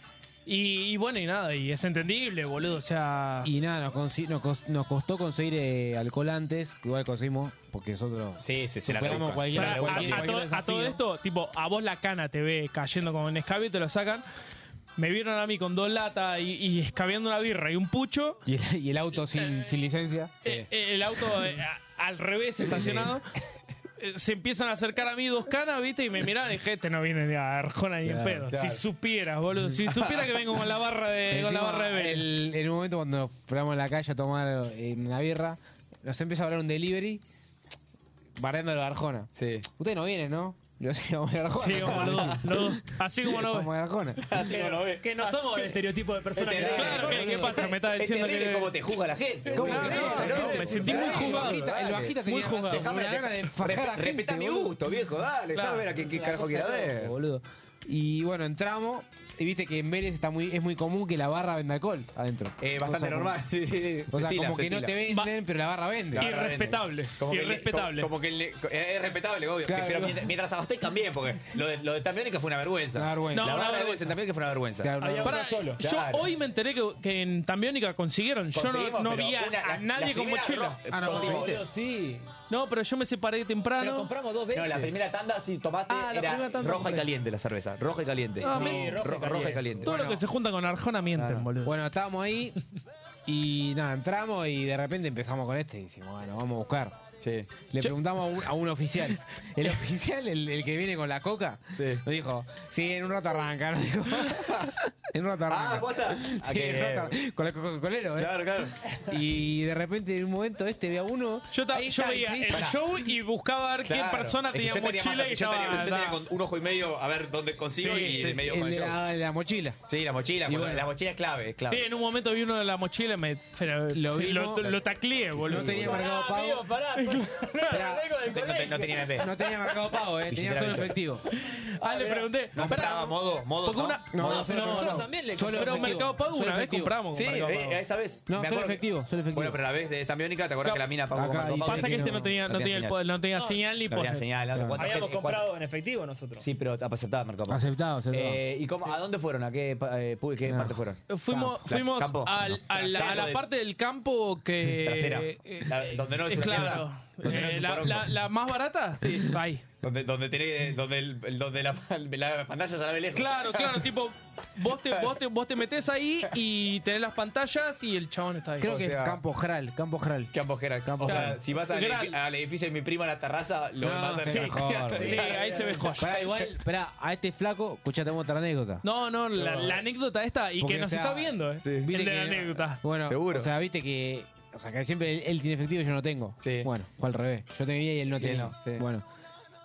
Y, y bueno, y nada, y es entendible, boludo. O sea.
Y nada, nos, consi- nos cos- nos costó conseguir eh, alcohol antes, que igual conseguimos, porque nosotros.
Sí, sí, se la rebuscan,
superamos cualquier,
se la
a,
cualquier-
a
cualquier
todo- a
desafío.
todo esto, tipo, a vos la cana te ve cayendo con un escabio y te lo sacan. Me vieron a mí con dos latas y, y escabeando una birra y un pucho.
Y este. el, y el auto sin, sin licencia.
Eh, eh, el auto eh, a- al revés estacionado. Eh, Se empiezan a acercar a mí dos canas, ¿viste? Y me miraban y dije, este no viene ni a Arjona ni en
Claro,
pedo.
claro.
Si supieras, boludo. Si supieras que vengo con la barra de, con la
Encima,
barra de Vélez.
el- En un momento cuando nos paramos en la calle a tomar eh, una birra, nos empieza a hablar un delivery barriendo la Arjona.
Sí.
Ustedes no vienen, ¿no? Yo sí, vamos a ir a Arjona.
Sí, vamos los dos, los dos. Así como no
Vamos a ir a Arjona.
que, que no somos el estereotipo de persona que
Claro, ¿qué, qué pasa?
Este
Me estás diciendo que...
como
te juzga la gente.
¿Cómo no, no, me sentí muy jugado.
El bajita, el bajita tenía
muy jugado.
Dejame la gana de fajar a
Respetá
gente,
mi
boludo.
gusto, viejo, dale,
Claro.
déjame ver a qué- qué
Una
carajo
cosa
quiera
de loco,
ver.
boludo. Y bueno, entramos y viste que en Vélez está muy, es muy común que la barra venda alcohol adentro.
Eh, bastante
Cosa como-
normal, sí, sí, sí.
O
Se
sea,
estila,
como
se
que no
estila.
te venden, pero la barra vende.
La barra vende.
Como que le-
Irrespetable.
como, como que le- eh, es respetable, obvio.
Claro.
Pero mientras, mientras abastezcan también, porque lo de, lo de Tambiónica fue una vergüenza.
Una vergüenza.
La
No,
verdad,
una
la vergüenza. también que fue una vergüenza.
Había Pará, Yo
Claro.
hoy me enteré que, que en Tambiónica consiguieron. Yo no,
Conseguimos,
no
pero
vi a,
una-
a
la-
nadie
la
con
primera
mochila.
ro- Ah, no, conseguiste. boludo,
sí. No, pero yo me separé temprano.
Ah,
Pero compramos dos No, la primera tanda sí tomaste
Ah, la
era
primera tanda
roja y
compré.
caliente la cerveza. Roja y caliente.
Ah,
Sí,
men-
ro- roja y caliente.
Todo lo que se junta con Arjona mienten, boludo.
Bueno, estábamos ahí y nada, entramos y de repente empezamos con este y decimos, bueno, vamos a buscar. Le preguntamos a un, a un oficial. El oficial, el, el que viene con la coca, nos dijo, sí, en un rato arranca, nos dijo. en un rato arranca.
¿posta?
Sí,
Ah, qué
en un rato arranca. Con la coca-colero, ¿eh?
Claro, claro.
Y de repente en un momento este ve a uno.
Yo, ta-
ahí
yo
está,
veía
sí,
el
pará.
show y buscaba ver
Claro.
qué persona
Es que
tenía
yo más-
mochila y
yo tenía,
estaba.
yo tenía con un ojo y medio a ver dónde consigo
Sí,
y
sí.
el medio
El
con
de
el show.
la, de la mochila.
Sí, la mochila.
Y
cuando-
bueno.
La mochila es clave, es clave.
Sí, en un momento vi uno de la mochila y me. pero-
Lo
lo,
vimos.
lo tacleé, boludo.
No tenía mercado pago.
no tenía MP.
No tenía mercado pago, eh. Tenía
Billetera
solo
virtual.
efectivo.
Ah, le pregunté.
No,
pará,
estaba modo, modo.
Porque
¿no?
una-
No,
Modo
no,
solo
no,
efectivo.
no.
también le
Solo
compramos.
efectivo.
Mercado Pago,
Solo
una vez
efectivo.
compramos con
Sí,
Mercado
eh,
Pago.
esa vez.
No,
me
solo
acuerdo que-
efectivo, solo efectivo.
Bueno, pero la vez de Tambiónica, ¿te acordás
Claro.
que la mina pagó
Acá
con Mercado
dice
Pago?
Pasa que este no tenía, no tenía el, poder- no tenía señal ni
No tenía
poder.
señal. hace cuánta
Habíamos
gente- cuánta-
comprado en efectivo nosotros.
Sí, pero aceptaba Mercado Pago.
Aceptado, aceptado.
Eh, ¿Y cómo, a dónde fueron? ¿A qué, pa- eh, pu- qué
No.
parte fueron?
Fuimos,
La-
fuimos
campo.
al- a, la, a la
Campo de-
parte del campo que.
Trasera.
eh,
La- donde no es
eh,
una
Claro.
mierda. Donde no es
Eh,
un
la,
porongo.
la- la más barata, sí, ahí.
Donde, donde, tiene, donde, el- el- donde la, la pantalla ya la ve lejos.
Claro, claro, tipo, vos te, vos, te, vos te metés ahí y tenés las pantallas y el chabón está ahí.
Creo
o
que
sea-
es Campo Jral, Campo Jral.
Campo Jera.
Campo
o sea,
Jera.
si vas al,
Gran.
edifi- al edificio de mi prima en la terraza, lo
No,
vas a
sí,
ver.
mejor,
Sí, ahí se ve joya.
Pará, igual, esperá, a este flaco, escuchate otra anécdota.
No, no, la, la anécdota esta y
Porque,
que nos
o sea,
está viendo, eh.
sí.
El
Viste
de la
que-
anécdota.
Bueno,
Seguro.
o sea, viste que. O sea, que siempre él, él tiene efectivo y yo no tengo.
Sí.
Bueno, fue al revés. Yo tenía y él no
Y él
tenía.
no, sí.
Bueno.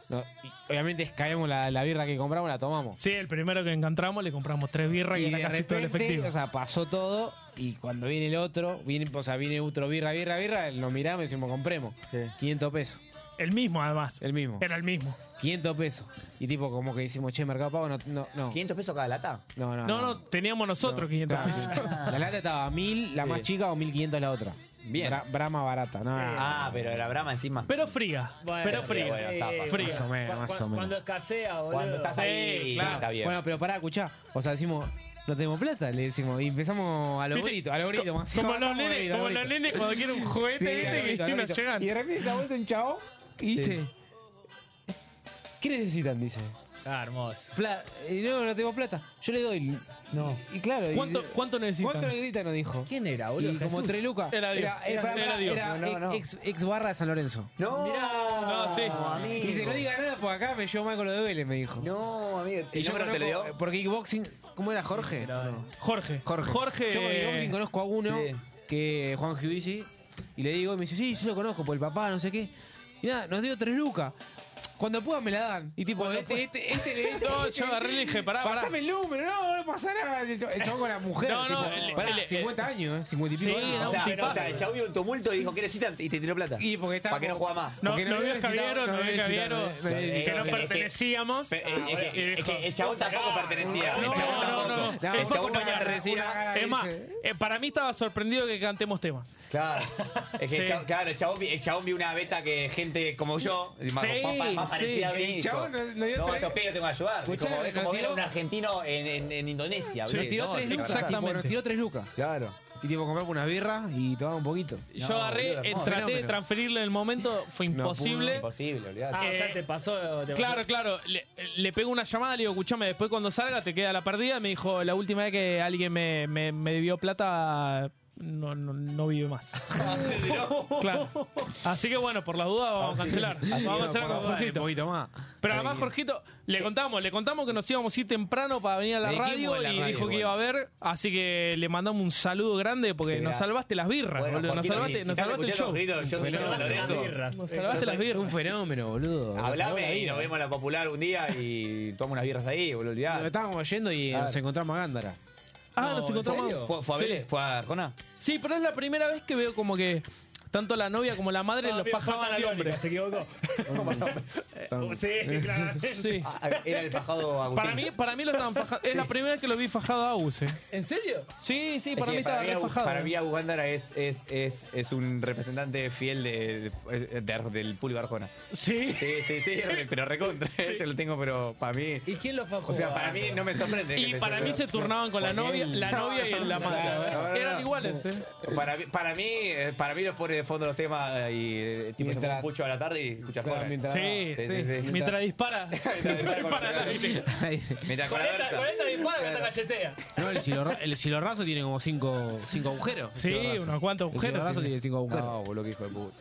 no, y obviamente escabeamos la, la birra que compramos, la tomamos.
Sí, el primero que encontramos le compramos tres birras y,
Y
era
de
casi todo el
repente,
efectivo.
O sea, pasó todo y cuando viene el otro, viene, o sea, viene otro birra, birra, birra, nos miramos y decimos, compremos. 500 pesos,
El mismo, además.
el mismo.
Era el mismo.
500 pesos. Y tipo como que decimos, che, Mercado Pago no, no, no.
500 pesos cada lata.
No, Ah, no,
No, no, teníamos nosotros 500
Claro.
pesos.
La lata estaba a 1000, la
Sí.
más chica o 1500 la otra.
Bien.
Bra- Brahma barata. No, no, no.
Ah, pero era Brahma encima.
Pero fría. pero fría.
bueno, zafa.
fría.
Más o menos, más o menos.
Cuando escasea, boludo.
Cuando estás ahí,
Sí, claro.
está bien.
Bueno, pero pará, escuchá. O sea, decimos, no tenemos plata, le decimos. Y empezamos a lo
¿Viste?
grito, a lo grito.
Co-
más-
Como
más-
los
más
nenes,
grito, a
como
lo
los
grito.
nenes cuando quieren un
Sí,
juguete,
a lo
¿viste?
grito, a
que
lo
nos
grito.
llegan.
Y de repente se ha vuelto un chavo y dice, ¿qué necesitan? Dice.
Ah, hermoso.
Pla- y no, no tengo plata. Yo le doy. No. Y claro. y-
¿Cuánto, ¿Cuánto necesitan?
¿Cuánto necesitan? Nos dijo.
¿Quién era, boludo?
Y como
Jesús.
tres lucas.
Era Dios,
Era,
era- era Dios.
era
No, no,
ex, ex barra de San Lorenzo.
No,
No, sí.
Y
amigo.
dice, no diga nada porque acá me llevo mal con lo de Vélez, me dijo.
No, amigo.
Y
¿El
yo
número te lo
conozco-
dio?
Por kickboxing. ¿Cómo era Jorge? No.
Jorge.
Jorge. Yo por kickboxing conozco a uno
Sí.
que Juan Giudici. Y le digo, y me dice, sí, yo lo conozco por el papá, no sé qué. Y nada, nos dio tres lucas. Cuando pueda me la dan. Y tipo,
Cuando
este,
pueda.
este, este, este,
No,
este,
yo
este,
agarré y le dije, pará, pará.
Pasame el número, no, no pasa nada. El chabón el chabón con la mujer.
No, no,
tipo,
el-
pará,
el- el-
50 años, eh, 50 y pico. años.
o, sea, pero, o sea, el chavo vio un tumulto y dijo, ¿qué necesitan? Y te tiró plata.
Y porque está
Para que no juega más.
No, no vio Javiero, no vio Javiero, que no pertenecíamos.
eh, es que- es que el chabón tampoco pertenecía.
No,
El chabón
no, no,
tampoco. El chabón no pertenecía.
Ah,
Es más, eh, para mí estaba sorprendido que cantemos temas.
Claro. Es que el chabón, claro, el chabón, vi- el chabón vio una beta que gente como yo, más,
Sí,
más- más
sí.
parecida a mí,
El
dijo,
chabón no- no dio
no,
tres-
estos pibes tengo que ayudar. Es
Escuchá,
como, es como
nos
ver a
tiró-
un argentino en, en, en Indonesia.
Se
boludo.
tiró
No,
tres
te
lucas,
cagás.
tipo, nos tiró tres lucas. Claro. Y tipo, compramos una birra y tomamos un poquito.
Yo agarré, eh, traté de transferirle en el momento, fue
No,
imposible.
pudo,
imposible, olvidate.
Ah, o sea,
Eh,
te pasó. te
Claro,
pasó.
claro. Le, le pego una llamada, le digo, escuchame, después cuando salga te queda la perdida. Me dijo, la última vez que alguien me, me, me debió plata, no, no, no vive más.
Ah,
claro. Así que bueno, por la duda vamos a cancelar.
Así que
Vamos a
no,
cancelar
por
con
favor,
Jorgito.
Un poquito más.
Pero además, Jorgito, le contamos, le contamos que nos íbamos a ir temprano para venir a la
Le dijimos
radio
en la
y
radio,
dijo que
bueno.
iba a ver, así que le mandamos un saludo grande porque
Qué
nos
gra-
salvaste las birras,
Eh, Bueno,
boludo. Nos
Jorgito,
salvaste,
si
nos
estás
salvaste el show.
escuchando, Jorgito, yo soy de Lorenzo.
Nos salvaste las birras.
Un fenómeno, boludo.
Hablame y nos vemos en la popular un día y tomamos unas birras ahí, boludo. olvidate.
Nos estábamos yendo y
Claro.
nos encontramos a Gándara.
Ah, nos
¿En
encontramos.
serio? ¿Fue, fue a
Sí.
Vélez? ¿Fue a Arjona?
Sí, pero es la primera vez que veo como que tanto la novia como la madre
Ah,
los
bien,
fajaban
falta
de
la
hombre.
lógica, Se equivocó. Sí, claramente.
Sí.
Ah, Era el fajado Agustín.
Para mí, para mí lo estaban fajando. Es la primera vez que lo vi fajado a Agus. eh.
¿En serio?
Sí, sí,
Es
para
que
mí estaba re
Abu-
fajado.
Para mí, Abu Gándara es, es, es, es un representante fiel de, de- de- del público Arjona.
Sí.
Sí, sí, sí, re- pero recontra. eh, Yo lo tengo, pero para mí.
¿Y quién lo fajó?
O sea, para mí no me sorprende. qué sé
Y
yo,
para mí
pero-
se turnaban con la
Porque
novia,
él-
la novia y la madre.
No, no, no.
Eran iguales, eh.
Para, mí- para mí, eh, para mí los pone de fondo los temas eh, y eh, tipo se pone un pucho a la tarde y escucha Arjona.
Sí, sí. Mientras dispara.
Mientras con la versa.
dispara que te cachetea.
No, el chilo, el chilorrazo tiene como cinco, cinco agujeros. el
Sí,
chilorrazo.
unos cuantos agujeros
El chilorrazo
tiene.
tiene cinco agujeros.
No, boludo, que hijo de puta.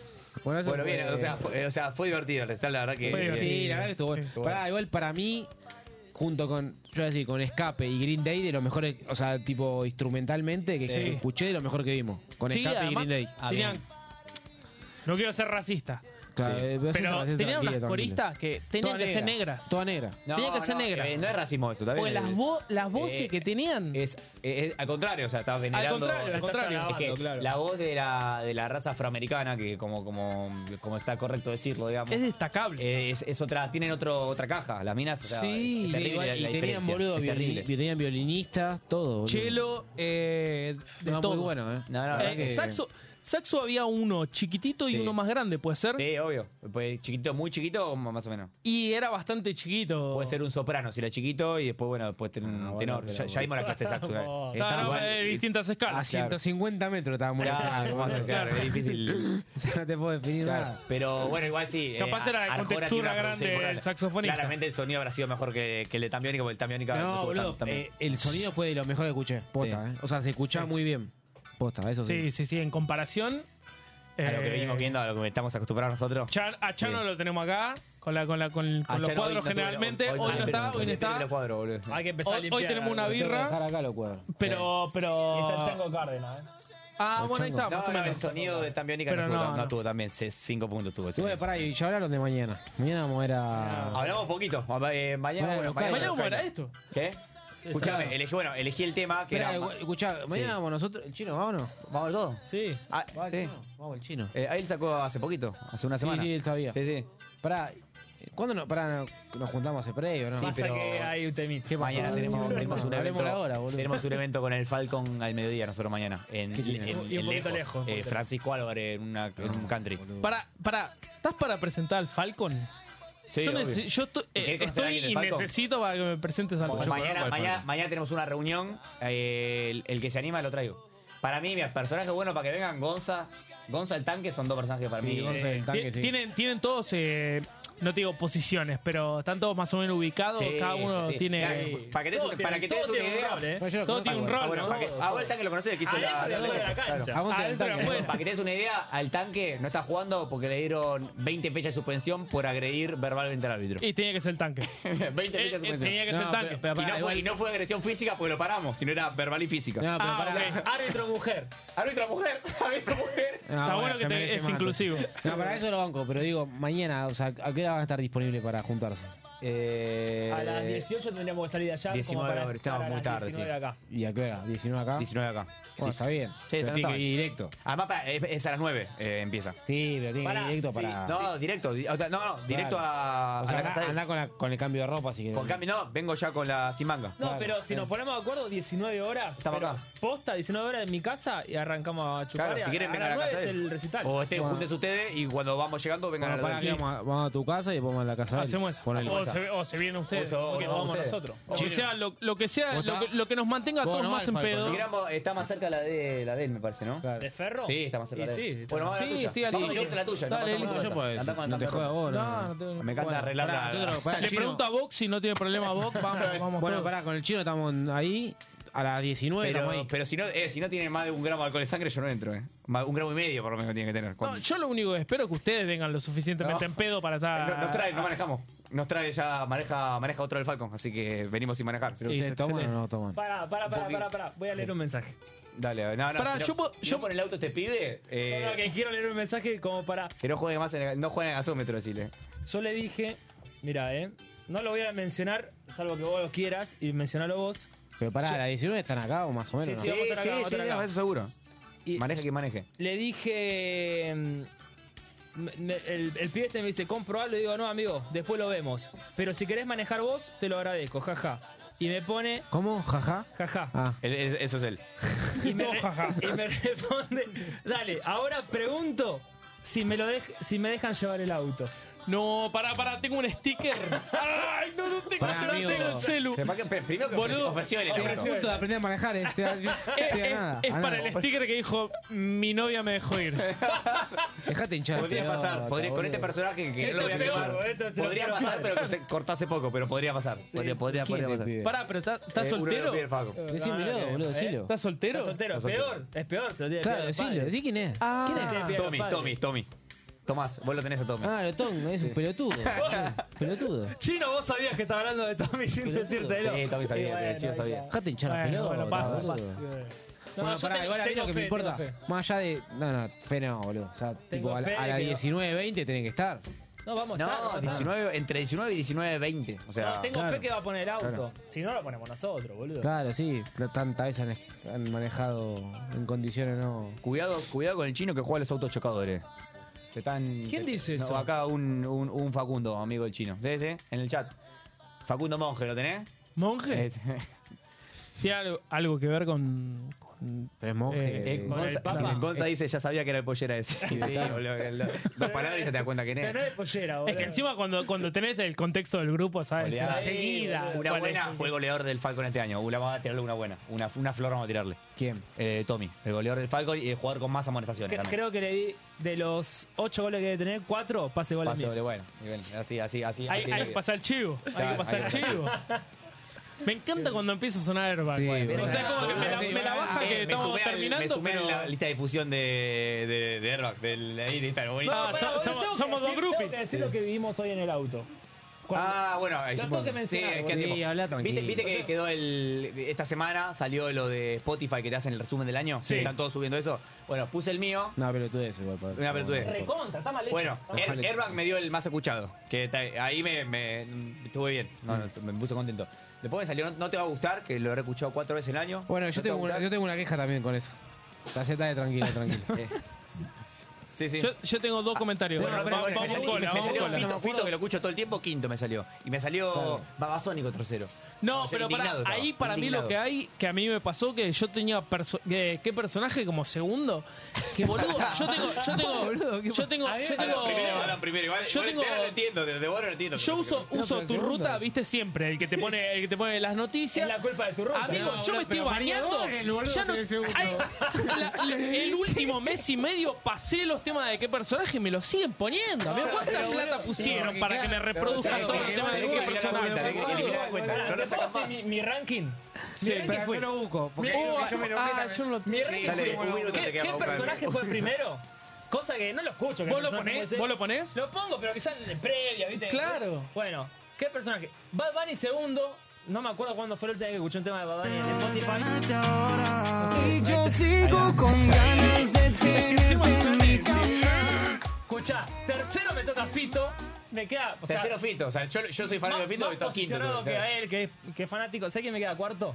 Bueno, eso
Bueno,
fue-
bien, o sea, fue, eh, o sea, fue divertido, la la verdad que.
Sí, la verdad que estuvo bueno.
Estuvo
Pará, igual para mí, junto con, yo voy a decir, con Escape y Green Day, de los mejores, o sea, tipo instrumentalmente, que
Sí.
que escuché de lo mejor que vimos. Con
Sí,
Escape
además,
y Green Day. Ah,
tenían- no quiero ser racista.
Claro, eh, pero eso se
Pero
hace
tenían
tranquilo,
unas
tranquilo.
coristas que tenían
Toda
que ser
negra,
negras.
Toda negra.
No,
Tenían que ser
no,
negras.
eh, no es racismo eso, también.
Porque las, vo- las voces
eh,
que tenían.
Es, eh, al contrario, o sea, estaba venerando.
contrario, al
Estás
contrario.
alabando, Es que
claro.
La voz de la, de la raza afroamericana, que como, como, como está correcto decirlo, digamos.
Es destacable.
Es, es otra, tienen otro, otra caja, las minas. o sea,
Sí,
es
Sí,
terrible
igual,
la-
y
la
tenían,
diferencia,
boludo,
es
violin-
terrible.
tenían violinistas, todo. boludo.
Chelo, eh, de
No, muy
todo.
bueno, eh. No, no,
Eh,
la verdad que-
saxo, saxo había uno chiquitito y
Sí.
uno más grande, ¿puede ser?
Sí, obvio. Pues chiquito, muy chiquito, o más o menos.
Y era bastante chiquito.
Puede ser un soprano si era chiquito y después, bueno, después tener un tenor.
Ah, pero
ya, ya vimos la clase de saxo.
Claro,
¿eh?
eh, Oh, distintas escalas.
A 150 metros estábamos.
Claro, ¿cómo vas a hacer?
Claro.
Es difícil.
O sea, no te puedo definir nada.
Pero bueno, igual sí. eh,
Capaz era de
Arjona tiene
contextura
una
grande
producción
el saxofonista.
Claramente el sonido habrá sido mejor que, que el de Tambiónica, porque el Tambiónica
No,
estuvo tan-
boludo,
también.
eh, el sonido fue de lo mejor que escuché. Posta, ¿eh? O sea, se escuchaba muy bien. Posta, eso sí.
Sí, sí, sí. En comparación.
a lo que
eh,
venimos viendo, a lo que estamos acostumbrados nosotros.
Chan- a Chano
Sí.
lo tenemos acá, con, la, con, la, con, con
Ah,
los
Chano, hoy no
cuadros
tuve-
generalmente. Hoy, no está, hoy no
depende de
está.
los cuadros, boludo.
Hay que empezar a
Hoy,
limpiar.
hoy tenemos una
algo.
Tengo que
birra,
dejar acá los cuadros.
pero.
Y
pero
está el Chango Cárdenas. ¿eh?
ah,
el
bueno, ahí
chango.
está,
No,
más o
no, el
menos.
sonido de Tambiónica
Pero
no, estuvo
no,
tan- no
no.
estuvo tan bien. 5 puntos tuvo. el
Y bueno,
sonido.
pará, y ya hablaron de mañana. Mañana vamos a ir a.
Hablamos poquito. Ah, eh, mañana,
Bueno,
bueno,
Cairo,
Mañana vamos a
Cairo.
ver a esto.
¿Qué?
claro.
Escuchame, elegí, bueno, elegí el tema que
Esperá,
era.
igual- escuchá, mañana
Sí.
vamos nosotros. ¿El chino, vámonos?
¿Vamos todos?
Sí.
Ah,
Va el
sí.
chino, Vamos el chino.
Eh, ahí él sacó hace poquito, hace una
Sí,
semana.
sí, él sabía.
Sí, sí.
Pará, ¿cuándo no, pará, no- nos juntamos a previo, no?
Pasa
pero-
que hay un temita.
¿Qué
Mañana
pasó?
tenemos,
Sí,
tenemos un
hablemos
evento,
ahora, boludo.
tenemos un evento con el Falcon al mediodía nosotros mañana en,
¿Qué tiene?
en-
Y un
en
poquito
lejos,
lejos, un
eh,
poquito.
Francisco Álvarez en, una- en un country.
Para, para, ¿estás para presentar al Falcon?
Sí,
yo
obvio.
neces- yo estoy, eh,
¿Querés conocer a
estoy
alguien del
y
Falcon?
necesito para que me presentes al
Bueno,
Falcon.
mañana, mañana, mañana tenemos una reunión, eh, el, el que se anima lo traigo. Para mí, mis personajes buenos para que vengan Gonza, Gonza el tanque son dos personajes para
Sí,
mí.
Gonza
eh,
el tanque,
Tien-
sí.
tienen, tienen todos, eh, no te digo posiciones, pero están todos más o menos ubicados.
sí,
cada uno
sí, sí.
tiene.
Claro, para que te des
Todos
un- para
tienen-
que te des
todos
una
tienen un
idea.
rol, ¿eh?
No, Pues yo lo
Todo
conozco
tiene un
igual.
rol,
bueno,
¿no?
para que- ah, vos el tanque lo conocés, el que hizo la,
Adentro y
la-
afuera de la
claro.
cancha.
A Gonza del
Adentro y
tanque.
afuera.
Para que te des una idea, al tanque no está jugando porque le dieron 20 fechas de suspensión por agredir verbalmente al árbitro.
Y tenía que ser el tanque.
Este 20
Eh,
fechas de
eh,
suspensión.
tenía que ser
No,
el tanque.
pero- pero
y, no
pará,
fue,
igual-
y no fue agresión física porque lo paramos, sino era verbal y física.
No, pero
Ah,
pará.
ok.
Árbitro mujer.
Árbitro mujer, árbitro mujer.
No,
Está bueno
se
que te-
merece
es
más.
inclusivo.
No, para eso lo banco, pero digo, mañana, o sea, ¿a qué hora van a estar disponibles para juntarse?
Eh,
A las 18 tendríamos que salir de allá. como
19
para
horas, estamos
estar a
muy
las
tarde,
19
sí.
acá.
¿Y a qué hora? ¿19 acá?
19 acá.
Bueno, está bien. Pero tiene que ir directo.
Además, para- es, es a las 9 eh, empieza.
Sí, pero tiene que ir directo para.
No, directo. di- o sea, No, no, directo a.
O sea,
a la
anda,
casa de-
anda con, la- con el cambio de ropa si querés.
Con cambio, no, vengo ya con la sin manga.
No, pero si nos ponemos de acuerdo, 19 horas.
Estamos
pero
acá.
Posta, 19 horas en mi casa y arrancamos a chupar.
Claro,
y
si quieren, vengan
las
a la casa
9
de
es
él.
el recital. Ah.
O este, estén
Bueno.
juntos ustedes y cuando vamos llegando, vengan
Bueno,
a la
pará, que vamos, a- vamos a tu casa y vamos a la casa de él.
Hacemos eso.
Ponele.
O se, o se vienen ustedes.
Eso,
o que
o
nos vamos
ustedes.
nosotros. O
Chile.
sea, lo, lo que sea,
¿Vos
lo que,
estás?
lo que nos mantenga a
Vos
todos
no,
más en
Falcon.
pedo.
Si queramos, está más cerca la de, la de él, me parece, ¿no?
¿De ferro?
Sí, está más cerca
Y
la de él.
sí,
bueno, vamos a la
sí,
tuya.
estoy al
Vamos
día.
yo con la tuya.
Dale,
no pasamos
Nico,
nada.
yo puedo
Andá
decir.
con
No
la
te
tuya.
jodas vos, no.
No, no te- Me
Bueno,
encanta arreglar
pará,
la-
nosotros- pará,
Le
Chino.
pregunto a Vox si no tiene problema Vox. Vamos, vamos.
Bueno,
todos.
pará, con el chino estamos en- ahí a las 19 estamos
Pero,
ahí.
pero si, no, eh, si no tiene más de un gramo de alcohol de sangre, yo no entro, ¿eh? Más- Un gramo y medio por lo menos tiene que tener.
No, yo lo único que espero es que ustedes vengan lo suficientemente
No.
en pedo para estar.
Eh, No- nos trae, no manejamos. Nos trae ya, maneja, maneja otro del Falcon, así que venimos sin manejar.
¿Ustedes toman o no toman?
Pará, pará, pará, pará, pará. Voy a leer un mensaje.
Dale, no, no.
Pará,
si no-
yo puedo-
si
yo-
no por el auto te pide. eh,
No, no, que quiero leer un mensaje como para.
que no juegue más en el, no juegue en el gasómetro de Chile.
Yo le dije, mira, eh. No lo voy a mencionar, salvo que vos lo quieras, y mencionalo vos.
Pero pará, a las 19 están acá o más o menos.
Sí, sí, vamos a estar acá, vamos a estar acá.
eso seguro.
Y-
Maneje que maneje.
Le dije. mm, me- me- el, el pibe este me dice, compro algo. Le digo, no, amigo, después lo vemos. Pero si querés manejar vos, te lo agradezco, jaja. Y me pone,
¿Cómo? ¿Jaja?
jaja.
Ah.
El- el- eso es él.
Y me, y me responde, dale, ahora pregunto si me, lo dej- si me dejan llevar el auto.
No, pará, pará, tengo un sticker. Ay, no, no tengo,
Pará,
no
amigo.
tengo el celu. Eh,
Sepa que- primero que
Boludo.
ofreció el
Estoy a
auto.
punto de aprender a manejar, eh. Estoy a- estoy
Es,
a
es-
nada, Ah,
es
a
para
nada.
el sticker que dijo mi novia me dejó ir.
Dejate hinchar.
Podría
pelota,
pasar, podría- con
boludo.
este personaje que no
Esto
lo voy a
es peor,
quemar.
esto es
Podría
lo peor.
pasar, pero que se cortase poco, pero podría pasar. podría, podría,
¿Quién
podría
es el
pasar.
pibe?
Pará, pero ¿estás estás
Eh, uno de los
soltero?
pibes del Falcon.
Decímelo,
que-
boludo,
¿eh?
decilo.
¿Estás soltero?
Está soltero, es
Está soltero.
peor, es peor. se lo tiene que
Claro,
pedir a los
decilo,
padres.
decí quién es.
Se lo tiene que pedir a los
Tommy,
padres.
Tommy, Tommy. Tomás, vos lo tenés a Tommy.
Ah, lo tomo, es un pelotudo. pelotudo.
Chino, vos sabías que estaba hablando de Tommy sin decírtelo.
Sí, Tommy
Y
sabía,
bueno,
Eh, el chico sabía.
Dejate hinchar la
Bueno,
pelota.
bueno, pasa,
boludo.
pasa. No,
bueno,
yo
pará,
te-
igual a mí
tengo
lo que
fe,
me importa.
tengo fe.
Más allá de. No, no, fe no, boludo. O sea, tipo, a, la-
fe
a las
que-
19, 20 tienen que estar.
No, vamos a estar,
No,
vamos a estar.
19, entre 19 y 19, 20. O sea,
No, tengo
claro.
fe que va a poner el auto.
Claro.
Si no, lo ponemos nosotros, boludo.
Claro, sí. la- Tantas veces han, es- han manejado en condiciones no.
cuidado, cuidado con el chino que juega a los autos chocadores. Te están-
¿Quién dice
No,
eso?
acá un, un- un Facundo, amigo del chino. Sí, sí, en el chat. Facundo Monge, ¿lo tenés?
¿Monje?
Es-
¿Tiene algo, algo que ver con. con-
Pero es monje.
Eh,
Eh,
con
Gonza,
el Papa.
Gonza dice, ya sabía que era el pollera ese. Sí, boludo, que lo- dos palabras y ya te das cuenta quién
Pero
es.
no es pollera, boludo.
Es que encima cuando, cuando tenés el contexto del grupo, sabes,
Oleada.
enseguida.
Una
cuál
buena
es.
fue el goleador del Falcon este año. Uh, la vamos a tirarle una buena. Una, una flor vamos a tirarle.
¿Quién?
Eh, Tommy, el goleador del Falcon y el jugador con más amonestaciones.
Cre-
también.
Creo que le di de los 8 goles que debe tener, 4 pase goles
Pase
míos.
doble, bueno. Y bueno, Así, así, así.
Hay,
así
hay
de-
que pasar el chivo. Hay que
Claro,
pasar
hay
el
que
chivo. Me encanta cuando empieza a sonar airbag. o sea, es como que me la, me la baja que
Eh, me
estamos
sumé al-
terminando,
me sumé
pero.
en la lista de difusión de, de, de Airbag, del ahí de Instagram. Bueno,
No,
pará,
so-
Bueno,
somos-
tengo que
somos dos
decir-
grupis.
tengo que decir lo que vivimos hoy en el auto. Cuando-
Ah, bueno, ahí
Lo
supongo.
tengo que mencionar,
Sí, es que
boludo.
tipo-
Sí, habla
¿Viste,
tranquilo.
viste que quedó el. Esta semana salió lo de Spotify que te hacen el resumen del año?
Sí.
Están todos subiendo eso. Bueno, puse el mío.
No, pelotudez igual. para-
Una pelotudez.
Recontra, está mal hecho.
Bueno,
Está mal
Air-
Ojalá.
Airbag me dio el más escuchado. Que está- ahí me, me- mm, estuve bien. No, no, me puse contento. Después me salió, no, No te va a gustar, que lo he escuchado cuatro veces el año.
Bueno,
No
yo
te va a
tengo, una, yo
gustar.
tengo una queja también con eso. Taceta de tranquilo, tranquilo.
Sí, sí.
Yo, yo tengo dos comentarios.
Bueno,
Vamos-
pero me
vamos
salió-
con
me
la, vamos
salió
con la.
Fito, Fito, que lo escucho todo el tiempo, quinto me salió. Y me salió Babasónico trocero.
No,
Estaba
pero para,
indignado estaba,
ahí para mí lo
indignado.
que hay, que a mí me pasó, que yo tenía perso- que- qué personaje como segundo, que boludo, yo tengo, yo tengo, yo tengo, yo
Hablan
tengo,
Ah, primero, hablan primero. Igual,
yo
igual
tengo-
te- lo entiendo, de, de vos no lo entiendo.
yo uso,
No,
uso
pero
tu
segundo.
ruta, viste siempre, el que te pone, el que te pone las
Es
noticias.
la culpa de tu ropa.
Amigo, yo me estoy bañando. ya no, Ay, la- la- el último mes y medio pasé los temas de qué personaje y me los siguen poniendo. Amigo, ¿Cuánta plata pusieron
porque
para que
claro,
me reproduzcan
claro,
todos los
porque
temas de
no,
qué
porque no,
personaje?
porque no, porque no,
Bueno,
No lo
te
sacas
puedo
más.
decir mi, mi ranking.
Sí,
Pero yo lo busco. Porque
Oh, ah, yo no lo-
Mi ranking
Dale,
fue-
un minuto te queda
¿Qué, qué
para buscar.
personaje fue primero? Cosa que no lo escucho. que
¿Vos lo
personaje
ponés?
puede ser.
¿Vos lo ponés?
Lo pongo, pero quizás en previa, ¿viste?
Claro.
Bueno, ¿qué personaje? Bad Bunny segundo. No me acuerdo cuándo fue el última vez que escuché un tema de Bad Bunny en Spotify.
Y yo sigo con ganas de
Encima
tenerte
yo
en
te-
mi cama.
Escuchá, tercero me toca Fito.
me queda. o sea,
Tercero Fito. O sea, yo, yo soy fan
más-
de Fito
más
y todo quinto.
posicionado
creo,
que
claro.
a él, que es, que es fanático. ¿Sabes quién me queda cuarto?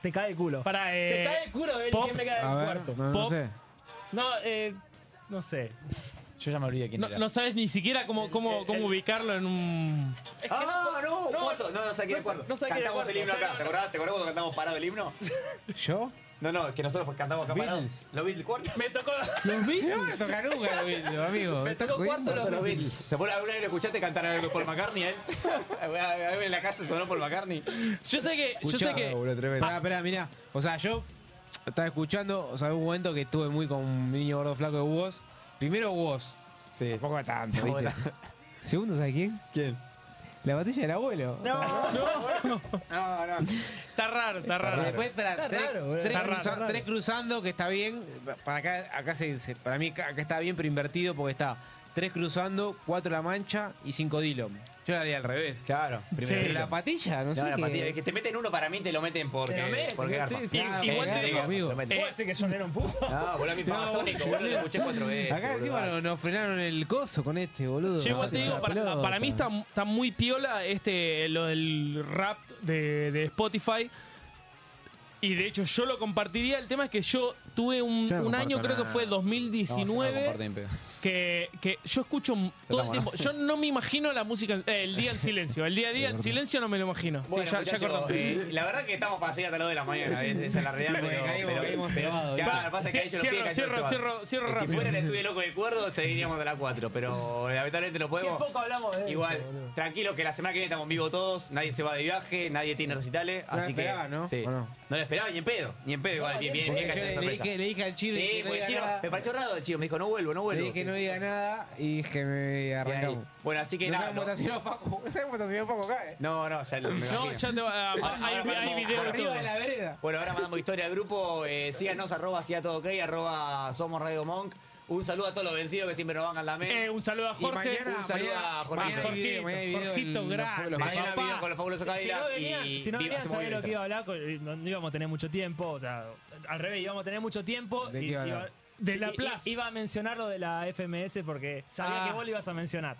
Te cae el culo.
Para, eh,
Te cae el culo, Beli.
Pop.
¿Quién me queda
A ver,
cuarto?
no, no Pop. sé.
No, eh, no sé.
Yo ya me olvidé quién
No,
era.
no sabes ni siquiera cómo, cómo, cómo ubicarlo en un.
Ah, no, cuarto. No, no sé quién
no
es cuarto.
no sé quién es
Cantamos el
cuarto,
himno
o sea,
acá. ¿Te acordás? ¿Te acordás cuando cantamos parado el himno?
¿Yo?
No, no, es que nosotros cantamos acá parado. ¿Lo viste el cuarto?
Me tocó.
¿Los
vi?
No me toca nunca los Beatles, amigo. Me estás
tocó
jodiendo.
cuarto los Beatles. ¿Se pone alguna vez lo escuchaste cantar algo de Paul McCartney, eh? A ver, en la casa sonó Paul McCartney. Ah.
Yo sé que.
sé que-
Pará, pará, mirá. O sea, yo estaba escuchando, o sea, hubo un momento que estuve muy con un niño gordo flaco de Hugo. Primero vos. Sí. Tampoco tanto, ¿viste? Segundo, ¿sabes quién? ¿Quién? La batalla del abuelo. No,
no,
no, no.
Está raro, está raro.
Después, pará, tres, tres
Está raro,
cruza-
está raro.
tres cruzando, que está bien. Para acá, acá se, se- para mí acá está bien, pero invertido porque está tres cruzando, cuatro la mancha y cinco Dillon. Yo la haría al revés. Claro.
primero
Pero
Dillon.
la patilla, no, sé.
No, la
qué-
patilla, es que te meten uno para mí te lo meten porque.
Te lo meten,
porque Ah,
sí,
garpa. Eh,
sí,
Claro,
igual
porque
te digo,
garpa,
amigo.
lo meten.
¿Puedo decir que yo no era un puto?
No, boludo, a mi papá Sónico, boludo, lo escuché cuatro veces.
Acá
boludo.
encima nos, nos frenaron el coso con este, boludo.
Yo igual te digo, para, para mí está, está muy piola este lo del rap de, de Spotify. Y de hecho yo lo compartiría. El tema es que yo tuve un,
Yo no
un año,
comparto
creo que
nada.
fue el
No, yo no
2019,
comparto ni en pedo.
que, que yo escucho todo el
estamos,
tiempo.
¿no?
Yo no me imagino la música, en- eh, el día en silencio. El día a día en silencio no me lo imagino. Sí,
Bueno,
ya, ya
muchachos,
cortamos.
eh, la verdad que estamos para seguir hasta las 2 de la mañana, es- esa es la realidad.
Porque
pero,
caímos-
pero-
caímos
pero-
cebados,
claro,
¿viste?
pasa que ahí yo
Cierro,
lo
cierro, cierro, cierro
Si
rápido.
fuera el estudio loco de cuerdo, seguiríamos de la 4, pero lamentablemente no podemos.
Qué poco hablamos de
Igual,
eso, boludo.
tranquilo que la semana que viene estamos vivos todos, nadie se va de viaje, nadie tiene recitales,
No la
así que.
esperaba, ¿no?
Sí.
¿O no?
No la esperaba ni en pedo, ni en pedo, igual, bien, bien, bien,
Porque
cachada
yo le, le
sorpresa.
dije, le dije al chino.
Sí,
que no
porque el
diga
chino,
nada.
me pareció raro el chino, me dijo, no vuelvo, no
Le
vuelvo.
dije no diga nada y dije me arrancamos.
Bueno, así que
no
nada,
sabemos
no.
estacionar Facu. No sabemos estacionar Facu acá, eh.
No, no, ya lo me
No,
imagino.
ya te va. ah,
Ahora
hay
mandamos-
hay video de
arriba
todo.
de
La vereda.
Bueno, ahora mandamos historia al grupo. Eh, síganos, arroba, siga todo ok, arroba, somos Radio Monk. Un saludo a todos los vencidos que siempre nos van a la mesa.
Eh, un saludo a
Y
Jorge.
mañana- un saludo
mañana-
a Jorgito.
mañana hay video, mañana hay video
Jorgito,
en los
grande.
pueblos.
Mañana
Papá.
video con los fabulosos
Si- si
Cadillac
no venía-
y-
Si no
y
venía a
hacemos
saber lo
directo.
que iba a hablar, con- no, no íbamos a tener mucho tiempo. O sea, al revés, íbamos a tener mucho tiempo.
¿De
y-
qué iba a
iba-
hablar? De la
i- i-
Plaza.
Iba a mencionar lo de la FMS porque sabía
Ah.
que vos lo ibas a mencionar.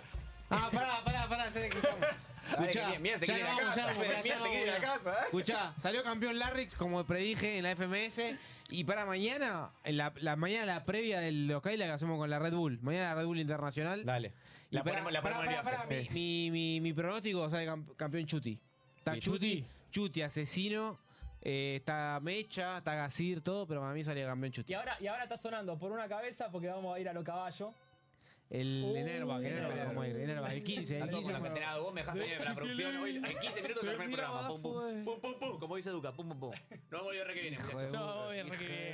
Ah, pará, pará, pará. ya que estamos.
Dale,
Escuchá,
que mira, se
ya
quiere ir
nos
a la
vamos, ya
casa,
nos vamos,
Fede,
ya
mira,
nos
se quiere ir a la
vamos, ya.
casa, eh.
Escuchá, salió campeón Larrix, como predije en la FMS. Y para mañana, en la, la mañana la previa del OK la que hacemos con la Red Bull. Mañana la Red Bull Internacional. Dale.
La ponemos- la ponemos en el viaje.
mi, mi, mi, mi pronóstico sale camp- campeón Chuti. Está
¿Y
Chuti, Chuti, asesino. eh, está Mecha, está Gasir, todo, pero para mí sale campeón Chuti.
Y ahora, y ahora está sonando por una cabeza porque vamos a ir a lo caballo.
El
Uh,
Enerva, que Enerva,
Enerva.
¿cómo es? Enerva, el 15, el
Ando
15.
con la canterada, vos me dejás salir de la producción. Hoy, en 15 minutos
eh.
termina el programa. Pum, pum, pum, pum, pum, pum, como dice Duca. Pum, pum, pum. Nos vemos el viernes que viene, muchachos.
Chao, viernes que viene.